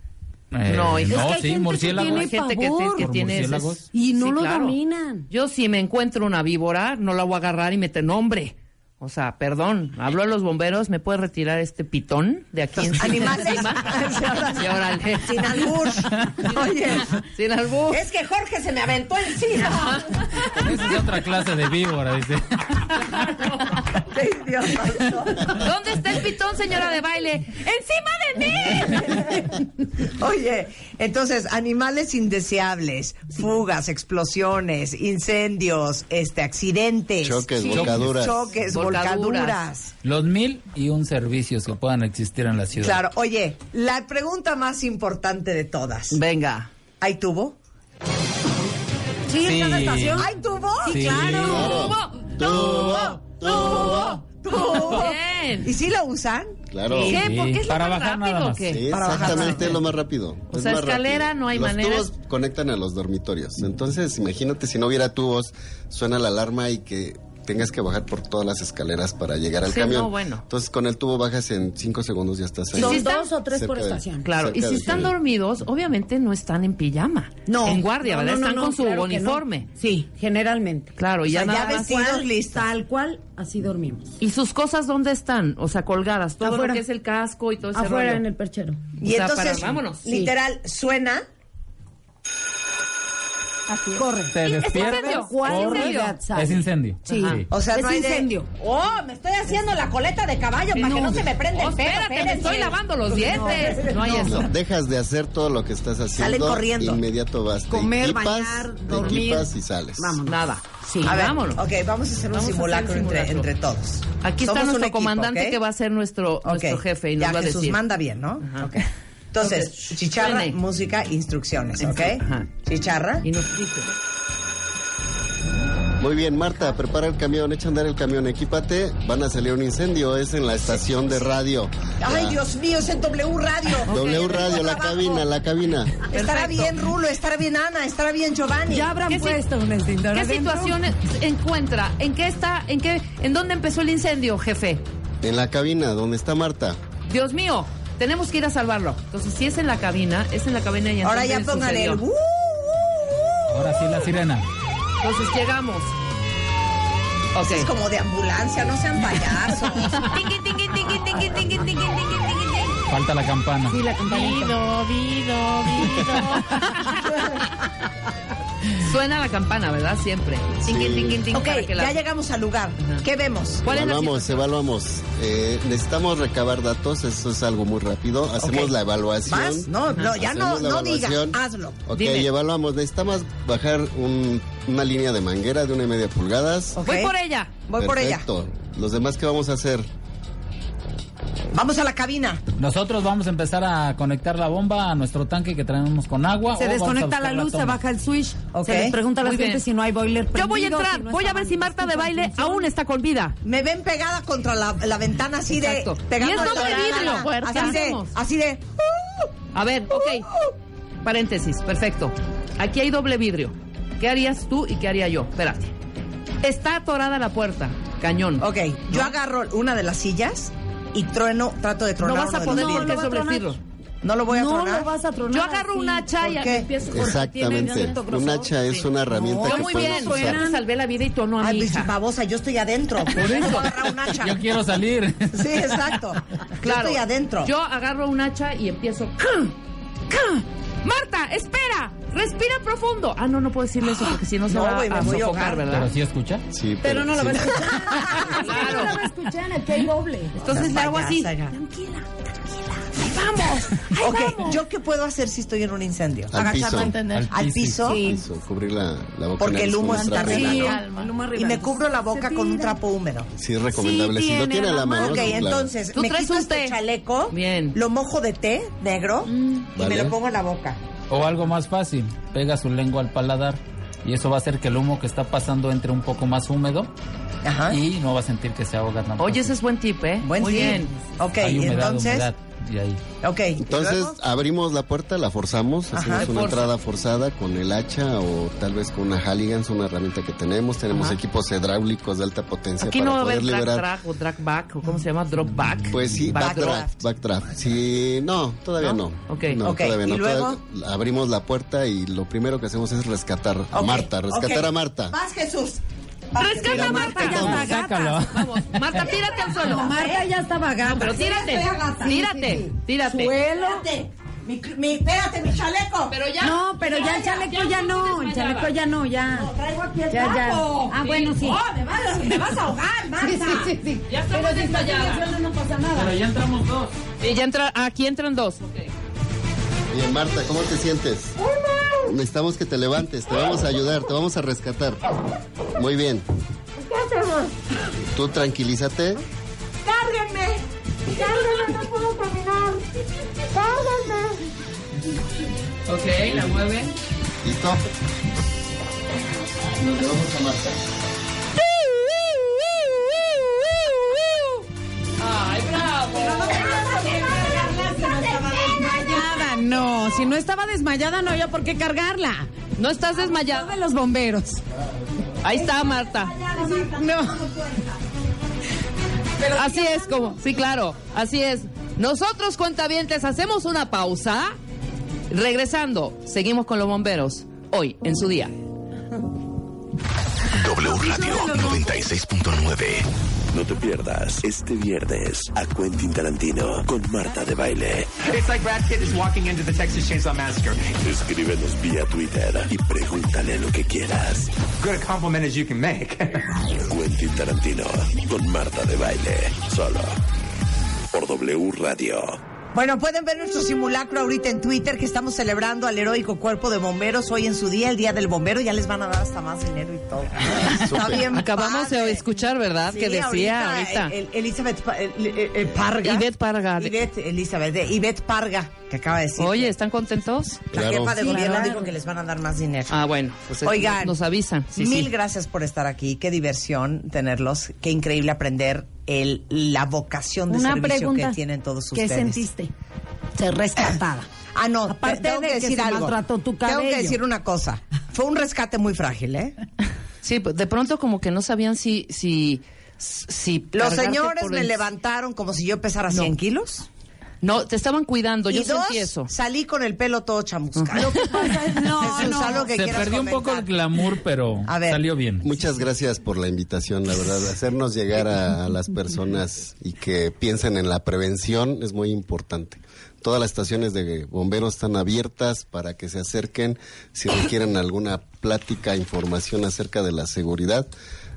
[SPEAKER 7] Eh,
[SPEAKER 13] No, hija.
[SPEAKER 7] no,
[SPEAKER 13] Es que hay gente
[SPEAKER 7] sí,
[SPEAKER 13] que
[SPEAKER 7] murciélagos.
[SPEAKER 13] tiene Hay gente que pavor. te- que
[SPEAKER 7] Por
[SPEAKER 13] tiene ese-
[SPEAKER 7] murciélagos.
[SPEAKER 15] Y no
[SPEAKER 13] Sí,
[SPEAKER 15] lo
[SPEAKER 13] claro.
[SPEAKER 15] dominan.
[SPEAKER 13] Yo si me encuentro una víbora, no la voy a agarrar y meter nombre. O sea, perdón, hablo a los bomberos, ¿me puede retirar este pitón de aquí encima?
[SPEAKER 4] Animales.
[SPEAKER 13] Y órale.
[SPEAKER 4] Sin albur. Oye.
[SPEAKER 13] Sin albur.
[SPEAKER 4] Es que Jorge se me aventó encima.
[SPEAKER 7] Esa es otra clase de víbora, dice.
[SPEAKER 4] Qué idiota soy.
[SPEAKER 8] ¿Dónde está el pitón, señora de baile? ¡Encima de mí!
[SPEAKER 4] Oye, entonces, animales indeseables, fugas, explosiones, incendios, este, accidentes.
[SPEAKER 7] Choques, volcaduras.
[SPEAKER 4] Choques,
[SPEAKER 7] Volcaduras.
[SPEAKER 4] volcaduras.
[SPEAKER 7] Los mil y un servicios que puedan existir en la ciudad.
[SPEAKER 4] Claro, oye, la pregunta más importante de todas.
[SPEAKER 13] Venga.
[SPEAKER 4] ¿Hay tubo?
[SPEAKER 15] Sí,
[SPEAKER 7] en cada Sí. estación.
[SPEAKER 4] ¿Hay tubo?
[SPEAKER 7] Sí, Sí. claro.
[SPEAKER 4] Tubo,
[SPEAKER 7] Tubo,
[SPEAKER 4] tubo, tubo. ¿Y si lo usan?
[SPEAKER 14] Claro.
[SPEAKER 4] ¿Qué? ¿Por qué es lo Para más bajar rápido nada o más. qué?
[SPEAKER 14] Sí,
[SPEAKER 4] Para bajar
[SPEAKER 14] exactamente
[SPEAKER 4] nada más.
[SPEAKER 14] lo más rápido.
[SPEAKER 13] O
[SPEAKER 14] Es
[SPEAKER 13] sea,
[SPEAKER 14] más
[SPEAKER 13] escalera, no hay
[SPEAKER 14] los
[SPEAKER 13] manera. Mm.
[SPEAKER 14] tubos conectan a los dormitorios. Entonces, imagínate si no hubiera tubos, suena la alarma y que tengas que bajar por todas las escaleras para llegar al
[SPEAKER 13] Sí,
[SPEAKER 14] camión.
[SPEAKER 13] no, bueno.
[SPEAKER 14] Entonces, con el tubo bajas en 5 segundos y ya estás ahí.
[SPEAKER 13] si están-
[SPEAKER 14] Cerca del-
[SPEAKER 13] Claro,
[SPEAKER 14] cerca
[SPEAKER 13] y si
[SPEAKER 14] del
[SPEAKER 13] están
[SPEAKER 14] camión.
[SPEAKER 13] dormidos, obviamente no están en pijama. No. En guardia,
[SPEAKER 15] No,
[SPEAKER 13] ¿verdad?
[SPEAKER 15] no, no,
[SPEAKER 13] están
[SPEAKER 15] no,
[SPEAKER 13] con su
[SPEAKER 15] claro que no.
[SPEAKER 13] uniforme.
[SPEAKER 15] Sí, generalmente.
[SPEAKER 13] Claro, y
[SPEAKER 4] Pues
[SPEAKER 13] ya nada más-
[SPEAKER 15] Tal cual, así dormimos.
[SPEAKER 13] ¿Y sus cosas dónde están? O sea, colgadas, todo
[SPEAKER 15] Afuera.
[SPEAKER 13] lo que es el casco y todo ese
[SPEAKER 15] Afuera
[SPEAKER 13] rollo.
[SPEAKER 15] en el perchero.
[SPEAKER 13] O
[SPEAKER 4] Y
[SPEAKER 13] sea,
[SPEAKER 4] entonces,
[SPEAKER 13] para- vámonos.
[SPEAKER 4] literal, suena.
[SPEAKER 15] Corre.
[SPEAKER 7] Te despiertas, corres, Es incendio.
[SPEAKER 15] Sí.
[SPEAKER 7] Ajá.
[SPEAKER 4] O sea,
[SPEAKER 15] Es
[SPEAKER 4] no hay de-
[SPEAKER 15] incendio.
[SPEAKER 4] Oh, me estoy haciendo la coleta de caballo para que no se me prenda
[SPEAKER 13] Oh,
[SPEAKER 4] el pelo.
[SPEAKER 13] espérate, me
[SPEAKER 4] espérense.
[SPEAKER 13] estoy lavando los dientes. No hay
[SPEAKER 14] No,
[SPEAKER 13] eso.
[SPEAKER 14] dejas de hacer todo lo que estás haciendo.
[SPEAKER 4] Salen corriendo.
[SPEAKER 14] Inmediato vas. te
[SPEAKER 4] Comer,
[SPEAKER 14] equipas,
[SPEAKER 4] bañar,
[SPEAKER 14] te
[SPEAKER 4] dormir.
[SPEAKER 14] equipas y sales.
[SPEAKER 13] Nada.
[SPEAKER 15] Sí,
[SPEAKER 4] A ver,
[SPEAKER 13] vámonos.
[SPEAKER 4] Ok, vamos a hacer un
[SPEAKER 13] Vamos a hacer
[SPEAKER 4] simulacro,
[SPEAKER 13] el
[SPEAKER 4] entre-
[SPEAKER 13] simulacro.
[SPEAKER 4] Entre, todos.
[SPEAKER 13] Aquí está
[SPEAKER 4] Somos un
[SPEAKER 13] nuestro
[SPEAKER 4] equipo,
[SPEAKER 13] comandante
[SPEAKER 4] ¿ok?
[SPEAKER 13] que va a ser nuestro, nuestro
[SPEAKER 4] Ok,
[SPEAKER 13] jefe y nos
[SPEAKER 4] ya
[SPEAKER 13] va a
[SPEAKER 4] Jesús
[SPEAKER 13] decir.
[SPEAKER 4] manda bien, ¿no? Ok. Entonces, chicharra,
[SPEAKER 13] Suene.
[SPEAKER 4] música, instrucciones, ¿ok?
[SPEAKER 13] Instru- Ajá.
[SPEAKER 4] Chicharra.
[SPEAKER 13] Y nos dice.
[SPEAKER 14] Muy bien, Marta, prepara el camión, echa a andar el camión, equípate, van a salir un incendio, es en la estación de radio.
[SPEAKER 4] Ay,
[SPEAKER 14] La
[SPEAKER 4] Dios mío, es en W Radio.
[SPEAKER 14] W Radio, la cabina, la cabina.
[SPEAKER 4] Estará bien Rulo, estará bien Ana, estará bien Giovanni.
[SPEAKER 15] Ya habrán
[SPEAKER 4] ¿Qué si-
[SPEAKER 15] puesto un extintor.
[SPEAKER 13] ¿Qué
[SPEAKER 15] adentro.
[SPEAKER 13] situación encuentra? ¿En qué está? ¿En qué? ¿En dónde empezó el incendio, jefe?
[SPEAKER 14] En la cabina, donde está Marta.
[SPEAKER 13] Dios mío, tenemos que ir a salvarlo. Entonces, si es en la cabina, es en la cabina y
[SPEAKER 4] Ahora
[SPEAKER 13] entonces
[SPEAKER 4] ya pongan
[SPEAKER 13] sucedió.
[SPEAKER 4] el... "Uh".
[SPEAKER 7] Ahora sí, la sirena.
[SPEAKER 13] Entonces llegamos.
[SPEAKER 4] Eso Es como de ambulancia, no sean payasos.
[SPEAKER 8] Tingui, tingui, tingui, tingui, tingui, tingui, tingui, tingui, tingui.
[SPEAKER 7] Falta la campana.
[SPEAKER 15] Sí, la campanita.
[SPEAKER 13] Vido, vido, Suena la campana, ¿verdad? Siempre. Tingui, tingui, tingui,
[SPEAKER 4] ok,
[SPEAKER 13] para que la-
[SPEAKER 4] ya llegamos al lugar. ¿Qué vemos?
[SPEAKER 14] Evaluamos, evaluamos. Eh, necesitamos recabar datos, eso es algo muy rápido. Hacemos
[SPEAKER 4] Ok.
[SPEAKER 14] la evaluación.
[SPEAKER 4] ¿Más? No, no, ya no,
[SPEAKER 14] Hacemos la
[SPEAKER 4] no digas,
[SPEAKER 14] evaluación.
[SPEAKER 4] hazlo.
[SPEAKER 14] Ok,
[SPEAKER 4] Dime.
[SPEAKER 14] y evaluamos. Necesitamos bajar un- una línea de manguera de una y media pulgadas.
[SPEAKER 13] Voy por ella.
[SPEAKER 4] Voy por ella.
[SPEAKER 14] Perfecto. ¿Los demás qué vamos a hacer?
[SPEAKER 4] Vamos a la cabina.
[SPEAKER 7] Nosotros vamos a empezar a conectar la bomba a nuestro tanque que traemos con agua.
[SPEAKER 15] Se
[SPEAKER 7] o vamos a
[SPEAKER 15] desconecta
[SPEAKER 7] buscar
[SPEAKER 15] la luz, se
[SPEAKER 7] toma.
[SPEAKER 15] baja el switch,
[SPEAKER 4] Ok.
[SPEAKER 15] se les pregunta a la
[SPEAKER 13] Muy
[SPEAKER 15] gente
[SPEAKER 13] bien.
[SPEAKER 15] si no hay boiler
[SPEAKER 13] Yo voy a
[SPEAKER 15] prendido,
[SPEAKER 13] entrar,
[SPEAKER 15] si no
[SPEAKER 13] voy a
[SPEAKER 15] está
[SPEAKER 13] ver si Marta de baile aún está con vida.
[SPEAKER 4] Me ven pegada contra la, la ventana así
[SPEAKER 13] Exacto.
[SPEAKER 4] de...
[SPEAKER 13] Y es
[SPEAKER 4] Pegando
[SPEAKER 13] doble vidrio. Fuerza.
[SPEAKER 4] Así de...
[SPEAKER 13] Hacemos.
[SPEAKER 4] Así de... uh,
[SPEAKER 13] A ver, ok. Paréntesis, perfecto. Aquí hay doble vidrio. ¿Qué harías tú y qué haría yo? Espérate. Está atorada la puerta. Cañón.
[SPEAKER 4] Ok, yo agarro una de las sillas y trueno, trato de
[SPEAKER 13] No
[SPEAKER 4] tronar.
[SPEAKER 13] vas a
[SPEAKER 4] uno de
[SPEAKER 15] No,
[SPEAKER 13] poder
[SPEAKER 4] los
[SPEAKER 13] porque
[SPEAKER 15] no
[SPEAKER 13] es
[SPEAKER 15] va a
[SPEAKER 13] doble
[SPEAKER 15] tronar.
[SPEAKER 13] vidrio.
[SPEAKER 4] dientes. No lo voy a
[SPEAKER 15] No
[SPEAKER 4] tronar.
[SPEAKER 15] lo vas a tronar.
[SPEAKER 13] Yo agarro
[SPEAKER 15] así.
[SPEAKER 13] una hacha y
[SPEAKER 4] ¿Por qué?
[SPEAKER 13] empiezo con
[SPEAKER 14] Exactamente. Un hacha es una herramienta
[SPEAKER 13] Yo
[SPEAKER 14] que
[SPEAKER 13] muy
[SPEAKER 14] puedes
[SPEAKER 13] bien, yo
[SPEAKER 14] usar.
[SPEAKER 13] te salvé la vida y tú no a
[SPEAKER 4] Ay,
[SPEAKER 13] mi
[SPEAKER 4] pues,
[SPEAKER 13] hija.
[SPEAKER 4] babosa, yo estoy adentro. Por eso agarra un hacha.
[SPEAKER 7] Yo quiero salir.
[SPEAKER 4] Sí, exacto. Yo
[SPEAKER 13] Claro.
[SPEAKER 4] estoy adentro.
[SPEAKER 13] Yo agarro un hacha y empiezo. ¡ca! ¡ca! ¡Marta, espera! Respira profundo. Ah, no, no puedo decirle eso porque si no se
[SPEAKER 7] No,
[SPEAKER 13] va
[SPEAKER 7] güey, me
[SPEAKER 13] a
[SPEAKER 7] voy a
[SPEAKER 13] sofocar,
[SPEAKER 7] ahogar.
[SPEAKER 13] ¿verdad?
[SPEAKER 7] Pero sí escucha.
[SPEAKER 14] Sí,
[SPEAKER 7] Pero no la va a escuchar.
[SPEAKER 13] Claro.
[SPEAKER 5] la escuchan, aquí hay doble.
[SPEAKER 13] Entonces
[SPEAKER 4] Seas
[SPEAKER 13] le hago así.
[SPEAKER 4] payasa, ya.
[SPEAKER 5] ¡Vamos!
[SPEAKER 4] Ok, ¿yo qué puedo hacer si estoy en un incendio?
[SPEAKER 14] Al piso.
[SPEAKER 4] Al piso.
[SPEAKER 14] Al piso, Cubrir la, la boca.
[SPEAKER 4] Porque el
[SPEAKER 14] nariz
[SPEAKER 4] humo
[SPEAKER 14] con un
[SPEAKER 4] está
[SPEAKER 14] trapo.
[SPEAKER 4] arriba, ¿no? Y me cubro la boca con un trapo húmedo.
[SPEAKER 14] Sí, es recomendable. si lo tiene a la mano.
[SPEAKER 4] Ok,
[SPEAKER 14] sí, claro.
[SPEAKER 4] entonces, me quito este chaleco, lo mojo de té negro y
[SPEAKER 7] Vale.
[SPEAKER 4] me lo pongo en la boca.
[SPEAKER 7] O algo más fácil, pega su lengua al paladar y eso va a hacer que el humo que está pasando entre un poco más húmedo y no va a sentir que se ahoga tampoco.
[SPEAKER 13] Oye, ese es buen tip, ¿eh?
[SPEAKER 4] Buen
[SPEAKER 13] Muy
[SPEAKER 4] tip.
[SPEAKER 13] bien.
[SPEAKER 4] Ok,
[SPEAKER 7] Hay humedad,
[SPEAKER 4] entonces,
[SPEAKER 7] humedad, y ahí.
[SPEAKER 4] ok.
[SPEAKER 14] Entonces abrimos la puerta, la forzamos,
[SPEAKER 4] Ajá.
[SPEAKER 14] hacemos
[SPEAKER 4] Se
[SPEAKER 14] una
[SPEAKER 4] forza.
[SPEAKER 14] entrada forzada con el hacha o tal vez con una Halligans, una herramienta que tenemos. Tenemos
[SPEAKER 13] Ajá.
[SPEAKER 14] equipos hidráulicos de alta potencia
[SPEAKER 13] Aquí
[SPEAKER 14] para
[SPEAKER 13] no va a
[SPEAKER 14] poder
[SPEAKER 13] haber drag,
[SPEAKER 14] liberar.
[SPEAKER 13] drag o drag back o cómo se llama, drop back.
[SPEAKER 14] Pues sí, backdraft. Backdraft. Sí, no, todavía no.
[SPEAKER 13] Ok,
[SPEAKER 14] No,
[SPEAKER 13] ok.
[SPEAKER 14] todavía
[SPEAKER 13] ¿Y
[SPEAKER 14] no.
[SPEAKER 13] luego?
[SPEAKER 14] Todavía- abrimos la puerta y lo primero que hacemos es rescatar a Marta, rescatar
[SPEAKER 4] Ok.
[SPEAKER 14] a Marta.
[SPEAKER 4] Vas, Jesús.
[SPEAKER 13] Rescata a Marta, ya está gata. Vamos, Marta, tírate al suelo.
[SPEAKER 15] No, Marta ya estaba gata.
[SPEAKER 13] No, pero tírate,
[SPEAKER 4] Estoy agata.
[SPEAKER 13] tírate,
[SPEAKER 4] Sí, sí, sí.
[SPEAKER 13] tírate.
[SPEAKER 4] Suelo. Mi, mi, espérate, mi chaleco.
[SPEAKER 13] Pero
[SPEAKER 15] No, pero ya el chaleco ya no, el chaleco ya no, ya.
[SPEAKER 4] Traigo aquí el
[SPEAKER 15] Ya, ya.
[SPEAKER 4] trapo.
[SPEAKER 15] Ah, bueno, sí.
[SPEAKER 4] Oh, me vas, me vas a ahogar, Marta.
[SPEAKER 15] Sí, sí, sí, sí.
[SPEAKER 13] Ya
[SPEAKER 15] Pero
[SPEAKER 13] estamos
[SPEAKER 15] si estás en el
[SPEAKER 13] desmayadas.
[SPEAKER 15] suelo no pasa nada.
[SPEAKER 13] ya entramos dos. Sí, ya entra, aquí entran dos. Okay.
[SPEAKER 14] Bien, Marta, ¿cómo te sientes? Necesitamos que te levantes, te vamos a ayudar, te vamos a rescatar. Muy bien, tú tranquilízate.
[SPEAKER 5] ¡Cárguenme! ¡Cárguenme! ¡No puedo caminar! ¡Cárguenme!
[SPEAKER 13] Ok, la mueve.
[SPEAKER 14] ¿Listo? Nos llevamos a Marta.
[SPEAKER 13] ¡Ay, bravo!
[SPEAKER 15] Desmayada, no. Si no estaba desmayada, no había por qué cargarla.
[SPEAKER 13] No
[SPEAKER 4] Ah,
[SPEAKER 13] estás desmayada.
[SPEAKER 15] de los bomberos.
[SPEAKER 13] Ahí está Marta.
[SPEAKER 15] No.
[SPEAKER 13] así es como, sí, claro, así es. Nosotros, cuentavientes, hacemos una pausa. Regresando, seguimos con los bomberos. Hoy, en su día.
[SPEAKER 11] W Radio 96.9. No te pierdas este viernes a Quentin Tarantino con Marta de Baile.
[SPEAKER 12] It's like Brad Pitt is walking into the Texas Chainsaw Massacre.
[SPEAKER 11] Escríbenos vía Twitter y pregúntale lo que quieras.
[SPEAKER 12] Good a compliment as you can make.
[SPEAKER 11] Quentin Tarantino con Marta de Baile. Solo por W Radio.
[SPEAKER 4] Bueno, pueden ver nuestro simulacro ahorita en Twitter que estamos celebrando al heroico cuerpo de bomberos hoy en su día, el día del bombero, ya les van a dar hasta más dinero y todo. Está bien.
[SPEAKER 13] Acabamos de escuchar, ¿verdad? Ah, que decía ahorita.
[SPEAKER 4] el- el- Elizabeth Pa- el- el- el Parga.
[SPEAKER 13] Ivette Parga.
[SPEAKER 4] Ivette, Elizabeth, de- Ivette Parga, que acaba de decir.
[SPEAKER 13] Oye, ¿están contentos?
[SPEAKER 4] La jefa de
[SPEAKER 13] Sí,
[SPEAKER 4] gobierno
[SPEAKER 13] claro.
[SPEAKER 4] dijo que les van a dar más dinero.
[SPEAKER 13] Ah, bueno. Pues, eh,
[SPEAKER 4] Oigan,
[SPEAKER 13] nos avisan. Sí,
[SPEAKER 4] mil
[SPEAKER 13] sí.
[SPEAKER 4] gracias por estar aquí. Qué diversión tenerlos. Qué increíble aprender el, la vocación de
[SPEAKER 15] Una
[SPEAKER 4] servicio
[SPEAKER 15] pregunta.
[SPEAKER 4] que tienen todos
[SPEAKER 15] ¿Qué
[SPEAKER 4] ustedes.
[SPEAKER 15] sentiste? Ser rescatada.
[SPEAKER 4] Ah, no,
[SPEAKER 15] Aparte
[SPEAKER 4] te- tengo
[SPEAKER 15] de
[SPEAKER 4] que
[SPEAKER 15] que
[SPEAKER 4] decir
[SPEAKER 15] se
[SPEAKER 4] algo.
[SPEAKER 15] maltrató tu
[SPEAKER 4] Tengo que
[SPEAKER 15] cabello.
[SPEAKER 4] decir una cosa. Fue un rescate muy frágil, ¿eh?
[SPEAKER 13] Sí, pues, de pronto como que no sabían si... si, si
[SPEAKER 4] Los
[SPEAKER 13] cargarte
[SPEAKER 4] señores
[SPEAKER 13] por
[SPEAKER 4] me
[SPEAKER 13] el-
[SPEAKER 4] levantaron como si yo pesara 100 kilos.
[SPEAKER 13] No, te estaban cuidando, yo
[SPEAKER 4] y dos,
[SPEAKER 13] sentí eso.
[SPEAKER 4] salí con el pelo todo chamuscado. Jesús, algo que
[SPEAKER 7] se
[SPEAKER 4] quieras
[SPEAKER 7] perdió un
[SPEAKER 4] comentar.
[SPEAKER 7] poco el glamour, pero
[SPEAKER 4] A ver.
[SPEAKER 7] salió bien.
[SPEAKER 14] Muchas gracias por la invitación, la verdad. Hacernos llegar a, a las personas y que piensen en la prevención es muy importante. Todas las estaciones de bomberos están abiertas para que se acerquen. Si requieren alguna plática, información acerca de la seguridad,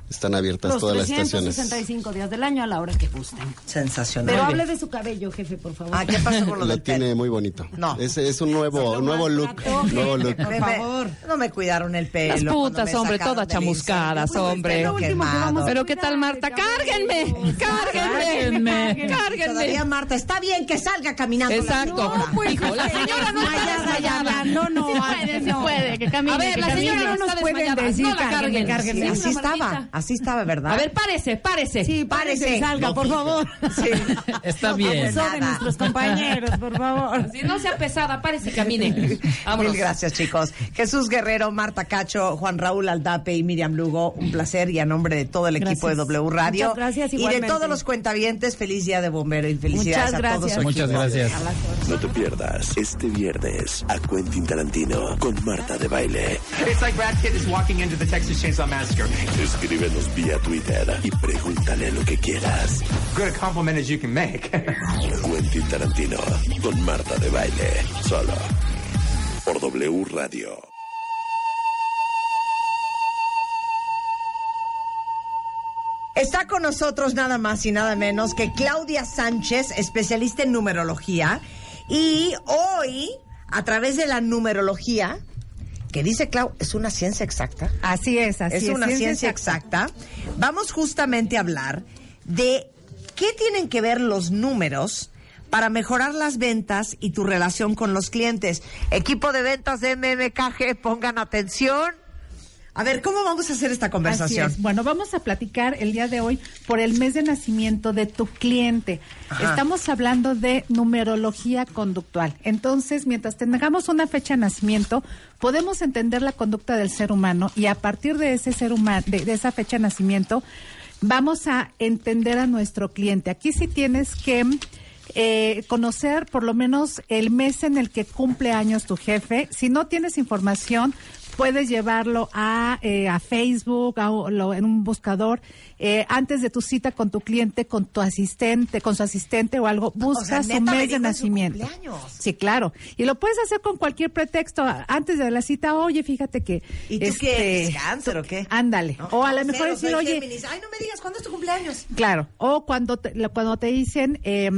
[SPEAKER 14] están abiertas
[SPEAKER 15] Los
[SPEAKER 14] todas las estaciones.
[SPEAKER 15] 365 días del año a la hora que gusten.
[SPEAKER 4] Sensacional.
[SPEAKER 15] Pero hable de su cabello, jefe, por favor.
[SPEAKER 4] Ah, ¿qué pasó con lo
[SPEAKER 14] Lo
[SPEAKER 4] del pelo?
[SPEAKER 14] tiene muy bonito.
[SPEAKER 4] No.
[SPEAKER 14] Es, es un nuevo, nuevo look. Nuevo look.
[SPEAKER 4] Por favor. No me cuidaron el pelo.
[SPEAKER 13] Las
[SPEAKER 4] cuando
[SPEAKER 13] putas,
[SPEAKER 4] me
[SPEAKER 13] hombre,
[SPEAKER 4] sacaron
[SPEAKER 13] todas
[SPEAKER 4] del
[SPEAKER 13] chamuscadas,
[SPEAKER 4] incendio, Pues,
[SPEAKER 13] hombre.
[SPEAKER 4] el pelo
[SPEAKER 13] Lo último que
[SPEAKER 4] quemado.
[SPEAKER 13] vamos a Pero ¿qué tal, Marta? ¡Cárguenme! ¡Cárguenme!
[SPEAKER 4] Todavía
[SPEAKER 13] ¡Cárguenme!
[SPEAKER 4] Marta, está bien que salga caminando. la
[SPEAKER 13] Exacto.
[SPEAKER 4] señora.
[SPEAKER 13] Hijo, la señora no está
[SPEAKER 15] Desmayada,
[SPEAKER 13] desmayada.
[SPEAKER 15] no, no,
[SPEAKER 13] Sí
[SPEAKER 15] antes
[SPEAKER 13] sí
[SPEAKER 15] no.
[SPEAKER 13] A ver, la
[SPEAKER 15] que camine.
[SPEAKER 13] señora no
[SPEAKER 15] No nos
[SPEAKER 13] está
[SPEAKER 15] pueden
[SPEAKER 13] desmayada.
[SPEAKER 15] decir,
[SPEAKER 13] no la
[SPEAKER 15] cárguenle,
[SPEAKER 13] carguen.
[SPEAKER 15] cárguenle.
[SPEAKER 13] Sí,
[SPEAKER 4] así
[SPEAKER 13] una
[SPEAKER 4] estaba,
[SPEAKER 13] martita.
[SPEAKER 4] así estaba, ¿verdad?
[SPEAKER 13] A ver, párese, párese.
[SPEAKER 15] Sí, párese y salga,
[SPEAKER 4] No,
[SPEAKER 15] por favor.
[SPEAKER 4] Sí.
[SPEAKER 7] Está
[SPEAKER 15] No
[SPEAKER 7] bien.
[SPEAKER 15] abusó de nuestros compañeros, por favor.
[SPEAKER 13] Si no sea pesada, párese y camine. Vámonos.
[SPEAKER 4] Mil gracias, chicos. Jesús Guerrero, Marta Cacho, Juan Raúl Aldape y Miriam Lugo, un placer y a nombre de todo el equipo de
[SPEAKER 15] Gracias.
[SPEAKER 4] W Radio.
[SPEAKER 15] Muchas gracias,
[SPEAKER 4] y de
[SPEAKER 15] igualmente.
[SPEAKER 4] todos los cuentavientes, feliz día de bombero y
[SPEAKER 15] Muchas
[SPEAKER 4] felicidades a todos.
[SPEAKER 15] gracias.
[SPEAKER 4] su
[SPEAKER 7] Muchas
[SPEAKER 4] equipo.
[SPEAKER 7] gracias.
[SPEAKER 11] No te pierdas este viernes a Quentin Tarantino con Marta de Baile.
[SPEAKER 12] It's like Brad Pitt is walking into the Texas Chainsaw Massacre.
[SPEAKER 11] Escríbenos vía Twitter y pregúntale lo que quieras.
[SPEAKER 12] Good a compliment as you can make.
[SPEAKER 11] Quentin Tarantino con Marta de Baile. Solo por W Radio.
[SPEAKER 4] Está con nosotros nada más y nada menos que Claudia Sánchez, especialista en numerología. Y hoy, a través de la numerología, que dice Clau, es una ciencia exacta.
[SPEAKER 16] Así es, así es.
[SPEAKER 4] es una ciencia, exacta. Vamos justamente a hablar de qué tienen que ver los números para mejorar las ventas y tu relación con los clientes. Equipo de ventas de MMKG, pongan atención. A ver, ¿cómo vamos a hacer esta conversación?
[SPEAKER 16] Así es. Bueno, vamos a platicar el día de hoy por el mes de nacimiento de tu cliente.
[SPEAKER 4] Ajá.
[SPEAKER 16] Estamos hablando de numerología conductual. Entonces, mientras tengamos una fecha de nacimiento, podemos entender la conducta del ser humano y a partir de ese ser humano, de, de esa fecha de nacimiento, vamos a entender a nuestro cliente. Aquí sí tienes que eh, conocer por lo menos el mes en el que cumple años tu jefe. Si no tienes información, puedes llevarlo a, eh, a Facebook, a o- lo- en un buscador, eh, antes de tu cita con tu cliente, con tu asistente, con su asistente o algo, busca
[SPEAKER 4] neta,
[SPEAKER 16] su
[SPEAKER 4] me
[SPEAKER 16] mes
[SPEAKER 4] dijo
[SPEAKER 16] de
[SPEAKER 4] en su
[SPEAKER 16] nacimiento. Sí, claro. Y lo puedes hacer con cualquier pretexto. Antes de la cita, oye, fíjate que... este,
[SPEAKER 4] ¿Y tú qué eres, cáncer o qué?
[SPEAKER 16] Ándale. o a lo
[SPEAKER 4] Cero,
[SPEAKER 16] mejor decir,
[SPEAKER 4] soy
[SPEAKER 16] oye...
[SPEAKER 4] Géminis. Ay, no me digas, ¿cuándo es tu cumpleaños?
[SPEAKER 16] Claro, o cuando te, la- cuando te dicen eh,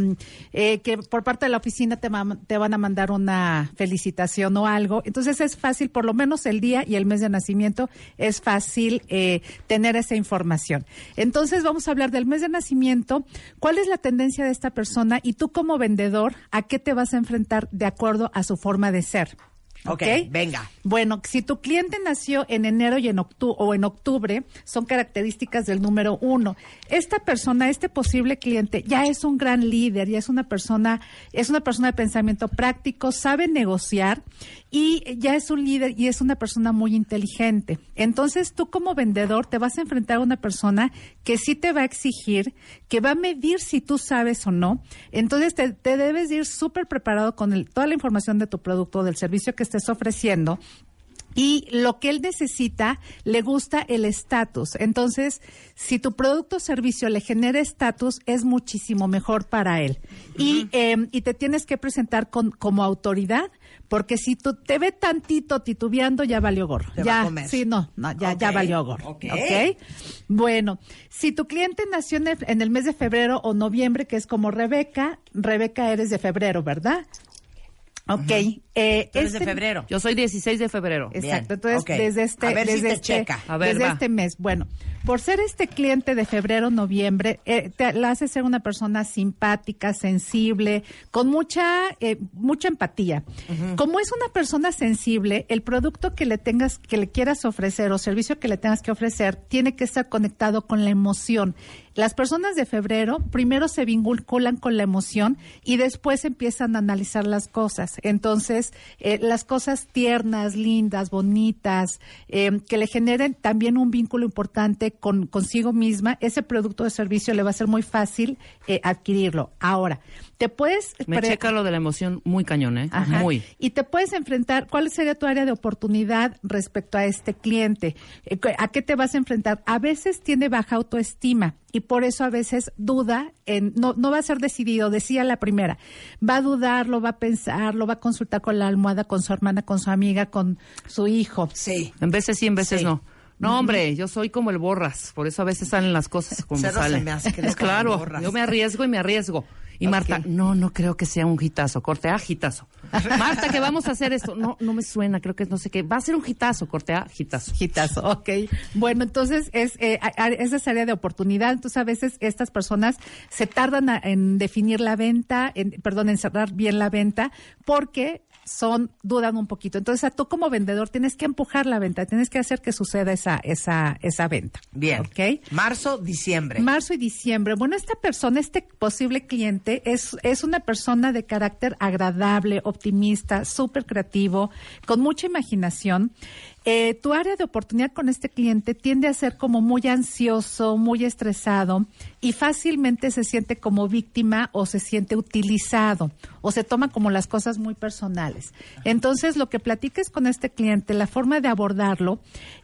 [SPEAKER 16] eh, que por parte de la oficina te, mam- te van a mandar una felicitación o algo, entonces es fácil, por lo menos el día y el mes de nacimiento, es fácil eh, tener esa información. Entonces vamos a hablar del mes de nacimiento, cuál es la tendencia de esta persona y tú como vendedor, a qué te vas a enfrentar de acuerdo a su forma de ser.
[SPEAKER 4] ok, venga.
[SPEAKER 16] Bueno, si tu cliente nació en enero y en octu- o en octubre, son características del número uno. Esta persona, este posible cliente, ya es un gran líder, ya es una persona, es una persona de pensamiento práctico, sabe negociar y ya es un líder y es una persona muy inteligente. Entonces, tú como vendedor te vas a enfrentar a una persona que sí te va a exigir, que va a medir si tú sabes o no. Entonces, te, te debes ir súper preparado con el- toda la información de tu producto o del servicio que estés ofreciendo y lo que él necesita le gusta el estatus. Entonces, si tu producto o servicio le genera estatus, es muchísimo mejor para él. y, eh, y te tienes que presentar con, como autoridad, porque si tú te ve tantito titubeando, ya valió gorro.
[SPEAKER 4] Te va
[SPEAKER 16] ya,
[SPEAKER 4] a comer.
[SPEAKER 16] sí, no, no, ya, ya
[SPEAKER 4] Ok,
[SPEAKER 16] valió gorro.
[SPEAKER 4] ok.
[SPEAKER 16] ¿ok? Bueno, si tu cliente nació en el, en el mes de febrero o noviembre, que es como Rebeca, Rebeca eres de febrero, ¿verdad? Ok. eh,
[SPEAKER 13] Tú eres de
[SPEAKER 16] este-
[SPEAKER 13] febrero. Yo soy 16 de febrero.
[SPEAKER 16] Exacto, entonces desde este,
[SPEAKER 13] A ver si
[SPEAKER 16] desde
[SPEAKER 13] te
[SPEAKER 16] este,
[SPEAKER 13] checa. A ver,
[SPEAKER 16] desde
[SPEAKER 13] va.
[SPEAKER 16] este mes. Bueno, por ser este cliente de febrero, noviembre, eh, te, la hace ser una persona simpática, sensible, con mucha, eh, mucha empatía. Como es una persona sensible, el producto que le tengas, que le quieras ofrecer o servicio que le tengas que ofrecer, tiene que estar conectado con la emoción. Las personas de febrero primero se vinculan con la emoción y después empiezan a analizar las cosas. Entonces, eh, las cosas tiernas, lindas, bonitas, eh, que le generen también un vínculo importante con consigo misma, ese producto o servicio le va a ser muy fácil eh, adquirirlo. Ahora, te puedes...
[SPEAKER 13] Me
[SPEAKER 16] pre-
[SPEAKER 13] checa lo de la emoción muy cañón, ¿eh?
[SPEAKER 16] Ajá.
[SPEAKER 13] Muy.
[SPEAKER 16] Y te puedes enfrentar, ¿cuál sería tu área de oportunidad respecto a este cliente? Eh, cu- ¿A qué te vas a enfrentar? A veces tiene baja autoestima y por eso a veces duda, en, no, no va a ser decidido, decía la primera. Va a dudarlo, va a pensarlo, va a consultar con la almohada, con su hermana, con su amiga, con su hijo.
[SPEAKER 4] Sí.
[SPEAKER 13] En veces sí, en veces
[SPEAKER 16] Sí.
[SPEAKER 13] no. No,
[SPEAKER 16] Ujú.
[SPEAKER 13] hombre, yo soy como el borras, por eso a veces salen las cosas como
[SPEAKER 16] Cero se
[SPEAKER 13] salen.
[SPEAKER 16] me hace que eres como el
[SPEAKER 13] claro,
[SPEAKER 16] Borras.
[SPEAKER 13] yo me arriesgo y me arriesgo. Y Marta, no, no creo que sea un hitazo, corte A, hitazo. Marta, que vamos a hacer esto. No, no me suena, creo que es no sé qué. Va a ser un hitazo, corte A, hitazo.
[SPEAKER 16] Hitazo, ok. Bueno, entonces es, eh, a- a- esa es área de oportunidad. Entonces a veces estas personas se tardan a- en definir la venta, en, perdón, en cerrar bien la venta, porque son dudan un poquito. Entonces a tú como vendedor tienes que empujar la venta, tienes que hacer que suceda esa esa esa venta.
[SPEAKER 4] Bien.
[SPEAKER 16] Ok.
[SPEAKER 4] Marzo, diciembre.
[SPEAKER 16] Marzo y diciembre. Bueno, esta persona, este posible cliente, es, es una persona de carácter agradable, optimista, súper creativo, con mucha imaginación. Eh, tu área de oportunidad con este cliente tiende a ser como muy ansioso, muy estresado y fácilmente se siente como víctima o se siente utilizado o se toma como las cosas muy personales. Entonces, lo que platiques con este cliente, la forma de abordarlo,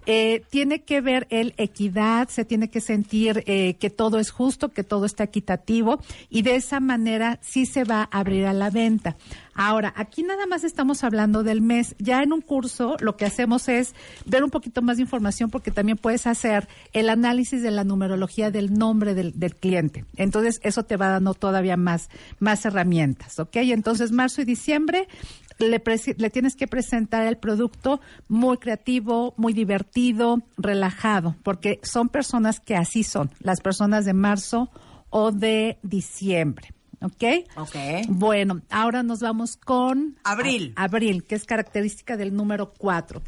[SPEAKER 16] eh, tiene que ver el equidad, se tiene que sentir eh, que todo es justo, que todo está equitativo y de esa manera sí se va a abrir a la venta. Ahora, aquí nada más estamos hablando del mes. Ya en un curso lo que hacemos es ver un poquito más de información porque también puedes hacer el análisis de la numerología del nombre del, del cliente. Entonces, eso te va dando todavía más, más herramientas, ¿ok? Entonces, marzo y diciembre le, presi- le tienes que presentar el producto muy creativo, muy divertido, relajado, porque son personas que así son, las personas de marzo o de diciembre. ¿Ok?
[SPEAKER 4] Ok.
[SPEAKER 16] Bueno, ahora nos vamos con...
[SPEAKER 4] Abril.
[SPEAKER 16] a- abril, que es característica del número 4.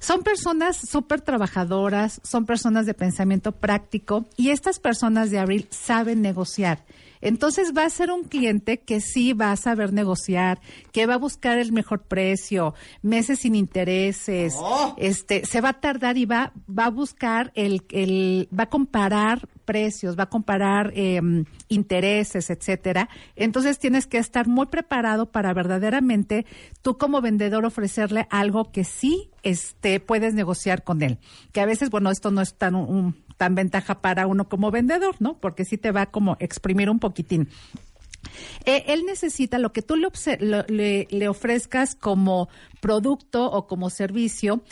[SPEAKER 16] Son personas súper trabajadoras, son personas de pensamiento práctico y estas personas de abril saben negociar. Entonces va a ser un cliente que sí va a saber negociar, que va a buscar el mejor precio, meses sin intereses, este, se va a tardar y va, va a buscar el, el, va a comparar precios, va a comparar eh, intereses, etcétera. Entonces tienes que estar muy preparado para verdaderamente tú como vendedor ofrecerle algo que sí este, puedes negociar con él. Que a veces, bueno, esto no es tan, un- un- tan ventaja para uno como vendedor, ¿no? Porque sí te va como exprimir un poquitín. Eh, él necesita lo que tú le, obse- lo- le- le ofrezcas como producto o como servicio.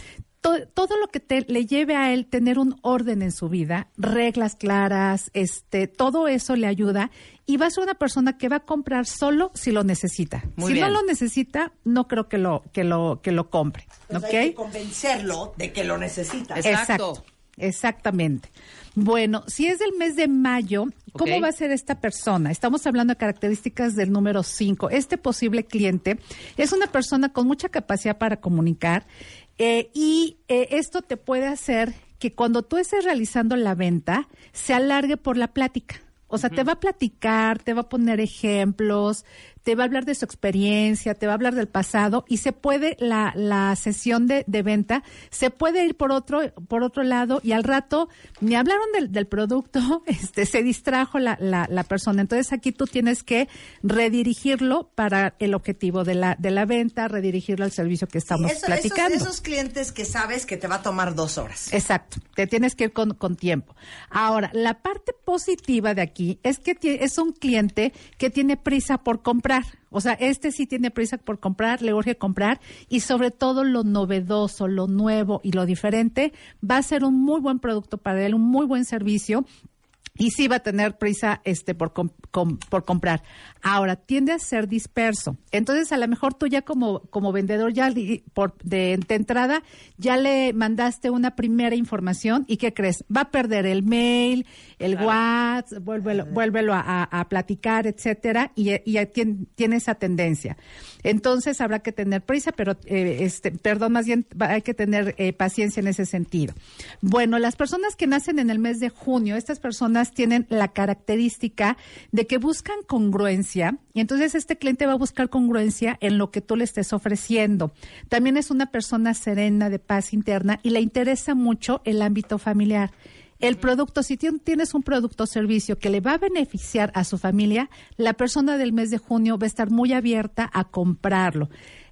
[SPEAKER 16] to- Todo lo que te, le lleve a él tener un orden en su vida, reglas claras, este, todo eso le ayuda y va a ser una persona que va a comprar solo si lo necesita.
[SPEAKER 4] Muy
[SPEAKER 16] si
[SPEAKER 4] bien.
[SPEAKER 16] no lo necesita, no creo que lo que lo que lo compre,
[SPEAKER 4] Entonces,
[SPEAKER 16] ¿ok?
[SPEAKER 4] Pues Hay que convencerlo de que lo necesita.
[SPEAKER 16] Exacto. Exactamente. Bueno, si es del mes de mayo, ¿cómo
[SPEAKER 4] Ok.
[SPEAKER 16] va a ser esta persona? Estamos hablando de características del número 5. Este posible cliente es una persona con mucha capacidad para comunicar eh, y eh, esto te puede hacer que cuando tú estés realizando la venta, se alargue por la plática. O sea, te va a platicar, te va a poner ejemplos, te va a hablar de su experiencia, te va a hablar del pasado y se puede, la, la sesión de, de venta, se puede ir por otro, por otro lado y al rato me hablaron del, del producto, este, se distrajo la, la, la persona. Entonces aquí tú tienes que redirigirlo para el objetivo de la, de la venta, redirigirlo al servicio que estamos
[SPEAKER 4] Eso- esos-
[SPEAKER 16] platicando.
[SPEAKER 4] esos clientes que sabes que te va a tomar dos horas.
[SPEAKER 16] Exacto, te tienes que ir con, con tiempo. Ahora, la parte positiva de aquí es que tie- es un cliente que tiene prisa por comprar. O sea, este sí tiene prisa por comprar, le urge comprar y sobre todo lo novedoso, lo nuevo y lo diferente va a ser un muy buen producto para él, un muy buen servicio y sí va a tener prisa este por com- com- por comprar. Ahora tiende a ser disperso. Entonces, a lo mejor tú ya como como vendedor ya li- por de, de entrada ya le mandaste una primera información y ¿qué crees? Va a perder el mail, el WhatsApp, vuélvelo, vuélvelo a, a- a platicar, etcétera, y, y ya tien- tiene esa tendencia. Entonces, habrá que tener prisa, pero eh, este, perdón, más bien va- hay que tener eh, paciencia en ese sentido. Bueno, las personas que nacen en el mes de junio, estas personas tienen la característica de que buscan congruencia y entonces este cliente va a buscar congruencia en lo que tú le estés ofreciendo. También es una persona serena, de paz interna y le interesa mucho el ámbito familiar. El producto, si tien- tienes un producto o servicio que le va a beneficiar a su familia, la persona del mes de junio va a estar muy abierta a comprarlo.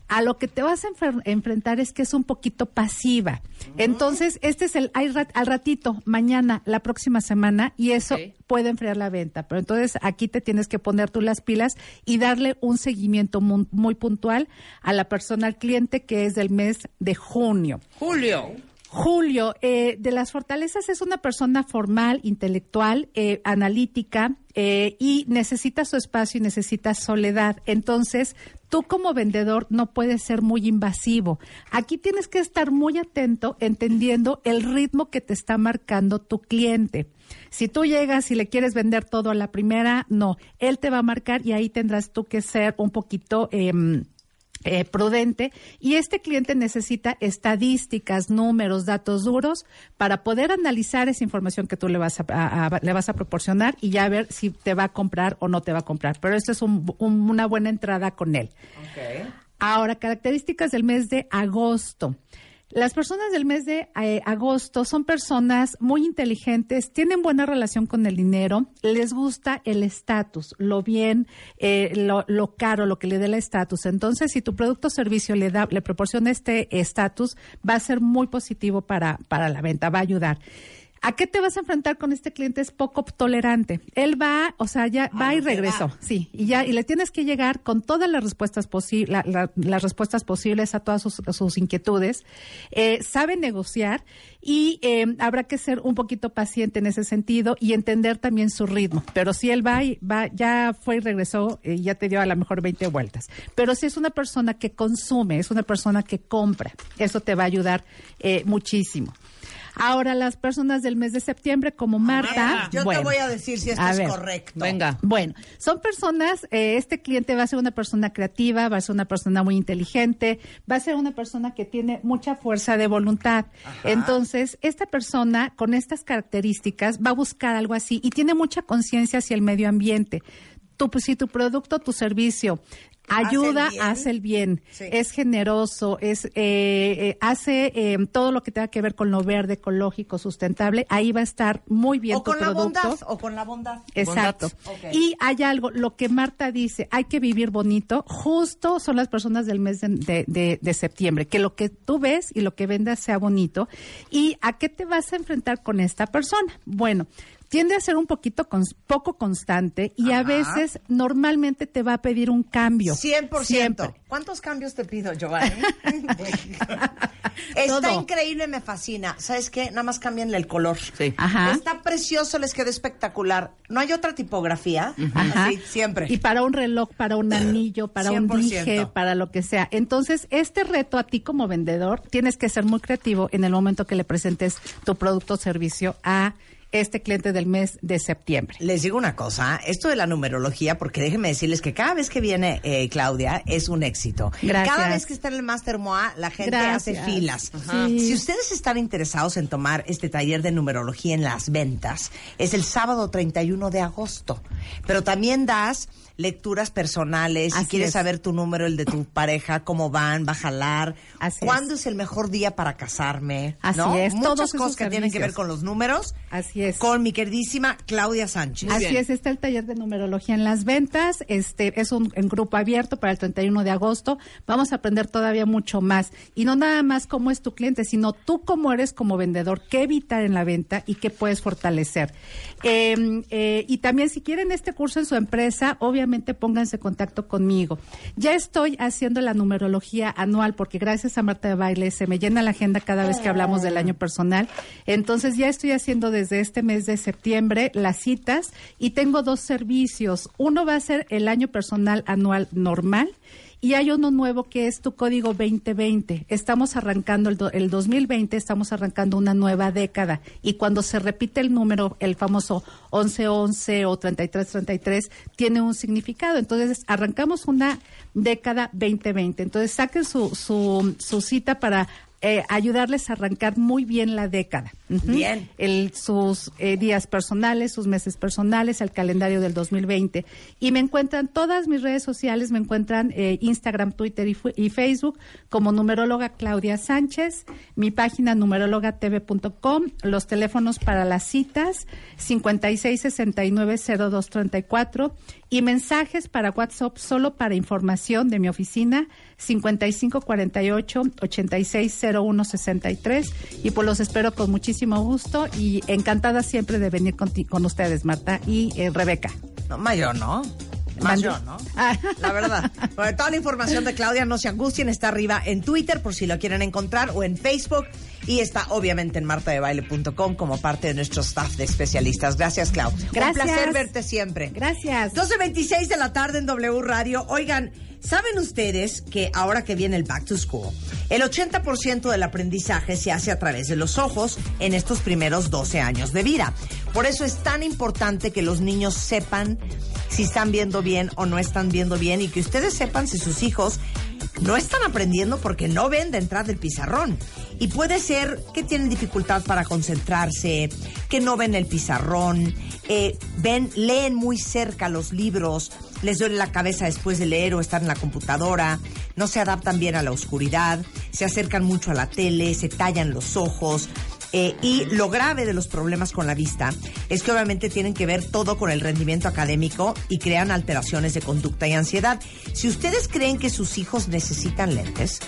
[SPEAKER 16] A lo que te vas a enfer- enfrentar es que es un poquito pasiva. Entonces, este es el ay, rat- al ratito, mañana, la próxima semana, y eso puede enfriar la venta. Pero entonces aquí te tienes que poner tú las pilas y darle un seguimiento mun- muy puntual a la persona, al cliente que es del mes de junio.
[SPEAKER 13] Julio.
[SPEAKER 16] Julio, eh, de las fortalezas es una persona formal, intelectual, eh, analítica eh, y necesita su espacio y necesita soledad. Entonces, tú como vendedor no puedes ser muy invasivo. Aquí tienes que estar muy atento entendiendo el ritmo que te está marcando tu cliente. Si tú llegas y le quieres vender todo a la primera, no, él te va a marcar y ahí tendrás tú que ser un poquito... em, eh, prudente y este cliente necesita estadísticas, números, datos duros para poder analizar esa información que tú le vas a, a- a- le vas a proporcionar y ya ver si te va a comprar o no te va a comprar. Pero esto es un- un- una buena entrada con él. Ahora, características del mes de agosto. Las personas del mes de eh, agosto son personas muy inteligentes, tienen buena relación con el dinero, les gusta el estatus, lo bien, eh, lo, lo caro, lo que le dé el estatus. Entonces, si tu producto o servicio le da, le proporciona este estatus, va a ser muy positivo para, para la venta, va a ayudar. ¿A qué te vas a enfrentar con este cliente? Es poco tolerante. Él va, o sea, ya va y
[SPEAKER 4] lo que
[SPEAKER 16] regresó.
[SPEAKER 4] va.
[SPEAKER 16] Sí, y ya, y le tienes que llegar con todas las respuestas posibles, las respuestas posibles a todas sus, sus inquietudes. Eh, sabe negociar y eh, habrá que ser un poquito paciente en ese sentido y entender también su ritmo. Pero si él va y va, ya fue y regresó, eh, ya te dio a lo mejor 20 vueltas. Pero si es una persona que consume, es una persona que compra, eso te va a ayudar eh, muchísimo. Ahora, las personas del mes de septiembre, como Marta.
[SPEAKER 4] Ah, yo
[SPEAKER 16] bueno,
[SPEAKER 4] te voy a decir si esto
[SPEAKER 16] a
[SPEAKER 4] es
[SPEAKER 16] ver.
[SPEAKER 4] correcto.
[SPEAKER 16] Bueno, son personas, eh, este cliente va a ser una persona creativa, va a ser una persona muy inteligente, va a ser una persona que tiene mucha fuerza de voluntad. Entonces, esta persona con estas características va a buscar algo así y tiene mucha conciencia hacia el medio ambiente. Tu, pues, si tu producto, tu servicio ayuda,
[SPEAKER 4] Hace el bien.
[SPEAKER 16] hace el bien,
[SPEAKER 4] Sí.
[SPEAKER 16] es generoso, es eh, eh, hace eh, todo lo que tenga que ver con lo verde, ecológico, sustentable. Ahí va a estar muy bien
[SPEAKER 4] O
[SPEAKER 16] tu
[SPEAKER 4] con la
[SPEAKER 16] producto.
[SPEAKER 4] bondad, o con la bondad.
[SPEAKER 16] Exacto.
[SPEAKER 4] Ok.
[SPEAKER 16] Y hay algo, lo que Marta dice, hay que vivir bonito, justo son las personas del mes de, de- de- de septiembre, que lo que tú ves y lo que vendas sea bonito. ¿Y a qué te vas a enfrentar con esta persona? Bueno, tiende a ser un poquito cons- poco constante y a
[SPEAKER 4] Ajá.
[SPEAKER 16] veces normalmente te va a pedir un cambio.
[SPEAKER 4] 100%.
[SPEAKER 16] Siempre.
[SPEAKER 4] ¿Cuántos cambios te pido, Giovanni? Está
[SPEAKER 16] Todo.
[SPEAKER 4] increíble, me fascina. ¿Sabes qué? Nada más cambienle el color.
[SPEAKER 16] Ajá.
[SPEAKER 4] Está precioso, les quedó espectacular. No hay otra tipografía.
[SPEAKER 16] Ajá.
[SPEAKER 4] Así, siempre.
[SPEAKER 16] Y para un reloj, para un anillo, para un
[SPEAKER 4] 100%.
[SPEAKER 16] dije, para lo que sea. Entonces, este reto a ti como vendedor, tienes que ser muy creativo en el momento que le presentes tu producto o servicio a este cliente del mes de septiembre.
[SPEAKER 4] Les digo una cosa, esto de la numerología, porque déjenme decirles que cada vez que viene eh, Claudia es un éxito.
[SPEAKER 16] Gracias.
[SPEAKER 4] Cada vez que está en el Master MOA, la gente
[SPEAKER 16] Gracias.
[SPEAKER 4] hace filas.
[SPEAKER 16] Ajá. Sí.
[SPEAKER 4] Si ustedes están interesados en tomar este taller de numerología en las ventas, es el sábado 31 de agosto. Pero también das lecturas personales, si
[SPEAKER 16] Así
[SPEAKER 4] quieres
[SPEAKER 16] es.
[SPEAKER 4] saber tu número, el de tu pareja, cómo van, va a jalar,
[SPEAKER 16] Así
[SPEAKER 4] cuándo es. el mejor día para casarme,
[SPEAKER 16] Así
[SPEAKER 4] ¿no?
[SPEAKER 16] es,
[SPEAKER 4] Muchas
[SPEAKER 16] todos
[SPEAKER 4] cosas
[SPEAKER 16] esos
[SPEAKER 4] que tienen que ver
[SPEAKER 16] servicios.
[SPEAKER 4] con los números.
[SPEAKER 16] Así es.
[SPEAKER 4] Con mi queridísima Claudia Sánchez.
[SPEAKER 16] Así es, está el taller de numerología en las ventas. Este es un, un grupo abierto para el 31 de agosto. Vamos a aprender todavía mucho más y no nada más cómo es tu cliente, sino tú cómo eres como vendedor, qué evitar en la venta y qué puedes fortalecer. Eh, eh, y también si quieren este curso en su empresa, obviamente pónganse en contacto conmigo. Ya estoy haciendo la numerología anual porque gracias a Marta de Baile se me llena la agenda cada vez que hablamos del año personal. Entonces ya estoy haciendo desde este mes de septiembre las citas y tengo dos servicios. Uno va a ser el año personal anual normal. Y hay uno nuevo que es tu código 2020. Estamos arrancando el, do- el 2020, estamos arrancando una nueva década. Y cuando se repite el número, el famoso 1111 o 3333, tiene un significado. Entonces, arrancamos una década 2020. Entonces, saquen su, su, su cita para eh, ayudarles a arrancar muy bien la década. Ujú.
[SPEAKER 4] Bien.
[SPEAKER 16] El, sus eh, días personales, sus meses personales, el calendario del 2020. Y me encuentran todas mis redes sociales, me encuentran eh, Instagram, Twitter y, fu- y Facebook como numeróloga Claudia Sánchez, mi página numerologatv.com, los teléfonos para las citas 56690234 y mensajes para WhatsApp solo para información de mi oficina 5548-860163. Y pues los espero con muchísimo gusto y encantada siempre de venir con, ti- con ustedes, Marta y eh, Rebeca.
[SPEAKER 4] No, mayor, ¿no? Más
[SPEAKER 16] Mande.
[SPEAKER 4] yo, ¿no? La verdad. Pero toda la información de Claudia, no se angustien, está arriba en Twitter por si lo quieren encontrar o en Facebook. Y está obviamente en martadebaile.com como parte de nuestro staff de especialistas. Gracias, Claudia.
[SPEAKER 16] Gracias.
[SPEAKER 4] Un placer verte siempre.
[SPEAKER 16] Gracias.
[SPEAKER 4] 12.26 de la tarde en W Radio. Oigan, ¿saben ustedes que ahora que viene el Back to School, el 80% del aprendizaje se hace a través de los ojos en estos primeros 12 años de vida? Por eso es tan importante que los niños sepan si están viendo bien o no están viendo bien y que ustedes sepan si sus hijos no están aprendiendo porque no ven de entrada el pizarrón. Y puede ser que tienen dificultad para concentrarse, que no ven el pizarrón, eh, ven, leen muy cerca los libros, les duele la cabeza después de leer o estar en la computadora, no se adaptan bien a la oscuridad, se acercan mucho a la tele, se tallan los ojos. Eh, y lo grave de los problemas con la vista es que obviamente tienen que ver todo con el rendimiento académico y crean alteraciones de conducta y ansiedad. Si ustedes creen que sus hijos necesitan lentes,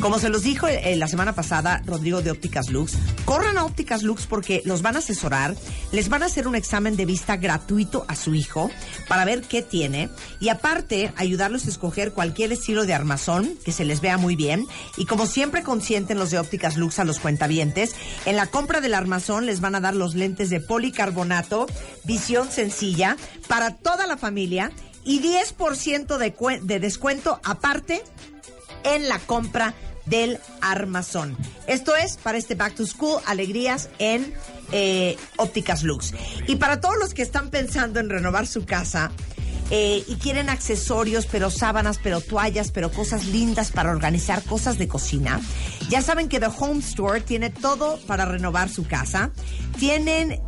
[SPEAKER 4] Como se los dijo eh, la semana pasada Rodrigo de Ópticas Lux, corran a Ópticas Lux porque los van a asesorar, les van a hacer un examen de vista gratuito a su hijo para ver qué tiene y aparte ayudarlos a escoger cualquier estilo de armazón que se les vea muy bien y como siempre consienten los de Ópticas Lux a los cuentavientes, en la compra del armazón les van a dar los lentes de policarbonato, visión sencilla para toda la familia y 10% de, cuen- de descuento aparte en la compra del armazón. Esto es para este Back to School Alegrías en eh, Ópticas Lux. Y para todos los que están pensando en renovar su casa eh, y quieren accesorios, pero sábanas, pero toallas, pero cosas lindas para organizar cosas de cocina, ya saben que The Home Store tiene todo para renovar su casa. Tienen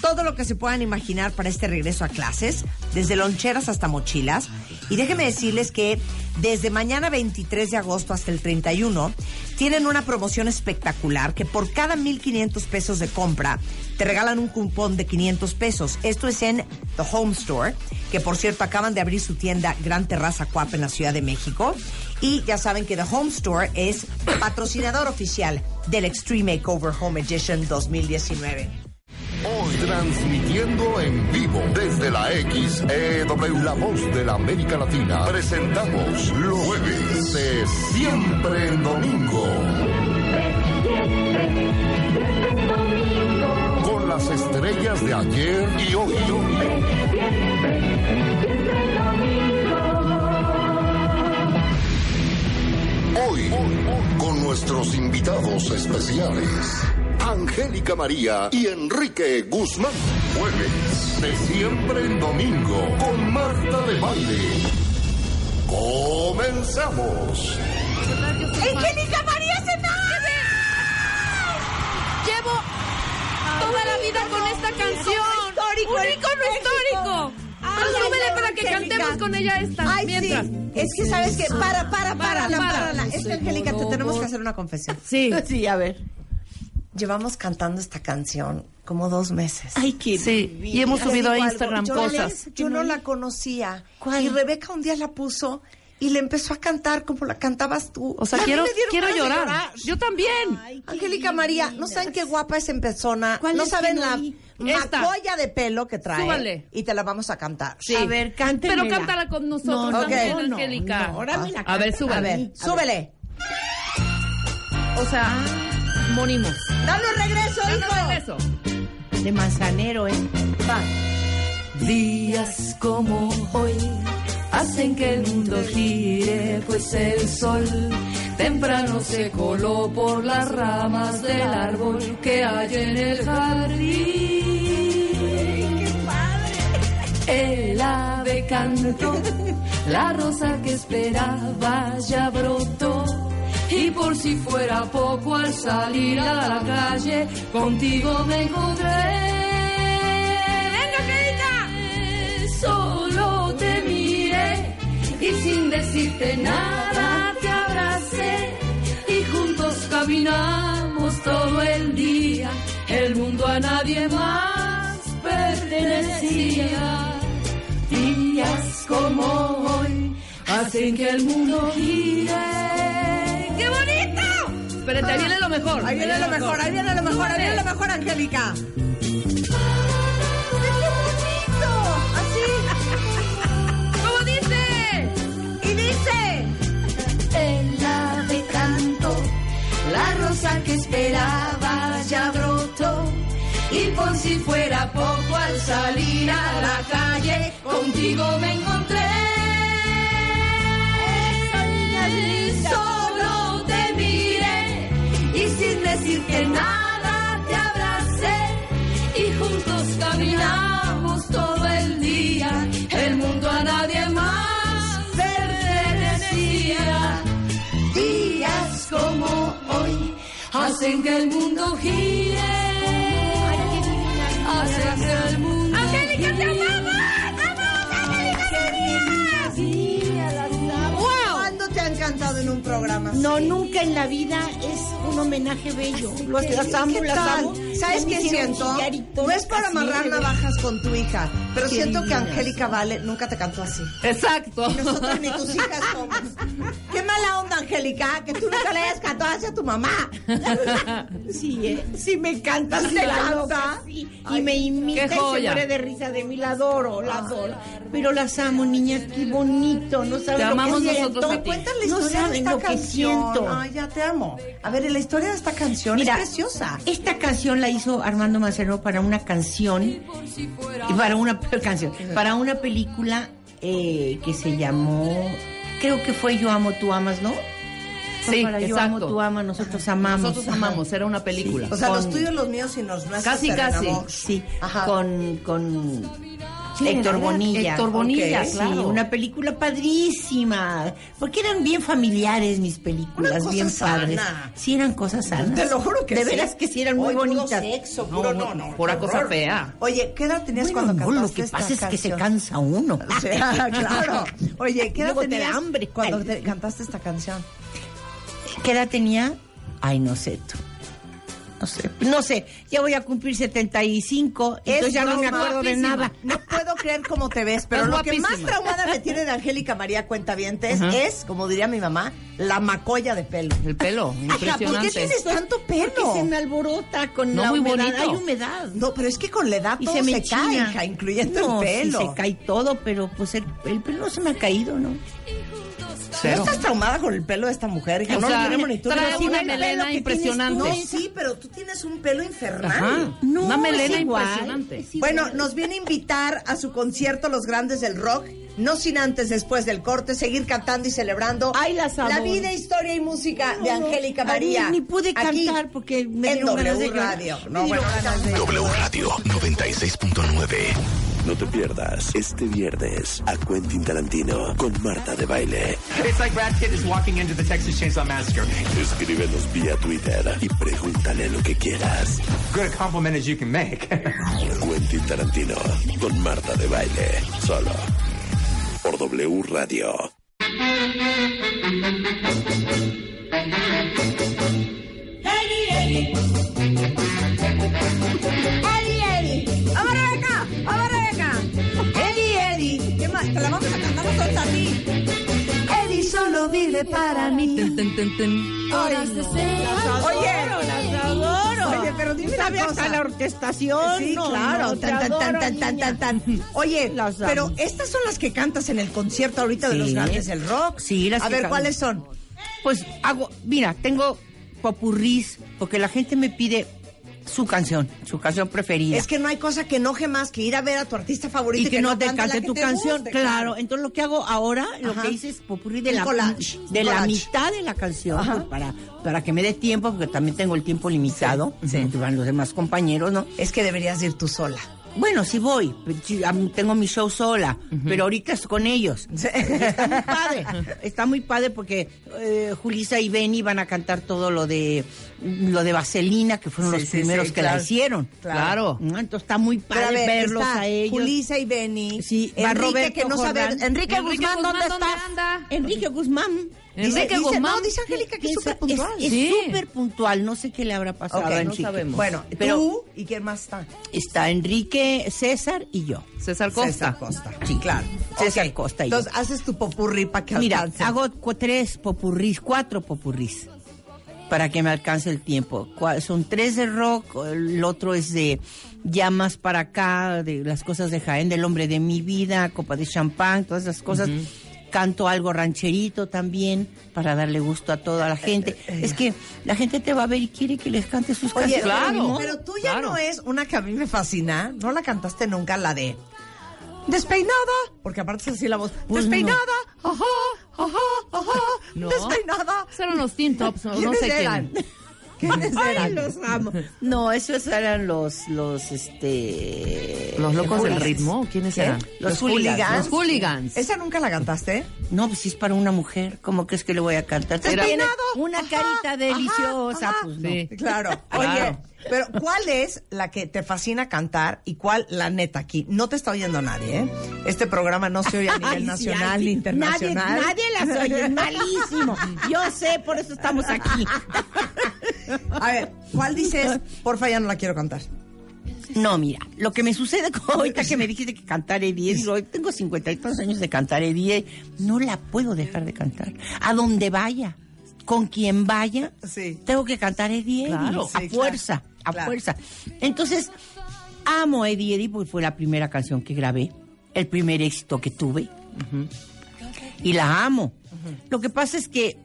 [SPEAKER 4] todo lo que se puedan imaginar para este regreso a clases, desde loncheras hasta mochilas. Y déjenme decirles que desde mañana 23 de agosto hasta el 31 tienen una promoción espectacular que por cada 1.500 pesos de compra te regalan un cupón de 500 pesos. Esto es en The Home Store, que por cierto acaban de abrir su tienda Gran Terraza Cuap en la Ciudad de México. Y ya saben que The Home Store es patrocinador oficial del Extreme Makeover Home Edition 2019.
[SPEAKER 17] Hoy transmitiendo en vivo desde la XEW, la voz de la América Latina, presentamos los jueves de siempre en domingo. Con las estrellas de ayer y hoy. Hoy, con nuestros invitados especiales, Angélica María y Enrique Guzmán. Jueves de siempre en domingo, con Marta de Baile. Comenzamos.
[SPEAKER 5] ¡Angélica María Senaz!
[SPEAKER 8] Llevo toda la vida con esta canción.
[SPEAKER 5] histórico
[SPEAKER 8] Un
[SPEAKER 5] en
[SPEAKER 8] ícono
[SPEAKER 5] México.
[SPEAKER 8] histórico.
[SPEAKER 5] Ay,
[SPEAKER 8] Pero
[SPEAKER 5] ay,
[SPEAKER 8] súbele
[SPEAKER 5] ay,
[SPEAKER 8] para que
[SPEAKER 5] Angélica.
[SPEAKER 8] cantemos con ella esta.
[SPEAKER 4] Ay,
[SPEAKER 8] mientras.
[SPEAKER 4] sí. Es que sabes que para, para,
[SPEAKER 8] Para,
[SPEAKER 4] para,
[SPEAKER 8] para.
[SPEAKER 4] para. Es que Angélica, te tenemos que hacer una confesión.
[SPEAKER 8] Sí.
[SPEAKER 4] Sí, a ver. Llevamos cantando esta canción como dos meses.
[SPEAKER 13] Ay, qué Sí, y hemos
[SPEAKER 4] Les
[SPEAKER 13] subido a
[SPEAKER 4] digo algo,
[SPEAKER 13] Instagram
[SPEAKER 4] yo
[SPEAKER 13] cosas.
[SPEAKER 4] la- yo no la conocía. Y Rebeca un día la puso y le empezó a cantar como la cantabas tú.
[SPEAKER 13] O sea,
[SPEAKER 4] Y a mí
[SPEAKER 13] quiero-
[SPEAKER 4] me dieron
[SPEAKER 13] quiero
[SPEAKER 4] ganas de
[SPEAKER 13] llorar. Yo también.
[SPEAKER 4] Angélica María, no saben qué guapa es en persona.
[SPEAKER 13] ¿Cuál
[SPEAKER 4] No
[SPEAKER 13] es que
[SPEAKER 4] saben
[SPEAKER 13] no
[SPEAKER 4] la
[SPEAKER 13] vi? Esta.
[SPEAKER 4] macolla de pelo que trae.
[SPEAKER 13] Súbale.
[SPEAKER 4] Y te la vamos a cantar.
[SPEAKER 13] Sí. A ver, cántemela.
[SPEAKER 8] Pero cántala con nosotros
[SPEAKER 4] No, no,
[SPEAKER 8] también,
[SPEAKER 4] no, no,
[SPEAKER 8] Angélica.
[SPEAKER 4] no, ahora me la
[SPEAKER 13] A ver, súbele.
[SPEAKER 4] A ver, súbele.
[SPEAKER 13] O sea, morimos.
[SPEAKER 4] ¡Danos regreso,
[SPEAKER 13] hijo!
[SPEAKER 5] De manzanero, ¿eh?
[SPEAKER 6] Días como hoy hacen que el mundo gire, pues el sol temprano se coló por las ramas del árbol que hay en el jardín. El ave cantó, la rosa que esperaba ya brotó. Y por si fuera poco al salir a la calle, contigo me encontré. Solo te miré y sin decirte nada te abracé y juntos caminamos todo el día. El mundo a nadie más pertenecía. Días como hoy hacen que el mundo gire.
[SPEAKER 8] ¡Qué bonito! Espérate, ahí viene lo mejor.
[SPEAKER 4] Ahí viene lo mejor, ahí viene lo mejor, ahí viene lo mejor, Angélica.
[SPEAKER 8] ¿Cómo dice?
[SPEAKER 4] Y dice.
[SPEAKER 6] El ave cantó, la rosa que esperaba ya brotó. Y por si fuera poco al salir a la calle, contigo me encontré. Solo te miré y sin decirte nada te abracé y juntos caminamos todo el día. El mundo a nadie más pertenecía. Días como hoy hacen que el mundo gire. Hacen que el mundo ¡Angélica, te
[SPEAKER 4] ¿Cuándo te han cantado en un programa?
[SPEAKER 18] No, nunca en la vida es un homenaje bello. Las,
[SPEAKER 4] que-
[SPEAKER 18] las amo,
[SPEAKER 4] ¿qué
[SPEAKER 18] las
[SPEAKER 4] tal?
[SPEAKER 18] amo.
[SPEAKER 4] ¿Sabes
[SPEAKER 18] Ya me
[SPEAKER 4] qué
[SPEAKER 18] hicieron
[SPEAKER 4] siento?
[SPEAKER 18] chillar y todo
[SPEAKER 4] No es para
[SPEAKER 18] así,
[SPEAKER 4] amarrar
[SPEAKER 18] de verdad.
[SPEAKER 4] navajas con tu hija, pero
[SPEAKER 18] Qué
[SPEAKER 4] siento que
[SPEAKER 18] divina.
[SPEAKER 4] Angélica Vale nunca te cantó así.
[SPEAKER 13] Exacto.
[SPEAKER 4] Y nosotros ni tus hijas somos. Qué mala onda, Angélica, que tú nunca le hayas cantado así a tu mamá.
[SPEAKER 18] Sí, eh, sí me encanta.
[SPEAKER 4] ¿Sí
[SPEAKER 18] sí
[SPEAKER 4] te
[SPEAKER 18] la adoro,
[SPEAKER 4] canta?
[SPEAKER 18] sí. Y
[SPEAKER 4] Ay,
[SPEAKER 18] me imita
[SPEAKER 4] qué
[SPEAKER 18] y se
[SPEAKER 4] joya.
[SPEAKER 18] muere de risa de mí. La adoro, la adoro. Pero las amo, niñas, qué bonito. No saben lo que siento.
[SPEAKER 4] Cuéntale la
[SPEAKER 18] No
[SPEAKER 4] historia de
[SPEAKER 18] saben
[SPEAKER 4] esta
[SPEAKER 18] lo que
[SPEAKER 4] canción.
[SPEAKER 18] siento.
[SPEAKER 4] Ay, ya te amo. A ver, la historia de esta canción
[SPEAKER 18] Mira,
[SPEAKER 4] es preciosa.
[SPEAKER 18] Esta canción la hizo Armando Manzanero para una canción y para una pe- canción, para una película eh, que se llamó, creo que fue Yo amo, tú amas, ¿no? Fue
[SPEAKER 13] Sí,
[SPEAKER 18] para Yo amo,
[SPEAKER 13] exacto.
[SPEAKER 18] tú amas, nosotros amamos.
[SPEAKER 13] Nosotros amamos, era una película.
[SPEAKER 4] O sea, los
[SPEAKER 18] Con-
[SPEAKER 4] tuyos, los míos y los nuestros.
[SPEAKER 18] Casi,
[SPEAKER 4] se
[SPEAKER 18] casi.
[SPEAKER 4] renovó.
[SPEAKER 18] Sí,
[SPEAKER 4] Ajá.
[SPEAKER 18] con, con
[SPEAKER 4] Sí,
[SPEAKER 18] Héctor
[SPEAKER 4] era
[SPEAKER 18] Bonilla.
[SPEAKER 4] Héctor Bonilla,
[SPEAKER 18] Ok. Sí,
[SPEAKER 4] claro.
[SPEAKER 18] una película padrísima. Porque eran bien familiares mis películas,
[SPEAKER 4] Una cosa
[SPEAKER 18] bien
[SPEAKER 4] sana.
[SPEAKER 18] padres. Sí, eran cosas sanas.
[SPEAKER 4] Te lo juro que
[SPEAKER 18] De
[SPEAKER 4] sí.
[SPEAKER 18] veras que sí eran muy
[SPEAKER 4] Hoy puro
[SPEAKER 18] bonitas.
[SPEAKER 4] sexo, puro no, no,
[SPEAKER 18] Pura
[SPEAKER 4] qué
[SPEAKER 18] cosa
[SPEAKER 4] horror.
[SPEAKER 18] fea.
[SPEAKER 4] Oye, ¿qué edad tenías
[SPEAKER 18] Bueno,
[SPEAKER 4] cuando
[SPEAKER 18] no,
[SPEAKER 4] cantaste
[SPEAKER 18] lo que
[SPEAKER 4] esta
[SPEAKER 18] pasa es que se
[SPEAKER 4] canción?
[SPEAKER 18] cansa uno.
[SPEAKER 4] Sí, claro. Oye, ¿qué edad
[SPEAKER 18] Luego te da
[SPEAKER 4] tenías
[SPEAKER 18] hambre.
[SPEAKER 4] cuando te cantaste esta canción?
[SPEAKER 18] ¿Qué edad tenía? Ay, no sé tú. No sé, no sé, ya voy a cumplir 75, entonces ya no me acuerdo de nada.
[SPEAKER 4] No puedo creer cómo te ves, pero
[SPEAKER 18] Es
[SPEAKER 4] lo que más
[SPEAKER 18] guapísima.
[SPEAKER 4] traumada me tiene de Angélica María Cuentavientes
[SPEAKER 13] Ajá.
[SPEAKER 4] es, como diría mi mamá, la macolla de pelo.
[SPEAKER 13] El pelo,
[SPEAKER 4] Ajá, ¿por qué
[SPEAKER 13] impresionante.
[SPEAKER 4] tienes tanto pelo?
[SPEAKER 18] Porque se me alborota con
[SPEAKER 4] No,
[SPEAKER 18] la
[SPEAKER 4] muy
[SPEAKER 18] humedad.
[SPEAKER 4] bonito.
[SPEAKER 18] Hay humedad.
[SPEAKER 4] No, pero es que con la edad
[SPEAKER 18] y
[SPEAKER 4] todo
[SPEAKER 18] se me
[SPEAKER 4] cae,
[SPEAKER 18] enchina.
[SPEAKER 4] hija, incluyendo
[SPEAKER 18] No,
[SPEAKER 4] el
[SPEAKER 18] sí,
[SPEAKER 4] pelo.
[SPEAKER 18] se cae todo, pero pues el, el pelo no se me ha caído, ¿no?
[SPEAKER 4] ¿No estás traumada con el pelo de esta mujer? hija?
[SPEAKER 18] O
[SPEAKER 4] no
[SPEAKER 18] sea,
[SPEAKER 4] lo tenemos ni tú.
[SPEAKER 18] trae
[SPEAKER 4] ni yo.
[SPEAKER 18] una
[SPEAKER 4] El pelo
[SPEAKER 18] melena
[SPEAKER 4] que tienes
[SPEAKER 18] impresionante.
[SPEAKER 4] tú. No, sí, pero tú tienes un pelo infernal.
[SPEAKER 18] Ajá. No, Una melena es igual, impresionante. es igual.
[SPEAKER 4] Bueno, nos viene a invitar a su concierto Los Grandes del Rock. No sin antes, después del corte, seguir cantando y celebrando
[SPEAKER 18] amo.
[SPEAKER 4] la vida, historia y música de
[SPEAKER 18] No, no,
[SPEAKER 4] Angélica
[SPEAKER 18] a
[SPEAKER 4] María.
[SPEAKER 18] mí ni pude
[SPEAKER 4] Aquí,
[SPEAKER 18] cantar porque me
[SPEAKER 4] en
[SPEAKER 18] dieron ganas de
[SPEAKER 4] W
[SPEAKER 18] llorar.
[SPEAKER 4] Radio.
[SPEAKER 18] Me
[SPEAKER 4] No,
[SPEAKER 18] dieron
[SPEAKER 4] bueno, ganas de-
[SPEAKER 11] W Radio 96.9.
[SPEAKER 1] No te pierdas
[SPEAKER 11] Este viernes a Quentin Tarantino con Marta de Baile.
[SPEAKER 12] It's like Brad Pitt is walking into the Texas Chainsaw Massacre.
[SPEAKER 11] Escríbenos vía Twitter y pregúntale lo que quieras.
[SPEAKER 12] Good a compliment as you can make.
[SPEAKER 11] Quentin Tarantino con Marta de Baile. Solo por W Radio.
[SPEAKER 4] Eddie, Eddie. ¡Ahora de acá! ¡Ahora de acá! Eddie, Eddie. ¿Qué más? Te la vamos a cantar nosotros a ti.
[SPEAKER 6] Eddie solo vive para mí. Horas de cena.
[SPEAKER 4] Oye, pero dime
[SPEAKER 18] Sabe
[SPEAKER 4] una
[SPEAKER 18] hasta
[SPEAKER 4] cosa.
[SPEAKER 18] la orquestación.
[SPEAKER 4] Sí,
[SPEAKER 18] no,
[SPEAKER 4] claro.
[SPEAKER 18] no, te
[SPEAKER 4] tan, tan,
[SPEAKER 18] adoro,
[SPEAKER 4] tan, tan, tan,
[SPEAKER 18] niña.
[SPEAKER 4] tan, tan. Oye,
[SPEAKER 18] Las amo.
[SPEAKER 4] pero estas son las que cantas en el concierto ahorita de los
[SPEAKER 18] Sí.
[SPEAKER 4] grandes del rock.
[SPEAKER 18] Sí, las
[SPEAKER 4] A
[SPEAKER 18] que
[SPEAKER 4] ver,
[SPEAKER 18] canto.
[SPEAKER 4] ¿cuáles son?
[SPEAKER 18] Pues hago, mira, tengo popurrís porque la gente me pide su canción, su canción preferida.
[SPEAKER 4] Es que no hay cosa que enoje más que ir a ver a tu artista favorito
[SPEAKER 18] y que, no te
[SPEAKER 4] cante la
[SPEAKER 18] cante
[SPEAKER 4] que
[SPEAKER 18] tu
[SPEAKER 4] te
[SPEAKER 18] canción,
[SPEAKER 4] guste,
[SPEAKER 18] claro. Entonces lo que hago ahora, lo
[SPEAKER 4] Ajá.
[SPEAKER 18] que hice es popurrí de
[SPEAKER 4] Un
[SPEAKER 18] la
[SPEAKER 4] collage, un
[SPEAKER 18] de la
[SPEAKER 4] collage.
[SPEAKER 18] mitad de la canción
[SPEAKER 4] Ajá.
[SPEAKER 18] pues, para para que me dé tiempo porque también tengo el tiempo limitado, porque van los demás compañeros, ¿no?
[SPEAKER 4] Es que deberías ir tú sola.
[SPEAKER 18] Bueno, sí voy, sí, am- tengo mi show sola, pero ahorita es con ellos. Está muy padre, está muy padre porque eh, Julisa y Benny van a cantar todo lo de lo de Vaselina, que fueron
[SPEAKER 13] Sí,
[SPEAKER 18] los
[SPEAKER 13] sí,
[SPEAKER 18] primeros
[SPEAKER 13] sí,
[SPEAKER 18] que
[SPEAKER 13] claro,
[SPEAKER 18] la hicieron.
[SPEAKER 13] claro.
[SPEAKER 18] ¿no? Entonces está muy
[SPEAKER 4] Pero
[SPEAKER 18] padre
[SPEAKER 4] a ver,
[SPEAKER 18] verlos
[SPEAKER 4] está
[SPEAKER 18] a ellos.
[SPEAKER 4] Julisa y Benny.
[SPEAKER 18] Sí, va
[SPEAKER 4] Enrique,
[SPEAKER 18] Roberto
[SPEAKER 4] que no sabe.
[SPEAKER 18] Jordán.
[SPEAKER 4] Enrique,
[SPEAKER 18] Enrique
[SPEAKER 4] Guzmán,
[SPEAKER 18] Guzmán,
[SPEAKER 4] ¿dónde,
[SPEAKER 18] ¿dónde
[SPEAKER 4] está?
[SPEAKER 18] anda? Enrique Guzmán.
[SPEAKER 4] Dice- dice- no, dice Angélica que es
[SPEAKER 18] Piensa-
[SPEAKER 4] súper puntual.
[SPEAKER 18] Es
[SPEAKER 4] Sí.
[SPEAKER 18] súper puntual, no sé qué le habrá pasado
[SPEAKER 4] Ok,
[SPEAKER 18] a
[SPEAKER 4] no
[SPEAKER 18] Enrique.
[SPEAKER 4] sabemos. Bueno, tú y quién más está.
[SPEAKER 18] Está Enrique, César y yo.
[SPEAKER 13] César
[SPEAKER 18] Costa.
[SPEAKER 4] César Costa.
[SPEAKER 18] Sí, claro. César Costa y yo.
[SPEAKER 4] Entonces haces tu popurrí para que
[SPEAKER 18] Mira,
[SPEAKER 4] alcance.
[SPEAKER 18] hago cu- tres popurrís, cuatro popurrís para que me alcance el tiempo. Cua- Son tres de rock, el otro es de llamas para acá, de las cosas de Jaén, del hombre de mi vida, copa de champán, todas esas cosas. Canto algo rancherito también para darle gusto a toda
[SPEAKER 4] Eh,
[SPEAKER 18] la gente. Es que la gente te va a ver y quiere que les cante sus
[SPEAKER 4] Oye,
[SPEAKER 18] canciones.
[SPEAKER 4] claro,
[SPEAKER 18] ¿no?
[SPEAKER 4] pero tú ya
[SPEAKER 18] Claro.
[SPEAKER 4] no es una que a mí me fascina. No la cantaste nunca, la de despeinada, porque aparte es así la voz.
[SPEAKER 18] Pues
[SPEAKER 4] despeinada, ajá, ajá, ajá, despeinada.
[SPEAKER 13] Eran los Teen Tops, no, no
[SPEAKER 18] ¿Quiénes
[SPEAKER 13] sé
[SPEAKER 18] eran?
[SPEAKER 13] quién.
[SPEAKER 4] ¿Quiénes
[SPEAKER 18] Ay,
[SPEAKER 4] eran?
[SPEAKER 18] los amo. No, esos eran los, los, este...
[SPEAKER 13] ¿Los locos del
[SPEAKER 18] hooligans.
[SPEAKER 13] ritmo? ¿Quiénes
[SPEAKER 18] ¿Qué?
[SPEAKER 13] eran?
[SPEAKER 18] ¿Eh? Los, hooligans.
[SPEAKER 13] Los hooligans.
[SPEAKER 4] ¿Esa nunca la cantaste?
[SPEAKER 18] No, pues si es para una mujer, ¿cómo crees que le voy a cantar?
[SPEAKER 4] Despeinado,
[SPEAKER 18] Tiene una
[SPEAKER 4] ajá,
[SPEAKER 18] carita deliciosa,
[SPEAKER 4] ajá,
[SPEAKER 18] pues no.
[SPEAKER 13] Sí.
[SPEAKER 4] Claro. Oye,
[SPEAKER 13] Claro.
[SPEAKER 4] pero ¿cuál es la que te fascina cantar y cuál la neta aquí? No te está oyendo nadie, ¿eh? Este programa no se oye a
[SPEAKER 18] Ay,
[SPEAKER 4] nivel
[SPEAKER 18] sí,
[SPEAKER 4] nacional
[SPEAKER 18] ay, sí.
[SPEAKER 4] ni internacional.
[SPEAKER 18] Nadie, nadie las oye, malísimo. Yo sé, por eso estamos aquí.
[SPEAKER 4] A ver, ¿cuál dices? Porfa, ya no la quiero cantar.
[SPEAKER 18] No, mira, lo que me sucede con ahorita que me dijiste que cantaré 10, digo, "Ay, tengo 53 años de cantaré 10, no la puedo dejar de cantar. A donde vaya, con quien vaya, tengo que cantar Eddie Eddy,
[SPEAKER 13] Claro.
[SPEAKER 18] a
[SPEAKER 13] Sí, claro.
[SPEAKER 18] fuerza, a
[SPEAKER 13] Claro.
[SPEAKER 18] fuerza. Entonces, amo a Eddie Eddy porque fue la primera canción que grabé, el primer éxito que tuve, y la amo. Lo que pasa es que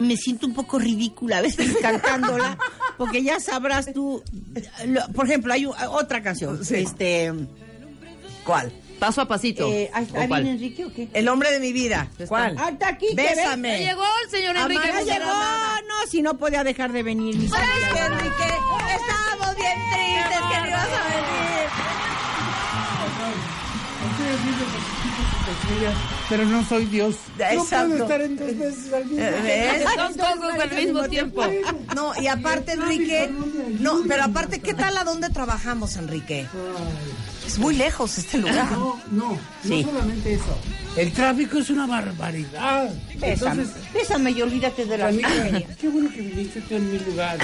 [SPEAKER 18] me siento un poco ridícula a veces cantándola, porque ya sabrás tú. lo- por ejemplo, hay u- otra canción. Este,
[SPEAKER 4] ¿Cuál?
[SPEAKER 13] Paso a pasito.
[SPEAKER 18] Eh, ahí-
[SPEAKER 13] ¿O
[SPEAKER 18] ahí
[SPEAKER 13] cuál?
[SPEAKER 18] viene Enrique o qué?
[SPEAKER 4] El hombre de mi vida.
[SPEAKER 18] ¿Cuál? Hasta aquí. que
[SPEAKER 4] Bésame.
[SPEAKER 18] ven.
[SPEAKER 4] Ya llegó el señor
[SPEAKER 18] Amada
[SPEAKER 4] Enrique Guzmán.
[SPEAKER 18] llegó. No, si no podía dejar de venir. mis amigas.
[SPEAKER 4] Enrique, estábamos bien tristes que no ibas a venir.
[SPEAKER 19] Pero no soy Dios.
[SPEAKER 4] Exacto. Eh,
[SPEAKER 19] No puedo estar en dos veces al mismo tiempo.
[SPEAKER 4] ¿Ves?
[SPEAKER 19] Dos cosas al mismo tiempo.
[SPEAKER 4] No, y aparte, Enrique. No, pero aparte, ¿qué tal a dónde trabajamos, Enrique? Es muy lejos este lugar.
[SPEAKER 19] No, no,
[SPEAKER 4] Sí.
[SPEAKER 19] no solamente eso. El tráfico es una barbaridad.
[SPEAKER 18] Bésame, bésame y olvídate de la
[SPEAKER 19] Amiga,
[SPEAKER 18] miseria.
[SPEAKER 19] Qué bueno que viniste tú en mi lugar.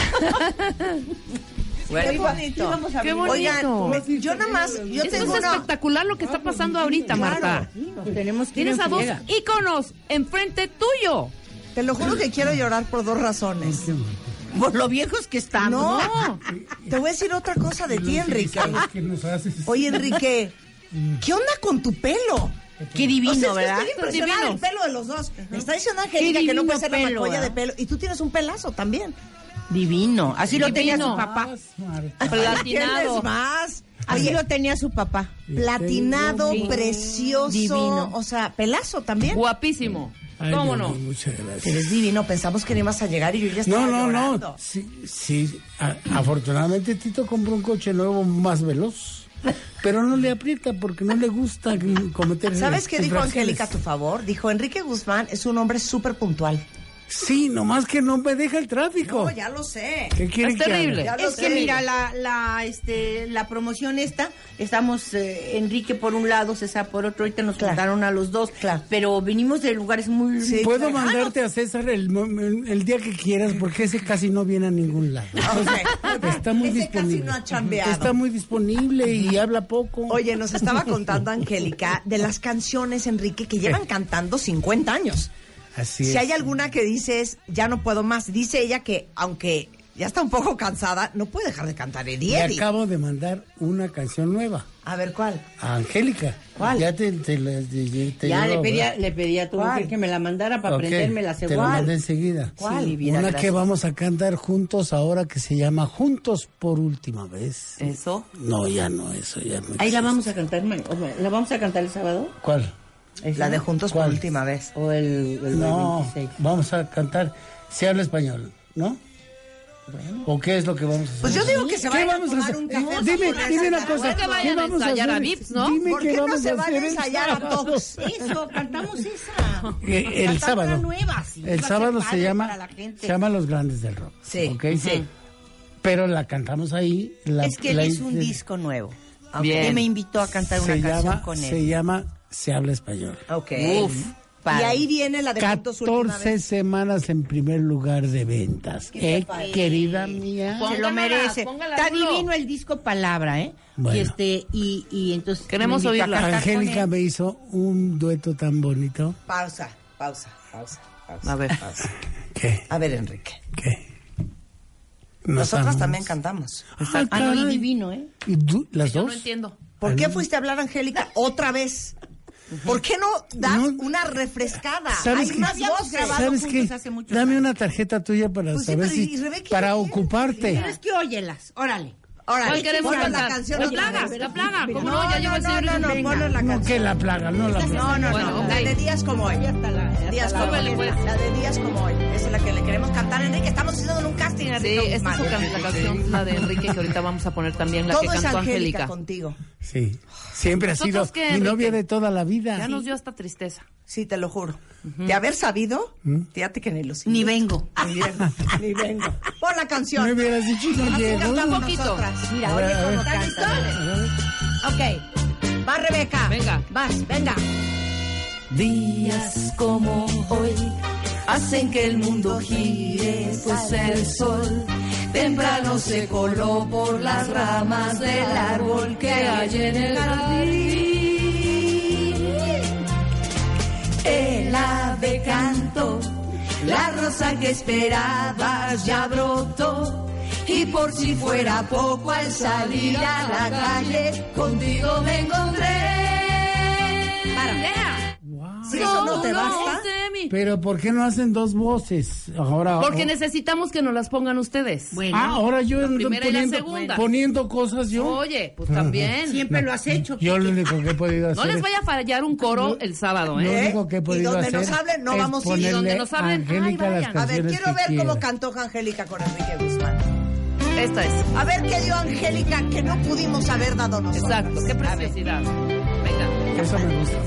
[SPEAKER 4] Qué bonito.
[SPEAKER 19] íbamos a
[SPEAKER 13] Qué
[SPEAKER 19] abrir.
[SPEAKER 13] bonito.
[SPEAKER 4] Oigan, yo nada más, yo
[SPEAKER 13] Esto
[SPEAKER 4] tengo
[SPEAKER 13] es
[SPEAKER 4] una-
[SPEAKER 13] espectacular lo que está pasando ahorita,
[SPEAKER 4] Claro.
[SPEAKER 13] Marta.
[SPEAKER 4] tenemos que ir
[SPEAKER 13] Tienes
[SPEAKER 4] en
[SPEAKER 13] a dos
[SPEAKER 4] friega.
[SPEAKER 13] íconos enfrente tuyo.
[SPEAKER 4] Te lo juro que quiero llorar por dos razones.
[SPEAKER 18] Por lo viejos que
[SPEAKER 4] No, te voy a decir otra cosa de ti, Enrique.
[SPEAKER 19] ¿Qué nos haces?
[SPEAKER 4] Oye, Enrique, ¿qué onda con tu pelo?
[SPEAKER 18] Qué divino,
[SPEAKER 4] O sea, es que
[SPEAKER 18] ¿verdad?
[SPEAKER 4] Estoy impresionada
[SPEAKER 18] Divino.
[SPEAKER 4] del pelo de los dos. Me está diciendo
[SPEAKER 18] Qué
[SPEAKER 4] Angélica que no
[SPEAKER 18] divino
[SPEAKER 4] puede ser una
[SPEAKER 18] pelo,
[SPEAKER 4] macolla de
[SPEAKER 18] ¿verdad?
[SPEAKER 4] pelo. Y tú tienes un pelazo también.
[SPEAKER 18] Divino. Así lo tenía
[SPEAKER 4] Divino.
[SPEAKER 18] su
[SPEAKER 15] Ah,
[SPEAKER 18] papá.
[SPEAKER 4] ¿Tienes más?
[SPEAKER 18] Así lo tenía su papá.
[SPEAKER 4] Platinado,
[SPEAKER 18] Sí.
[SPEAKER 4] precioso.
[SPEAKER 18] Divino.
[SPEAKER 4] O sea, pelazo también.
[SPEAKER 13] Guapísimo.
[SPEAKER 19] Ay,
[SPEAKER 4] ¿Cómo
[SPEAKER 19] Dios
[SPEAKER 4] no?
[SPEAKER 19] mío, Muchas
[SPEAKER 4] Pero es
[SPEAKER 19] gracias.
[SPEAKER 4] divino. Pensamos que no ibas a llegar y yo ya
[SPEAKER 19] No,
[SPEAKER 4] estaba
[SPEAKER 19] no,
[SPEAKER 4] llorando.
[SPEAKER 19] no. Sí, sí. A- afortunadamente Tito compró un coche nuevo más veloz. Pero no le aprieta porque no le gusta cometer
[SPEAKER 4] ¿Sabes qué dijo
[SPEAKER 19] infracciones.
[SPEAKER 4] Angélica a tu favor? Dijo, Enrique Guzmán es un hombre súper puntual.
[SPEAKER 19] Sí, nomás que no me deja el tráfico.
[SPEAKER 4] No, ya lo sé.
[SPEAKER 19] ¿Qué quiere Es que haga? terrible. Ya lo
[SPEAKER 18] Es que
[SPEAKER 19] sé.
[SPEAKER 18] mira, la, la, este, la promoción esta, estamos eh, Enrique por un lado, César por otro, ahorita nos juntaron a los dos, pero venimos de lugares muy... muy
[SPEAKER 19] Puedo
[SPEAKER 4] Ah,
[SPEAKER 18] lejanos.
[SPEAKER 19] mandarte a César el, mom- el día que quieras porque ese casi no viene a ningún lado. Está muy disponible.
[SPEAKER 4] Ah, no ha chambeado.
[SPEAKER 19] Está muy disponible y habla poco.
[SPEAKER 4] Oye, nos estaba contando Angélica de las canciones, Enrique, que llevan cantando 50 años.
[SPEAKER 19] Así
[SPEAKER 4] si
[SPEAKER 19] es.
[SPEAKER 4] hay alguna que dices, ya no puedo más, dice ella que, aunque ya está un poco cansada, no puede dejar de cantar ¿eh? Eddie.
[SPEAKER 19] Le
[SPEAKER 4] Eddy.
[SPEAKER 19] acabo de mandar una canción nueva.
[SPEAKER 4] A ver, ¿cuál?
[SPEAKER 19] A Angélica. ¿Cuál? Ya te, te la- te- te
[SPEAKER 18] ya
[SPEAKER 19] llegó,
[SPEAKER 18] le pedí, a-
[SPEAKER 19] ¿verdad?
[SPEAKER 18] le pedí a tu
[SPEAKER 19] ¿Cuál?
[SPEAKER 18] mujer que me la mandara para
[SPEAKER 19] Ok,
[SPEAKER 18] aprenderme la
[SPEAKER 19] Te la
[SPEAKER 18] segunda.
[SPEAKER 19] mandé enseguida.
[SPEAKER 18] ¿Cuál?
[SPEAKER 19] Sí,
[SPEAKER 18] mi vida,
[SPEAKER 19] una
[SPEAKER 18] gracias.
[SPEAKER 19] que vamos a cantar juntos ahora que se llama Juntos por última vez.
[SPEAKER 18] ¿Eso?
[SPEAKER 19] No, ya no, eso ya no.
[SPEAKER 18] Ahí la vamos a cantar, man- o sea, ¿la vamos a cantar el sábado?
[SPEAKER 19] ¿Cuál?
[SPEAKER 4] La de Juntos por última vez.
[SPEAKER 18] O el, el
[SPEAKER 19] No, vamos a cantar. Se habla español, ¿no? ¿O qué es lo que vamos a hacer?
[SPEAKER 4] Pues yo digo que se
[SPEAKER 19] ¿Qué
[SPEAKER 4] vayan a
[SPEAKER 19] vamos
[SPEAKER 4] tomar
[SPEAKER 19] hacer?
[SPEAKER 4] un café.
[SPEAKER 19] Dime,
[SPEAKER 4] Vamos a
[SPEAKER 19] dime una
[SPEAKER 4] rezar.
[SPEAKER 19] cosa.
[SPEAKER 4] No se
[SPEAKER 19] ¿Qué
[SPEAKER 4] vayan a
[SPEAKER 19] vamos a
[SPEAKER 4] ensayar
[SPEAKER 19] hacer?
[SPEAKER 4] a Vips, ¿no?
[SPEAKER 19] Dime
[SPEAKER 4] ¿Por
[SPEAKER 19] qué,
[SPEAKER 4] qué no
[SPEAKER 19] vamos
[SPEAKER 4] se
[SPEAKER 19] a
[SPEAKER 4] van a
[SPEAKER 19] hacer el
[SPEAKER 4] ensayar a
[SPEAKER 19] sábado.
[SPEAKER 4] todos?
[SPEAKER 18] Eso, cantamos esa.
[SPEAKER 19] Eh, El
[SPEAKER 18] Cantamos una
[SPEAKER 19] sábado.
[SPEAKER 18] nueva, sí,
[SPEAKER 19] el
[SPEAKER 18] va a
[SPEAKER 19] sábado
[SPEAKER 18] ser
[SPEAKER 19] se
[SPEAKER 18] padre para
[SPEAKER 19] llama,
[SPEAKER 18] la gente.
[SPEAKER 19] se llama Los Grandes del Rock. Sí. Pero la cantamos ahí. la-
[SPEAKER 18] es que él
[SPEAKER 19] la-
[SPEAKER 18] hizo un
[SPEAKER 19] la-
[SPEAKER 18] disco nuevo.
[SPEAKER 19] Bien.
[SPEAKER 18] Él me invitó a cantar una
[SPEAKER 19] se
[SPEAKER 18] canción
[SPEAKER 19] llama-
[SPEAKER 18] con
[SPEAKER 19] Se
[SPEAKER 18] él.
[SPEAKER 19] llama Se habla español.
[SPEAKER 4] Ok.
[SPEAKER 18] Uf, padre.
[SPEAKER 4] y ahí viene la de Juntos última
[SPEAKER 19] 14
[SPEAKER 4] vez.
[SPEAKER 19] semanas en primer lugar de ventas. Eh, querida mía.
[SPEAKER 18] Se lo merece. Está divino el disco Palabra, ¿eh?
[SPEAKER 19] Bueno.
[SPEAKER 18] Y este y, y entonces me invitó a
[SPEAKER 19] oírla.
[SPEAKER 18] cantar con
[SPEAKER 19] Angélica
[SPEAKER 18] él.
[SPEAKER 19] me hizo un dueto tan bonito.
[SPEAKER 4] Pausa, pausa, pausa, pausa.
[SPEAKER 19] A ver.
[SPEAKER 4] pausa.
[SPEAKER 19] ¿Qué?
[SPEAKER 4] A ver, Enrique.
[SPEAKER 19] ¿Qué?
[SPEAKER 4] Nosotras también cantamos.
[SPEAKER 19] Ah,
[SPEAKER 18] Ah, no, y
[SPEAKER 19] caray.
[SPEAKER 18] divino, ¿eh?
[SPEAKER 19] ¿Y tú- ¿Las dos?
[SPEAKER 18] entiendo.
[SPEAKER 4] ¿Por qué fuiste a hablar, Angélica, otra vez? ¿Por qué no das una refrescada?
[SPEAKER 19] ¿Sabes
[SPEAKER 4] Hay
[SPEAKER 19] qué?
[SPEAKER 4] más voces.
[SPEAKER 19] ¿Sabes qué? Dame una tarjeta tuya para
[SPEAKER 4] Pues sí,
[SPEAKER 19] saber
[SPEAKER 4] pero ¿y
[SPEAKER 19] si.
[SPEAKER 4] Rebeca
[SPEAKER 19] Para ocuparte.
[SPEAKER 18] Pero es que óyelas, órale.
[SPEAKER 4] Órale,
[SPEAKER 18] Hoy queremos
[SPEAKER 4] ponla
[SPEAKER 18] cantar.
[SPEAKER 4] la canción
[SPEAKER 18] La
[SPEAKER 4] otra
[SPEAKER 18] plaga,
[SPEAKER 4] vez.
[SPEAKER 18] la plaga, ¿cómo
[SPEAKER 4] no,
[SPEAKER 18] no? Ya llegó el señor
[SPEAKER 4] No, no, no,
[SPEAKER 18] Luis Venga.
[SPEAKER 4] ponla la
[SPEAKER 19] No,
[SPEAKER 4] canción.
[SPEAKER 19] que la plaga, no la plaga.
[SPEAKER 4] No, no, no. La de días como hoy. Días
[SPEAKER 19] la
[SPEAKER 4] como
[SPEAKER 19] vale,
[SPEAKER 4] hoy.
[SPEAKER 19] pues.
[SPEAKER 4] La de días como hoy. Esa es la que le queremos cantar, Enrique. Estamos haciendo un casting,
[SPEAKER 13] Sí,
[SPEAKER 4] Enrique.
[SPEAKER 13] esta es su
[SPEAKER 4] Guzmán.
[SPEAKER 13] can- la canción, la de Enrique, que ahorita vamos a poner también, la
[SPEAKER 4] Todo
[SPEAKER 13] que
[SPEAKER 4] es
[SPEAKER 13] cantó
[SPEAKER 4] Angélica
[SPEAKER 13] Angélica.
[SPEAKER 4] contigo.
[SPEAKER 19] Sí. Siempre ha sido
[SPEAKER 13] ¿Nosotros qué,
[SPEAKER 19] mi
[SPEAKER 13] Enrique?
[SPEAKER 19] novia de toda la vida.
[SPEAKER 13] Ya nos dio hasta tristeza.
[SPEAKER 4] Sí, te lo juro. De haber sabido,
[SPEAKER 19] ¿Mm?
[SPEAKER 4] fíjate que ni los
[SPEAKER 18] Ni vengo.
[SPEAKER 4] Ni vengo. Ni vengo. Pon la canción.
[SPEAKER 19] Me hubieras dicho no
[SPEAKER 4] Así
[SPEAKER 19] llego.
[SPEAKER 4] cantamos
[SPEAKER 19] Un poquito.
[SPEAKER 4] nosotras. Mira,
[SPEAKER 19] A ver,
[SPEAKER 4] oye
[SPEAKER 19] a
[SPEAKER 4] cómo
[SPEAKER 19] ver.
[SPEAKER 4] canta. Ok. Va, Rebeca. Venga. Vas, venga.
[SPEAKER 6] Días como hoy hacen que el mundo gire, pues el sol temprano se coló por las ramas del árbol que hay en el jardín. El ave cantó, la rosa que esperabas ya brotó. Y por si fuera poco al salir a la calle, contigo me encontré.
[SPEAKER 4] Si eso no te basta.
[SPEAKER 19] Pero ¿por qué no hacen dos voces? Ahora
[SPEAKER 13] Porque necesitamos que nos las pongan ustedes. Bueno,
[SPEAKER 19] Ah, ahora yo
[SPEAKER 13] la
[SPEAKER 19] ando
[SPEAKER 13] primera y la
[SPEAKER 19] poniendo,
[SPEAKER 13] segunda.
[SPEAKER 19] poniendo cosas yo.
[SPEAKER 13] Oye, pues también.
[SPEAKER 19] No, Yo lo único que he podido hacer.
[SPEAKER 13] No les vaya a fallar un coro el sábado, ¿eh?
[SPEAKER 19] Lo único que he podido
[SPEAKER 4] donde
[SPEAKER 19] hacer
[SPEAKER 4] nos hablen, no
[SPEAKER 19] es
[SPEAKER 4] vamos a ir.
[SPEAKER 19] ponerle
[SPEAKER 4] Y donde nos hablen,
[SPEAKER 19] a Angélica
[SPEAKER 4] ay,
[SPEAKER 19] las
[SPEAKER 4] vayan. A ver,
[SPEAKER 19] canciones
[SPEAKER 4] quiero
[SPEAKER 19] que
[SPEAKER 4] ver cómo
[SPEAKER 19] quiera.
[SPEAKER 4] cantó Angélica con Enrique Guzmán.
[SPEAKER 13] Esta es.
[SPEAKER 4] A ver qué dio Angélica que no pudimos haber dado nosotros.
[SPEAKER 13] Exacto, qué preciosidad. Venga.
[SPEAKER 19] Eso me gusta.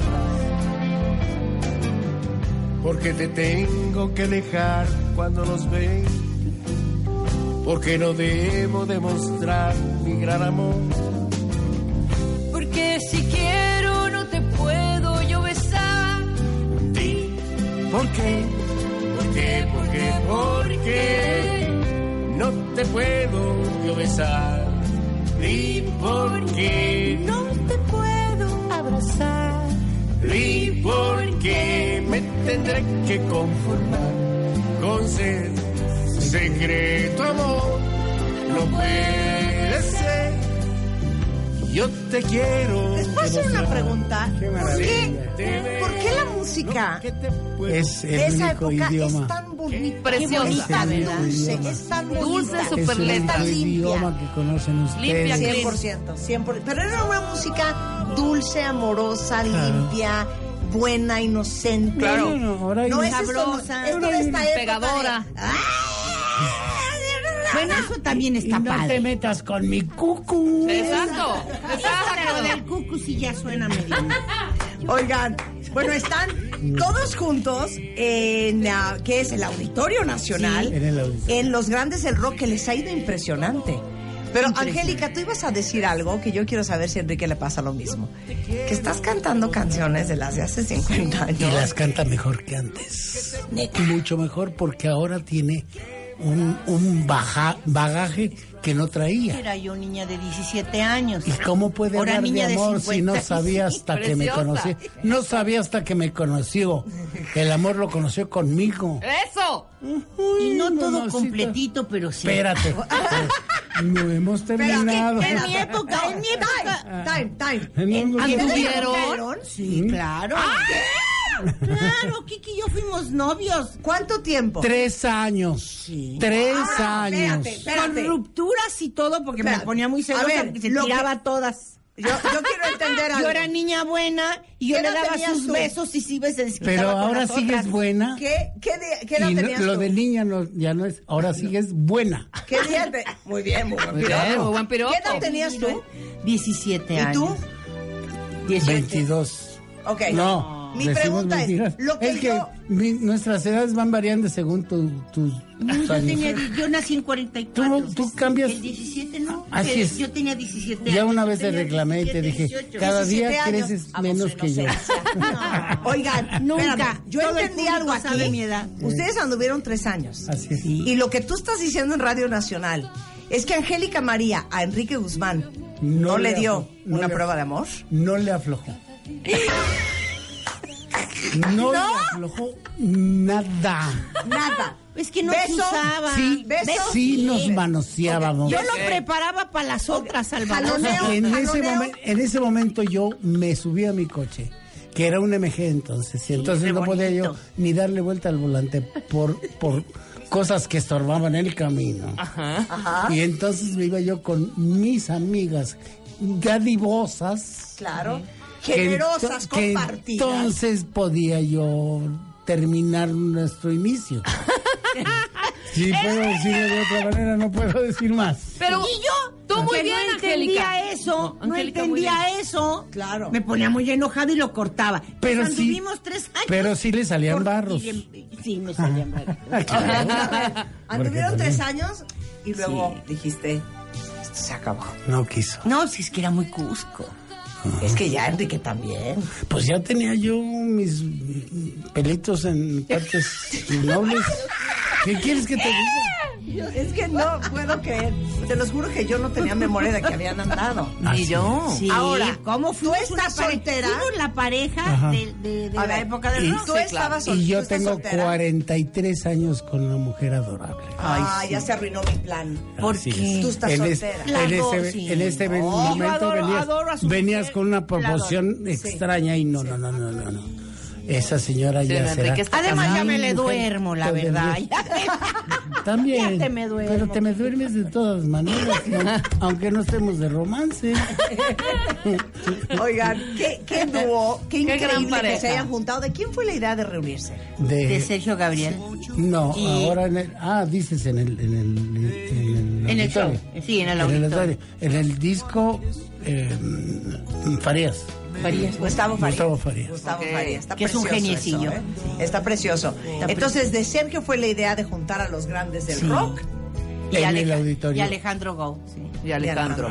[SPEAKER 5] Porque te tengo que dejar cuando los ve. Porque no debo demostrar mi gran amor.
[SPEAKER 6] Porque si quiero no te puedo yo besar.
[SPEAKER 5] ¿Por qué? ¿Por qué? ¿Por qué? ¿Por qué? No te puedo yo besar. ¿Y por qué?
[SPEAKER 6] No te puedo abrazar.
[SPEAKER 5] ¿Y por qué me tendré que conformar con ser secreto amor? No puede ser. Yo te quiero.
[SPEAKER 4] Les puedo hacer una pregunta. ¿Por
[SPEAKER 5] maravilla.
[SPEAKER 4] qué, por qué la música
[SPEAKER 19] Es el
[SPEAKER 4] de esa
[SPEAKER 19] único
[SPEAKER 4] época
[SPEAKER 19] idioma.
[SPEAKER 4] es tan bonita?
[SPEAKER 19] Preciosa.
[SPEAKER 4] Bonita,
[SPEAKER 19] Es el único
[SPEAKER 4] dulce,
[SPEAKER 19] idioma.
[SPEAKER 4] es tan bonita.
[SPEAKER 19] Es el único idioma que conocen ustedes.
[SPEAKER 4] 100%, 100%. Pero era una música dulce, amorosa,
[SPEAKER 19] Claro.
[SPEAKER 4] limpia, buena, inocente.
[SPEAKER 19] Claro. No, no, ahora hay
[SPEAKER 4] No
[SPEAKER 19] un-
[SPEAKER 4] es esto, no,
[SPEAKER 19] Sabrosa.
[SPEAKER 4] esto de esta época
[SPEAKER 13] Pegadora.
[SPEAKER 4] de-
[SPEAKER 18] Bueno, eso también está
[SPEAKER 19] Y no
[SPEAKER 18] padre.
[SPEAKER 19] te metas con mi cucu.
[SPEAKER 13] Exacto.
[SPEAKER 18] Eso de lo del cucu sí ya suena medio.
[SPEAKER 4] Oigan, bueno, están todos juntos en la- que es el Auditorio Nacional.
[SPEAKER 19] Sí, en el auditorio.
[SPEAKER 4] En los grandes del rock que les ha ido impresionante. Pero Angélica, tú ibas a decir algo que yo quiero saber si a Enrique le pasa lo mismo. Que estás cantando canciones de las de hace 50 años.
[SPEAKER 19] Y las canta mejor que antes. Mucho mejor porque ahora tiene un, un baja- bagaje que no traía.
[SPEAKER 18] Era yo niña de 17 años.
[SPEAKER 19] ¿Y cómo puede
[SPEAKER 18] Ahora
[SPEAKER 19] hablar
[SPEAKER 18] niña
[SPEAKER 19] de
[SPEAKER 18] de
[SPEAKER 19] amor si no
[SPEAKER 18] 50?
[SPEAKER 19] sabía hasta que me
[SPEAKER 18] Preciosa.
[SPEAKER 19] conoció? No sabía hasta que me conoció. El amor lo conoció conmigo.
[SPEAKER 13] ¡Eso!
[SPEAKER 18] Y no todo completito, pero sí.
[SPEAKER 19] Espérate. No hemos terminado.
[SPEAKER 18] en mi época, en mi época.
[SPEAKER 4] Time, time.
[SPEAKER 19] En un-
[SPEAKER 18] Sí, claro. Claro, Kiki y yo fuimos novios.
[SPEAKER 4] ¿Cuánto tiempo?
[SPEAKER 19] Tres años. Tres
[SPEAKER 18] Ah,
[SPEAKER 19] años.
[SPEAKER 18] espérate, espérate. Con rupturas y todo, porque me
[SPEAKER 4] Espérate.
[SPEAKER 18] ponía muy celosa
[SPEAKER 4] A ver,
[SPEAKER 18] porque se
[SPEAKER 4] lo que-
[SPEAKER 18] tiraba todas.
[SPEAKER 4] Yo, yo quiero entender algo.
[SPEAKER 18] Yo era niña buena y
[SPEAKER 4] ¿Qué
[SPEAKER 18] yo le
[SPEAKER 4] edad
[SPEAKER 18] daba
[SPEAKER 4] tenías
[SPEAKER 18] sus
[SPEAKER 4] tú?
[SPEAKER 18] besos y sí se desquitaba
[SPEAKER 19] Pero
[SPEAKER 18] con
[SPEAKER 19] ahora
[SPEAKER 18] las
[SPEAKER 19] sigues
[SPEAKER 18] otras.
[SPEAKER 19] buena.
[SPEAKER 4] ¿Qué, qué, día- qué edad
[SPEAKER 19] Y no-
[SPEAKER 4] tenías
[SPEAKER 19] lo
[SPEAKER 4] tú?
[SPEAKER 19] de niña no, ya no es. Ahora sigues buena.
[SPEAKER 4] ¿Qué día te- Muy bien, muy buen
[SPEAKER 19] Muy bien,
[SPEAKER 4] piropo.
[SPEAKER 19] muy buen piropo.
[SPEAKER 4] ¿Qué edad tenías tú?
[SPEAKER 18] 17
[SPEAKER 4] ¿Y
[SPEAKER 18] años.
[SPEAKER 4] tú?
[SPEAKER 19] 22.
[SPEAKER 4] Ok.
[SPEAKER 19] No.
[SPEAKER 4] Mi
[SPEAKER 19] decimos
[SPEAKER 4] pregunta es,
[SPEAKER 19] mentiras.
[SPEAKER 4] lo que
[SPEAKER 19] es que
[SPEAKER 4] yo-
[SPEAKER 19] mi- nuestras edades van variando según tu- tus
[SPEAKER 18] Yo,
[SPEAKER 19] años.
[SPEAKER 18] tenía, di- yo nací en 44.
[SPEAKER 19] Tú, tú cambias.
[SPEAKER 18] El 17 no.
[SPEAKER 19] Así
[SPEAKER 18] que
[SPEAKER 19] es.
[SPEAKER 18] Yo tenía 17 años.
[SPEAKER 19] Ya una vez te
[SPEAKER 18] tenía
[SPEAKER 19] reclamé y te dije,
[SPEAKER 18] 18.
[SPEAKER 19] cada día
[SPEAKER 18] 17 años.
[SPEAKER 19] creces menos que yo.
[SPEAKER 4] Oigan,
[SPEAKER 18] Nunca.
[SPEAKER 4] espérame, yo
[SPEAKER 18] Todo el
[SPEAKER 4] entendí
[SPEAKER 18] público
[SPEAKER 4] algo aquí.
[SPEAKER 18] sabe mi edad.
[SPEAKER 4] Ustedes anduvieron tres años.
[SPEAKER 19] Así es.
[SPEAKER 4] Y lo que tú estás diciendo en Radio Nacional es que Angélica María a Enrique Guzmán no, le dio
[SPEAKER 19] aflo- no
[SPEAKER 4] una
[SPEAKER 19] le-
[SPEAKER 4] prueba de amor.
[SPEAKER 19] No le aflojó. No, le aflojó nada.
[SPEAKER 4] Nada.
[SPEAKER 18] Es que no se
[SPEAKER 4] Beso.
[SPEAKER 18] usaba.
[SPEAKER 19] Sí,
[SPEAKER 18] Beso.
[SPEAKER 19] sí nos manoseábamos.
[SPEAKER 18] Yo lo preparaba para las otras, Salvador.
[SPEAKER 19] en, ese momen- en ese momento yo me subí a mi coche, que era un MG entonces, y entonces
[SPEAKER 18] qué
[SPEAKER 19] no podía yo ni darle vuelta al volante por, por cosas que estorbaban el camino.
[SPEAKER 5] Uh-huh.
[SPEAKER 4] Ajá.
[SPEAKER 19] Y entonces me iba yo con mis amigas gadivosas.
[SPEAKER 4] Claro.
[SPEAKER 19] que
[SPEAKER 4] Generosas,
[SPEAKER 19] ento- que
[SPEAKER 4] compartidas.
[SPEAKER 19] entonces podía yo terminar nuestro inicio. Si puedo decirlo de otra manera, no puedo decir más.
[SPEAKER 13] Pero
[SPEAKER 18] y yo,
[SPEAKER 13] tú muy
[SPEAKER 18] que
[SPEAKER 13] bien,
[SPEAKER 18] no entendía
[SPEAKER 13] Angélica.
[SPEAKER 18] eso,
[SPEAKER 13] No,
[SPEAKER 18] no,
[SPEAKER 13] Angélica, muy
[SPEAKER 18] entendía
[SPEAKER 13] bien.
[SPEAKER 18] eso.
[SPEAKER 4] Claro.
[SPEAKER 18] Me ponía muy enojada y lo cortaba.
[SPEAKER 4] Pues
[SPEAKER 19] Pero
[SPEAKER 18] Nos
[SPEAKER 19] sí-
[SPEAKER 18] anduvimos tres años.
[SPEAKER 19] Pero sí le salían
[SPEAKER 18] Por-
[SPEAKER 19] barros. Ah,
[SPEAKER 18] y en- Sí, me salían barros.
[SPEAKER 4] Anduvieron
[SPEAKER 19] Porque
[SPEAKER 4] tres
[SPEAKER 19] también-
[SPEAKER 4] años y luego dijiste, esto se acabó.
[SPEAKER 19] No quiso.
[SPEAKER 18] No, si es que era muy cusco.
[SPEAKER 4] Es que ya Enrique también.
[SPEAKER 19] Ah. Pues ya tenía yo mis pelitos en partes nobles. ¿Qué quieres que te diga?
[SPEAKER 4] Yo- Es que no puedo creer. Te los juro que yo no tenía memoria de que habían andado.
[SPEAKER 19] Ah, Ni sí. yo.
[SPEAKER 18] Sí,
[SPEAKER 4] Ahora,
[SPEAKER 18] ¿cómo
[SPEAKER 4] ¿Tú estás soltera?
[SPEAKER 18] Fuimos la pareja
[SPEAKER 19] Ajá.
[SPEAKER 18] de, de- de
[SPEAKER 4] A
[SPEAKER 18] la
[SPEAKER 4] ver,
[SPEAKER 18] época del
[SPEAKER 19] y,
[SPEAKER 18] rock.
[SPEAKER 4] Tú estabas sol-
[SPEAKER 19] y
[SPEAKER 4] tú
[SPEAKER 19] yo
[SPEAKER 4] estás
[SPEAKER 19] tengo
[SPEAKER 4] soltera.
[SPEAKER 19] 43 años con una mujer adorable.
[SPEAKER 4] Ah, ya se arruinó mi plan.
[SPEAKER 19] Así es.
[SPEAKER 4] Tú estás
[SPEAKER 19] en es-
[SPEAKER 4] soltera.
[SPEAKER 19] en este, en este
[SPEAKER 4] No,
[SPEAKER 19] momento
[SPEAKER 4] yo adoro-
[SPEAKER 19] venías,
[SPEAKER 4] adoro a su
[SPEAKER 19] venías
[SPEAKER 4] mujer,
[SPEAKER 19] con
[SPEAKER 4] la
[SPEAKER 19] una
[SPEAKER 4] adoro.
[SPEAKER 19] proporción extraña y no, no, no, no, no, no. Esa señora
[SPEAKER 18] Sí,
[SPEAKER 19] ya será.
[SPEAKER 18] Enrique está Además, ya me le
[SPEAKER 19] mujer
[SPEAKER 18] duermo, la
[SPEAKER 19] del
[SPEAKER 18] verdad.
[SPEAKER 19] día.
[SPEAKER 18] Ya
[SPEAKER 19] También.
[SPEAKER 18] Ya te me duermo.
[SPEAKER 19] Pero te me duermes de todas maneras, ¿no? aunque no estemos de romance.
[SPEAKER 4] Oigan, qué, qué dúo, qué,
[SPEAKER 18] gran
[SPEAKER 4] increíble que
[SPEAKER 18] pareja.
[SPEAKER 4] se hayan juntado. ¿De quién fue la idea de reunirse?
[SPEAKER 18] De Sergio Gabriel.
[SPEAKER 19] No,
[SPEAKER 18] Y-
[SPEAKER 19] ahora en el. Ah, dices en el. En el, en
[SPEAKER 18] En el
[SPEAKER 19] auditorio.
[SPEAKER 18] show, sí, en el auditorio.
[SPEAKER 19] auditorio. En el disco. eh, Farías.
[SPEAKER 4] Farías. Gustavo Farías.
[SPEAKER 19] Gustavo Farías.
[SPEAKER 4] Gustavo Farías. Está
[SPEAKER 18] Que es un
[SPEAKER 4] precioso
[SPEAKER 18] geniecillo.
[SPEAKER 4] eso, ¿eh? Está precioso. Entonces, de Sergio fue la idea de juntar a los grandes del
[SPEAKER 19] Sí.
[SPEAKER 4] rock.
[SPEAKER 19] en
[SPEAKER 18] Aleja-
[SPEAKER 19] el auditorio.
[SPEAKER 18] Y Alejandro Gou. sí.
[SPEAKER 13] Y Alejandro.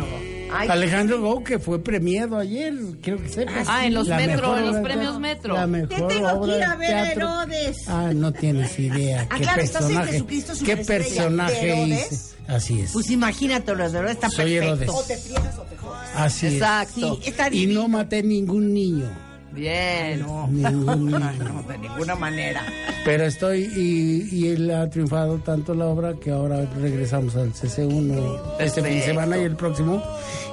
[SPEAKER 4] Ay.
[SPEAKER 19] Alejandro Gou, que fue premiado ayer, quiero que sepas.
[SPEAKER 13] Ah, en los
[SPEAKER 19] La
[SPEAKER 13] Metro,
[SPEAKER 19] mejor
[SPEAKER 13] en los
[SPEAKER 19] obra de
[SPEAKER 13] premios
[SPEAKER 19] teatro,
[SPEAKER 13] Metro.
[SPEAKER 19] La mejor
[SPEAKER 13] Te tengo que
[SPEAKER 19] obra
[SPEAKER 13] ir
[SPEAKER 19] de
[SPEAKER 13] a ver a
[SPEAKER 19] teatro.
[SPEAKER 13] Herodes.
[SPEAKER 19] Ah, no tienes idea.
[SPEAKER 18] Ah,
[SPEAKER 19] qué
[SPEAKER 18] claro, estás en
[SPEAKER 19] personaje.
[SPEAKER 18] Jesucristo
[SPEAKER 19] qué
[SPEAKER 18] Superestrella. ¿De
[SPEAKER 19] personaje
[SPEAKER 18] Herodes?
[SPEAKER 19] hice. Así es.
[SPEAKER 18] Pues imagínate, los de está
[SPEAKER 19] Soy Herodes.
[SPEAKER 18] perfecto.
[SPEAKER 19] O te Así es.
[SPEAKER 18] Exacto. Sí, está
[SPEAKER 19] y no maté ningún niño.
[SPEAKER 13] Bien.
[SPEAKER 19] Ningún niño.
[SPEAKER 4] De ninguna manera.
[SPEAKER 19] Pero estoy, y, y él ha triunfado tanto la obra que ahora regresamos al CC1 este fin de semana y el próximo.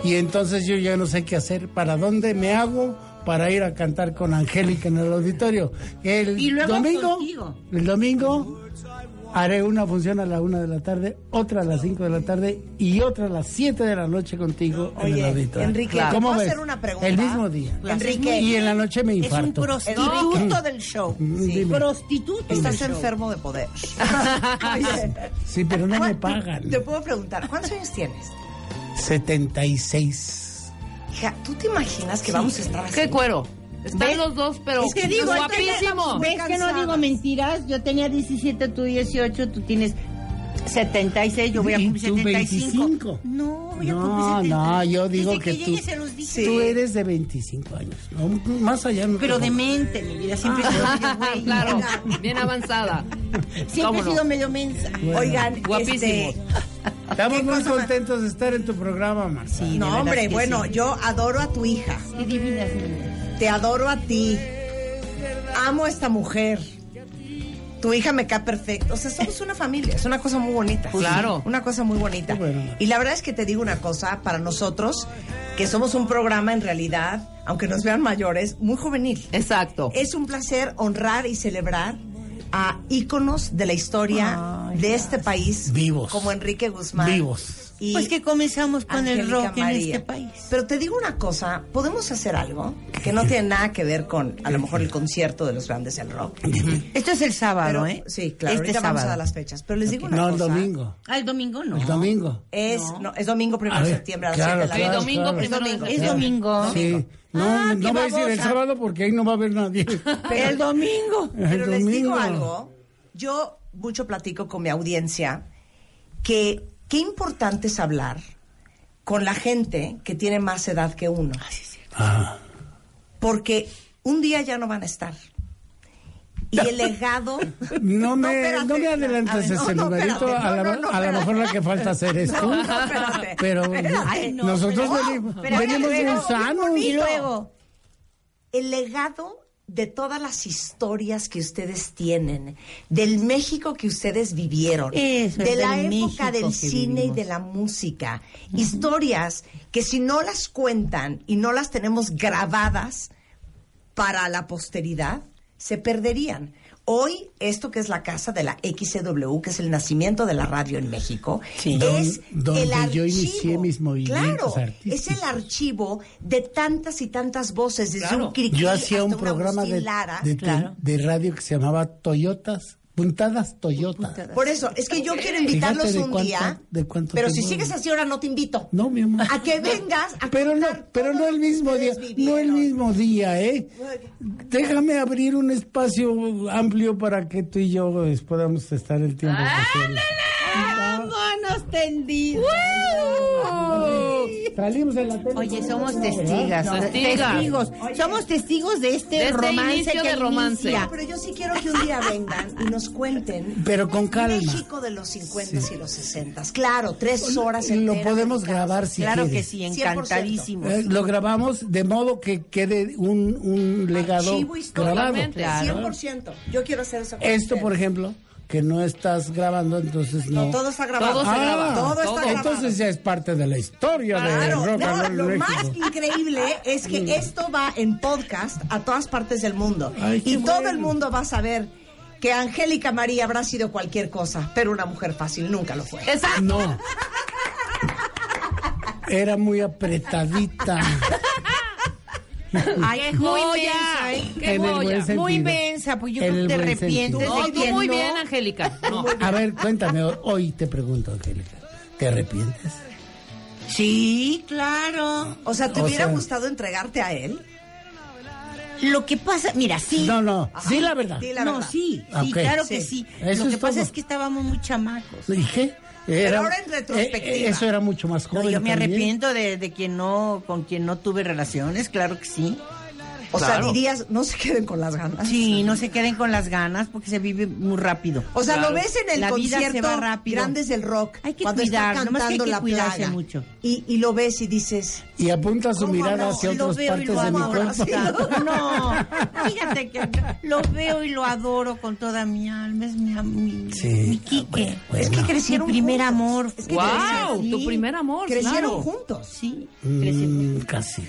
[SPEAKER 19] Y entonces yo ya no sé qué hacer, para dónde me hago para ir a cantar con Angélica en el auditorio. El
[SPEAKER 18] Y luego
[SPEAKER 19] domingo,
[SPEAKER 18] contigo.
[SPEAKER 19] el domingo haré una función a la una de la tarde, otra a las 5 de la tarde y otra a las 7 de la noche contigo en el
[SPEAKER 4] Oye,
[SPEAKER 19] auditorio.
[SPEAKER 4] Enrique, ¿te
[SPEAKER 19] ¿cómo
[SPEAKER 4] puedo
[SPEAKER 19] ves?
[SPEAKER 4] hacer una pregunta?
[SPEAKER 19] El mismo día.
[SPEAKER 4] Claro, Enrique,
[SPEAKER 19] y en la noche me
[SPEAKER 4] es un
[SPEAKER 19] infarto. Mm.
[SPEAKER 4] prostituto del show.
[SPEAKER 19] Sí.
[SPEAKER 4] Prostituto. Estás
[SPEAKER 19] Dime.
[SPEAKER 4] enfermo de poder. Oye,
[SPEAKER 19] Sí, pero no me pagan.
[SPEAKER 4] te puedo preguntar, ¿cuántos años tienes?
[SPEAKER 19] 76.
[SPEAKER 4] Hija, ¿tú te imaginas que
[SPEAKER 19] Sí.
[SPEAKER 4] vamos a estar así?
[SPEAKER 13] ¿Qué cuero? Están
[SPEAKER 4] ¿Ves?
[SPEAKER 13] los dos, pero
[SPEAKER 4] Es que digo,
[SPEAKER 13] guapísimos.
[SPEAKER 18] ¿Ves que no digo mentiras? Yo tenía 17, tú 18, tú tienes 76, yo voy a
[SPEAKER 19] Y
[SPEAKER 18] cumplir
[SPEAKER 19] tú
[SPEAKER 18] 75.
[SPEAKER 19] 25.
[SPEAKER 18] No, yo
[SPEAKER 19] No, no, yo digo
[SPEAKER 18] Desde
[SPEAKER 19] que,
[SPEAKER 18] que
[SPEAKER 19] tú,
[SPEAKER 18] llegué se los dije.
[SPEAKER 19] tú eres de 25 años. no, más allá no.
[SPEAKER 18] Pero demente, mi vida siempre he sido medio güey.
[SPEAKER 13] Claro, bien avanzada.
[SPEAKER 18] Siempre he
[SPEAKER 13] ¿Cómo no?
[SPEAKER 18] sido medio mensa.
[SPEAKER 19] Bueno.
[SPEAKER 4] Oigan,
[SPEAKER 13] Guapísimos.
[SPEAKER 4] este,
[SPEAKER 19] Estamos muy contentos de estar en tu programa, Marta.
[SPEAKER 4] no, hombre, bueno, yo adoro a tu hija.
[SPEAKER 18] Qué divinas niñas.
[SPEAKER 4] Te adoro a ti. Amo a esta mujer. Tu hija me cae perfecto. O sea, somos una familia. Es una cosa muy bonita.
[SPEAKER 13] Pues Claro. sí.
[SPEAKER 4] Una cosa muy bonita. Y la verdad es que te digo una cosa, para nosotros, que somos un programa en realidad, aunque nos vean mayores, muy juvenil.
[SPEAKER 13] Exacto.
[SPEAKER 4] Es un placer honrar y celebrar a íconos de la historia de este país.
[SPEAKER 19] Vivos.
[SPEAKER 4] Como Enrique Guzmán.
[SPEAKER 19] Vivos.
[SPEAKER 4] Y
[SPEAKER 18] Pues que comenzamos con el
[SPEAKER 4] Angélica
[SPEAKER 18] rock en
[SPEAKER 4] María.
[SPEAKER 18] este país.
[SPEAKER 4] Pero te digo una cosa, podemos hacer algo que no tiene nada que ver con a lo mejor el concierto de los grandes del rock.
[SPEAKER 18] Esto es el sábado,
[SPEAKER 4] Pero-
[SPEAKER 18] ¿eh?
[SPEAKER 4] Sí, claro,
[SPEAKER 18] Este
[SPEAKER 4] ahorita
[SPEAKER 18] sábado.
[SPEAKER 4] vamos a dar las fechas. Pero les digo una
[SPEAKER 19] No, el
[SPEAKER 4] cosa.
[SPEAKER 19] domingo.
[SPEAKER 18] Ah, el domingo no.
[SPEAKER 19] El domingo.
[SPEAKER 4] Es, no. es domingo primero
[SPEAKER 19] A
[SPEAKER 4] de
[SPEAKER 19] ver,
[SPEAKER 4] septiembre a las
[SPEAKER 19] claro,
[SPEAKER 4] 7 de la
[SPEAKER 19] claro,
[SPEAKER 4] noche.
[SPEAKER 19] Sí, domingo claro. primero
[SPEAKER 18] de
[SPEAKER 4] Es
[SPEAKER 18] septiembre.
[SPEAKER 4] domingo.
[SPEAKER 19] Sí. No,
[SPEAKER 18] Ah,
[SPEAKER 19] no
[SPEAKER 18] qué
[SPEAKER 19] voy a decir el
[SPEAKER 18] babosa.
[SPEAKER 19] sábado porque ahí no va a haber nadie.
[SPEAKER 4] Pero el domingo.
[SPEAKER 19] El
[SPEAKER 4] Pero les digo
[SPEAKER 19] domingo.
[SPEAKER 4] algo. Yo mucho platico con mi audiencia que qué importante es hablar con la gente que tiene más edad que uno.
[SPEAKER 19] Ah,
[SPEAKER 4] Porque un día ya no van a estar. Y el legado.
[SPEAKER 19] no, me,
[SPEAKER 4] espérate.
[SPEAKER 19] no me adelantes
[SPEAKER 4] A ver, no,
[SPEAKER 19] ese
[SPEAKER 4] no,
[SPEAKER 19] numerito.
[SPEAKER 4] espérate.
[SPEAKER 19] a la-
[SPEAKER 4] No, no, no,
[SPEAKER 19] a lo
[SPEAKER 4] espérate.
[SPEAKER 19] mejor la que falta hacer es tú.
[SPEAKER 4] No, no, espérate.
[SPEAKER 19] Pero
[SPEAKER 4] Espérate. No,
[SPEAKER 19] nosotros
[SPEAKER 4] pero-
[SPEAKER 19] venimos,
[SPEAKER 4] pero-
[SPEAKER 19] venimos
[SPEAKER 4] pero-
[SPEAKER 19] bien sanos.
[SPEAKER 4] Y luego, el legado de todas las historias que ustedes tienen, del México que ustedes vivieron,
[SPEAKER 18] Eso,
[SPEAKER 4] de
[SPEAKER 18] es
[SPEAKER 4] la
[SPEAKER 18] del
[SPEAKER 4] época
[SPEAKER 18] México
[SPEAKER 4] del
[SPEAKER 18] que
[SPEAKER 4] cine
[SPEAKER 18] vivimos.
[SPEAKER 4] y de la música, historias que si no las cuentan y no las tenemos grabadas para la posteridad, se perderían. Hoy, esto que es la casa de la XCW, que es el nacimiento de la radio en México,
[SPEAKER 19] Sí.
[SPEAKER 4] es
[SPEAKER 19] Don-
[SPEAKER 4] el
[SPEAKER 19] donde yo
[SPEAKER 4] archivo.
[SPEAKER 19] inicié mis movimientos
[SPEAKER 4] claro,
[SPEAKER 19] artísticos.
[SPEAKER 4] Es el archivo de tantas y tantas voces, desde
[SPEAKER 19] Claro.
[SPEAKER 4] un criquí
[SPEAKER 19] Yo hacía un
[SPEAKER 4] hasta
[SPEAKER 19] programa
[SPEAKER 4] Agustín
[SPEAKER 19] de,
[SPEAKER 4] Lara.
[SPEAKER 19] de- de- de radio que se llamaba Toyotas, Puntadas Toyota.
[SPEAKER 4] Por eso, es que yo quiero invitarlos
[SPEAKER 19] Fíjate de
[SPEAKER 4] un
[SPEAKER 19] cuánto-
[SPEAKER 4] día,
[SPEAKER 19] de cuánto
[SPEAKER 4] pero
[SPEAKER 19] tengo.
[SPEAKER 4] si sigues así ahora no te invito.
[SPEAKER 19] No, mi amor.
[SPEAKER 4] A que vengas a
[SPEAKER 19] Pero no,
[SPEAKER 4] contar
[SPEAKER 19] pero no
[SPEAKER 4] todo
[SPEAKER 19] el
[SPEAKER 4] lo que
[SPEAKER 19] mismo día,
[SPEAKER 4] ustedes
[SPEAKER 19] no
[SPEAKER 4] vivieron.
[SPEAKER 19] el mismo día, ¿eh? Déjame abrir un espacio amplio para que tú y yo eh, podamos estar el tiempo.
[SPEAKER 4] Ah,
[SPEAKER 19] que sea.
[SPEAKER 18] Vámonos tendidos.
[SPEAKER 19] Ay, Salimos de la tele.
[SPEAKER 18] Oye, somos testigas,
[SPEAKER 4] No.
[SPEAKER 18] testigos.
[SPEAKER 4] Oye.
[SPEAKER 18] Somos testigos de este
[SPEAKER 4] Desde
[SPEAKER 18] romance que inicia.
[SPEAKER 4] No, pero yo sí quiero que un día vengan y nos cuenten.
[SPEAKER 19] Pero con calma.
[SPEAKER 4] México de los 50 y los 60. Claro, tres horas
[SPEAKER 19] Lo
[SPEAKER 4] enteras
[SPEAKER 19] podemos
[SPEAKER 4] dedicadas.
[SPEAKER 19] grabar si
[SPEAKER 4] Claro
[SPEAKER 19] quieres.
[SPEAKER 4] que sí, 100%. encantadísimo.
[SPEAKER 19] Eh, lo grabamos de modo que quede un, un legado
[SPEAKER 4] Archivo histórico.
[SPEAKER 19] grabado.
[SPEAKER 4] Totalmente, 100%. Yo quiero hacer eso. con
[SPEAKER 19] Esto, por
[SPEAKER 4] ustedes.
[SPEAKER 19] ejemplo, que no estás grabando, entonces no.
[SPEAKER 4] No, todo está grabado. Todo se
[SPEAKER 19] Ah,
[SPEAKER 4] graba. Todo está grabado.
[SPEAKER 19] Entonces ya es parte de la historia
[SPEAKER 4] Claro,
[SPEAKER 19] de rock and
[SPEAKER 4] no,
[SPEAKER 19] roll
[SPEAKER 4] lo
[SPEAKER 19] en
[SPEAKER 4] más
[SPEAKER 19] México.
[SPEAKER 4] increíble es que esto va en podcast a todas partes del mundo.
[SPEAKER 19] Ay, qué
[SPEAKER 4] y todo
[SPEAKER 19] bueno.
[SPEAKER 4] el mundo va a saber que Angélica María habrá sido cualquier cosa, pero una mujer fácil nunca lo fue.
[SPEAKER 19] Exacto. No. Era muy apretadita.
[SPEAKER 18] Ay, qué
[SPEAKER 13] joya!
[SPEAKER 19] En el buen sentido.
[SPEAKER 18] Muy inmensa, pues yo
[SPEAKER 19] En
[SPEAKER 18] creo
[SPEAKER 19] el
[SPEAKER 18] que te
[SPEAKER 19] buen sentido.
[SPEAKER 18] arrepientes de
[SPEAKER 19] No, tú
[SPEAKER 18] quien
[SPEAKER 13] muy
[SPEAKER 18] no.
[SPEAKER 13] bien, Angélica. No.
[SPEAKER 19] A ver, cuéntame, ho- hoy te pregunto, Angélica, ¿te arrepientes?
[SPEAKER 18] Sí, claro.
[SPEAKER 4] O sea, ¿te
[SPEAKER 19] O
[SPEAKER 4] hubiera
[SPEAKER 19] sea-
[SPEAKER 4] gustado entregarte a él?
[SPEAKER 18] Lo que pasa, mira, sí.
[SPEAKER 19] No, no, sí la verdad.
[SPEAKER 4] Di la
[SPEAKER 18] no,
[SPEAKER 4] verdad.
[SPEAKER 18] sí, sí,
[SPEAKER 19] Ah, ok.
[SPEAKER 18] claro que
[SPEAKER 19] Sí.
[SPEAKER 18] sí.
[SPEAKER 19] Eso
[SPEAKER 18] Lo que
[SPEAKER 19] es
[SPEAKER 18] pasa
[SPEAKER 19] todo.
[SPEAKER 18] es que estábamos muy chamacos.
[SPEAKER 19] ¿Y qué? Era-
[SPEAKER 18] ahora en retrospectiva.
[SPEAKER 19] eh, eso Eh, era mucho más
[SPEAKER 18] No,
[SPEAKER 19] joven.
[SPEAKER 18] yo me
[SPEAKER 19] también.
[SPEAKER 18] arrepiento de, de quien no, con quien no tuve relaciones, claro que sí.
[SPEAKER 4] O sea, dirías, no se queden con las ganas.
[SPEAKER 18] Sí, no se queden con las ganas porque se vive muy rápido.
[SPEAKER 4] O sea, lo ves en el
[SPEAKER 18] La vida se
[SPEAKER 4] concierto
[SPEAKER 18] va rápido.
[SPEAKER 4] Grandes del Rock.
[SPEAKER 18] Hay que
[SPEAKER 4] cuando
[SPEAKER 18] cuidar,
[SPEAKER 4] está
[SPEAKER 18] nomás que hay
[SPEAKER 4] cantando
[SPEAKER 18] que
[SPEAKER 4] la
[SPEAKER 18] cuidarse
[SPEAKER 4] plaga.
[SPEAKER 18] mucho.
[SPEAKER 4] Y, y lo ves y dices,
[SPEAKER 19] Y apunta su
[SPEAKER 4] ¿Cómo
[SPEAKER 19] mirada
[SPEAKER 4] no?
[SPEAKER 19] hacia
[SPEAKER 4] Lo
[SPEAKER 19] otras
[SPEAKER 4] veo y
[SPEAKER 19] partes
[SPEAKER 4] lo
[SPEAKER 19] de mi
[SPEAKER 4] amo
[SPEAKER 19] cuerpo.
[SPEAKER 4] abrazado.
[SPEAKER 18] No, fíjate que lo veo y lo adoro con toda mi alma, es mi, mi,
[SPEAKER 19] ah,
[SPEAKER 18] mi Quique.
[SPEAKER 19] Es que
[SPEAKER 4] crecieron
[SPEAKER 18] Mi primer
[SPEAKER 4] juntos.
[SPEAKER 18] amor.
[SPEAKER 4] Es que Guau, crecieron- tu primer
[SPEAKER 18] amor,
[SPEAKER 4] Crecieron juntos.
[SPEAKER 18] Sí.
[SPEAKER 19] Mm, casi.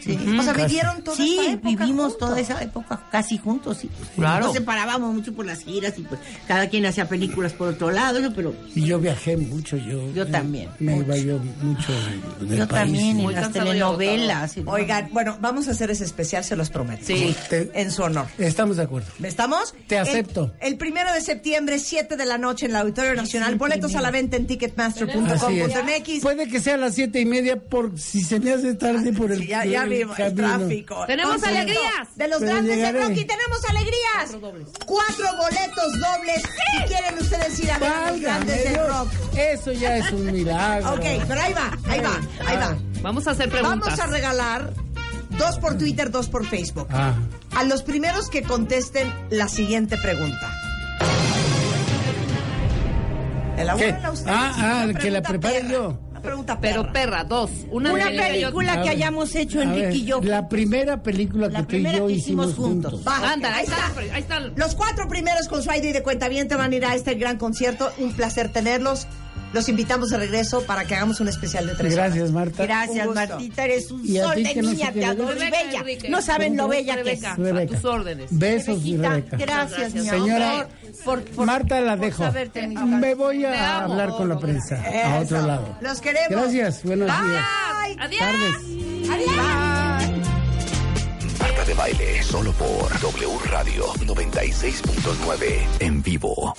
[SPEAKER 18] Sí.
[SPEAKER 4] O sea,
[SPEAKER 19] Casi.
[SPEAKER 4] vivieron toda
[SPEAKER 18] Sí,
[SPEAKER 4] esta época
[SPEAKER 18] vivimos
[SPEAKER 4] juntos.
[SPEAKER 18] toda esa época casi juntos, sí.
[SPEAKER 19] Claro.
[SPEAKER 18] Nos separábamos mucho por las giras y pues cada quien hacía películas por otro lado, ¿no? pero
[SPEAKER 19] Y yo viajé mucho, yo.
[SPEAKER 18] Yo
[SPEAKER 19] eh,
[SPEAKER 18] también,
[SPEAKER 19] Me iba yo mucho del
[SPEAKER 18] Yo
[SPEAKER 19] país.
[SPEAKER 18] también,
[SPEAKER 19] y-
[SPEAKER 18] en las telenovelas. y-
[SPEAKER 4] Oigan, bueno, vamos a hacer ese especial, se los prometo.
[SPEAKER 18] Sí.
[SPEAKER 19] Te-
[SPEAKER 4] En su honor.
[SPEAKER 19] Estamos de acuerdo.
[SPEAKER 4] ¿Estamos?
[SPEAKER 19] Te acepto.
[SPEAKER 4] El, el primero de septiembre, 7 de la noche en el Auditorio Nacional. Boletos a la venta en
[SPEAKER 19] Así es.
[SPEAKER 4] ticketmaster.com.mx.
[SPEAKER 19] Puede que sea a las siete y media, por si se me hace tarde por el,
[SPEAKER 4] Sí, ya, ya
[SPEAKER 19] el
[SPEAKER 4] vimos el
[SPEAKER 19] camino.
[SPEAKER 4] tráfico.
[SPEAKER 20] Tenemos
[SPEAKER 4] Entonces,
[SPEAKER 20] alegrías.
[SPEAKER 4] De los
[SPEAKER 19] Pero
[SPEAKER 4] grandes
[SPEAKER 19] llegaré.
[SPEAKER 4] de Rocky tenemos alegrías. Cuatro, boletos dobles. Si quieren ustedes ir a ver a los
[SPEAKER 19] Válgame
[SPEAKER 4] grandes de
[SPEAKER 19] Dios,
[SPEAKER 4] rock.
[SPEAKER 19] Eso ya es un milagro.
[SPEAKER 4] Ok, pero ahí va, ahí va, ahí va.
[SPEAKER 13] Vamos a hacer
[SPEAKER 4] Vamos a regalar dos por Twitter, dos por Facebook.
[SPEAKER 19] Ah,
[SPEAKER 4] A los primeros que contesten la siguiente pregunta.
[SPEAKER 19] ¿Qué?
[SPEAKER 4] Elaboren a ustedes
[SPEAKER 19] Ah, ah,
[SPEAKER 4] una
[SPEAKER 19] que la
[SPEAKER 4] pregunta
[SPEAKER 19] prepare
[SPEAKER 4] perra.
[SPEAKER 19] yo.
[SPEAKER 4] Una pregunta perra.
[SPEAKER 13] Pero perra, dos. Una,
[SPEAKER 18] Una
[SPEAKER 13] Angélica y
[SPEAKER 18] película
[SPEAKER 13] otra.
[SPEAKER 18] que hayamos hecho
[SPEAKER 19] A
[SPEAKER 18] Enrique
[SPEAKER 19] ver,
[SPEAKER 18] y yo.
[SPEAKER 19] La primera película que tú y
[SPEAKER 18] primera
[SPEAKER 19] yo
[SPEAKER 18] que
[SPEAKER 19] hicimos juntos.
[SPEAKER 4] Va,
[SPEAKER 13] Ándale, ahí está, ahí está.
[SPEAKER 4] Los cuatro primeros con su ID de cuenta bien van a ir a este gran concierto. Un placer tenerlos. Los invitamos de regreso para que hagamos un especial de tres horas.
[SPEAKER 19] Gracias, Marta.
[SPEAKER 18] Gracias,
[SPEAKER 4] Un gusto.
[SPEAKER 18] Martita, eres un
[SPEAKER 19] Y a
[SPEAKER 18] sol
[SPEAKER 19] ti
[SPEAKER 18] de
[SPEAKER 19] que no
[SPEAKER 18] niña,
[SPEAKER 19] se
[SPEAKER 18] te
[SPEAKER 19] te
[SPEAKER 18] adoro, y
[SPEAKER 19] olvide.
[SPEAKER 13] Rebeca,
[SPEAKER 18] bella.
[SPEAKER 13] Enrique.
[SPEAKER 18] No saben lo bella que es.
[SPEAKER 13] Rebeca,
[SPEAKER 19] Rebeca.
[SPEAKER 13] a tus órdenes.
[SPEAKER 19] Besos, mi
[SPEAKER 18] Rebequita,
[SPEAKER 19] Rebeca.
[SPEAKER 18] Gracias, mi amor.
[SPEAKER 19] Señora,
[SPEAKER 18] por, por-
[SPEAKER 19] Marta la
[SPEAKER 18] por
[SPEAKER 19] dejo.
[SPEAKER 18] saberte, mi amor.
[SPEAKER 19] Me voy
[SPEAKER 18] Te
[SPEAKER 19] a
[SPEAKER 18] amo.
[SPEAKER 19] hablar con la prensa a otro lado.
[SPEAKER 4] Los queremos.
[SPEAKER 19] Gracias, buenos días.
[SPEAKER 13] Adiós.
[SPEAKER 19] Tardes.
[SPEAKER 1] Marta de baile solo por W Radio 96.9 en vivo.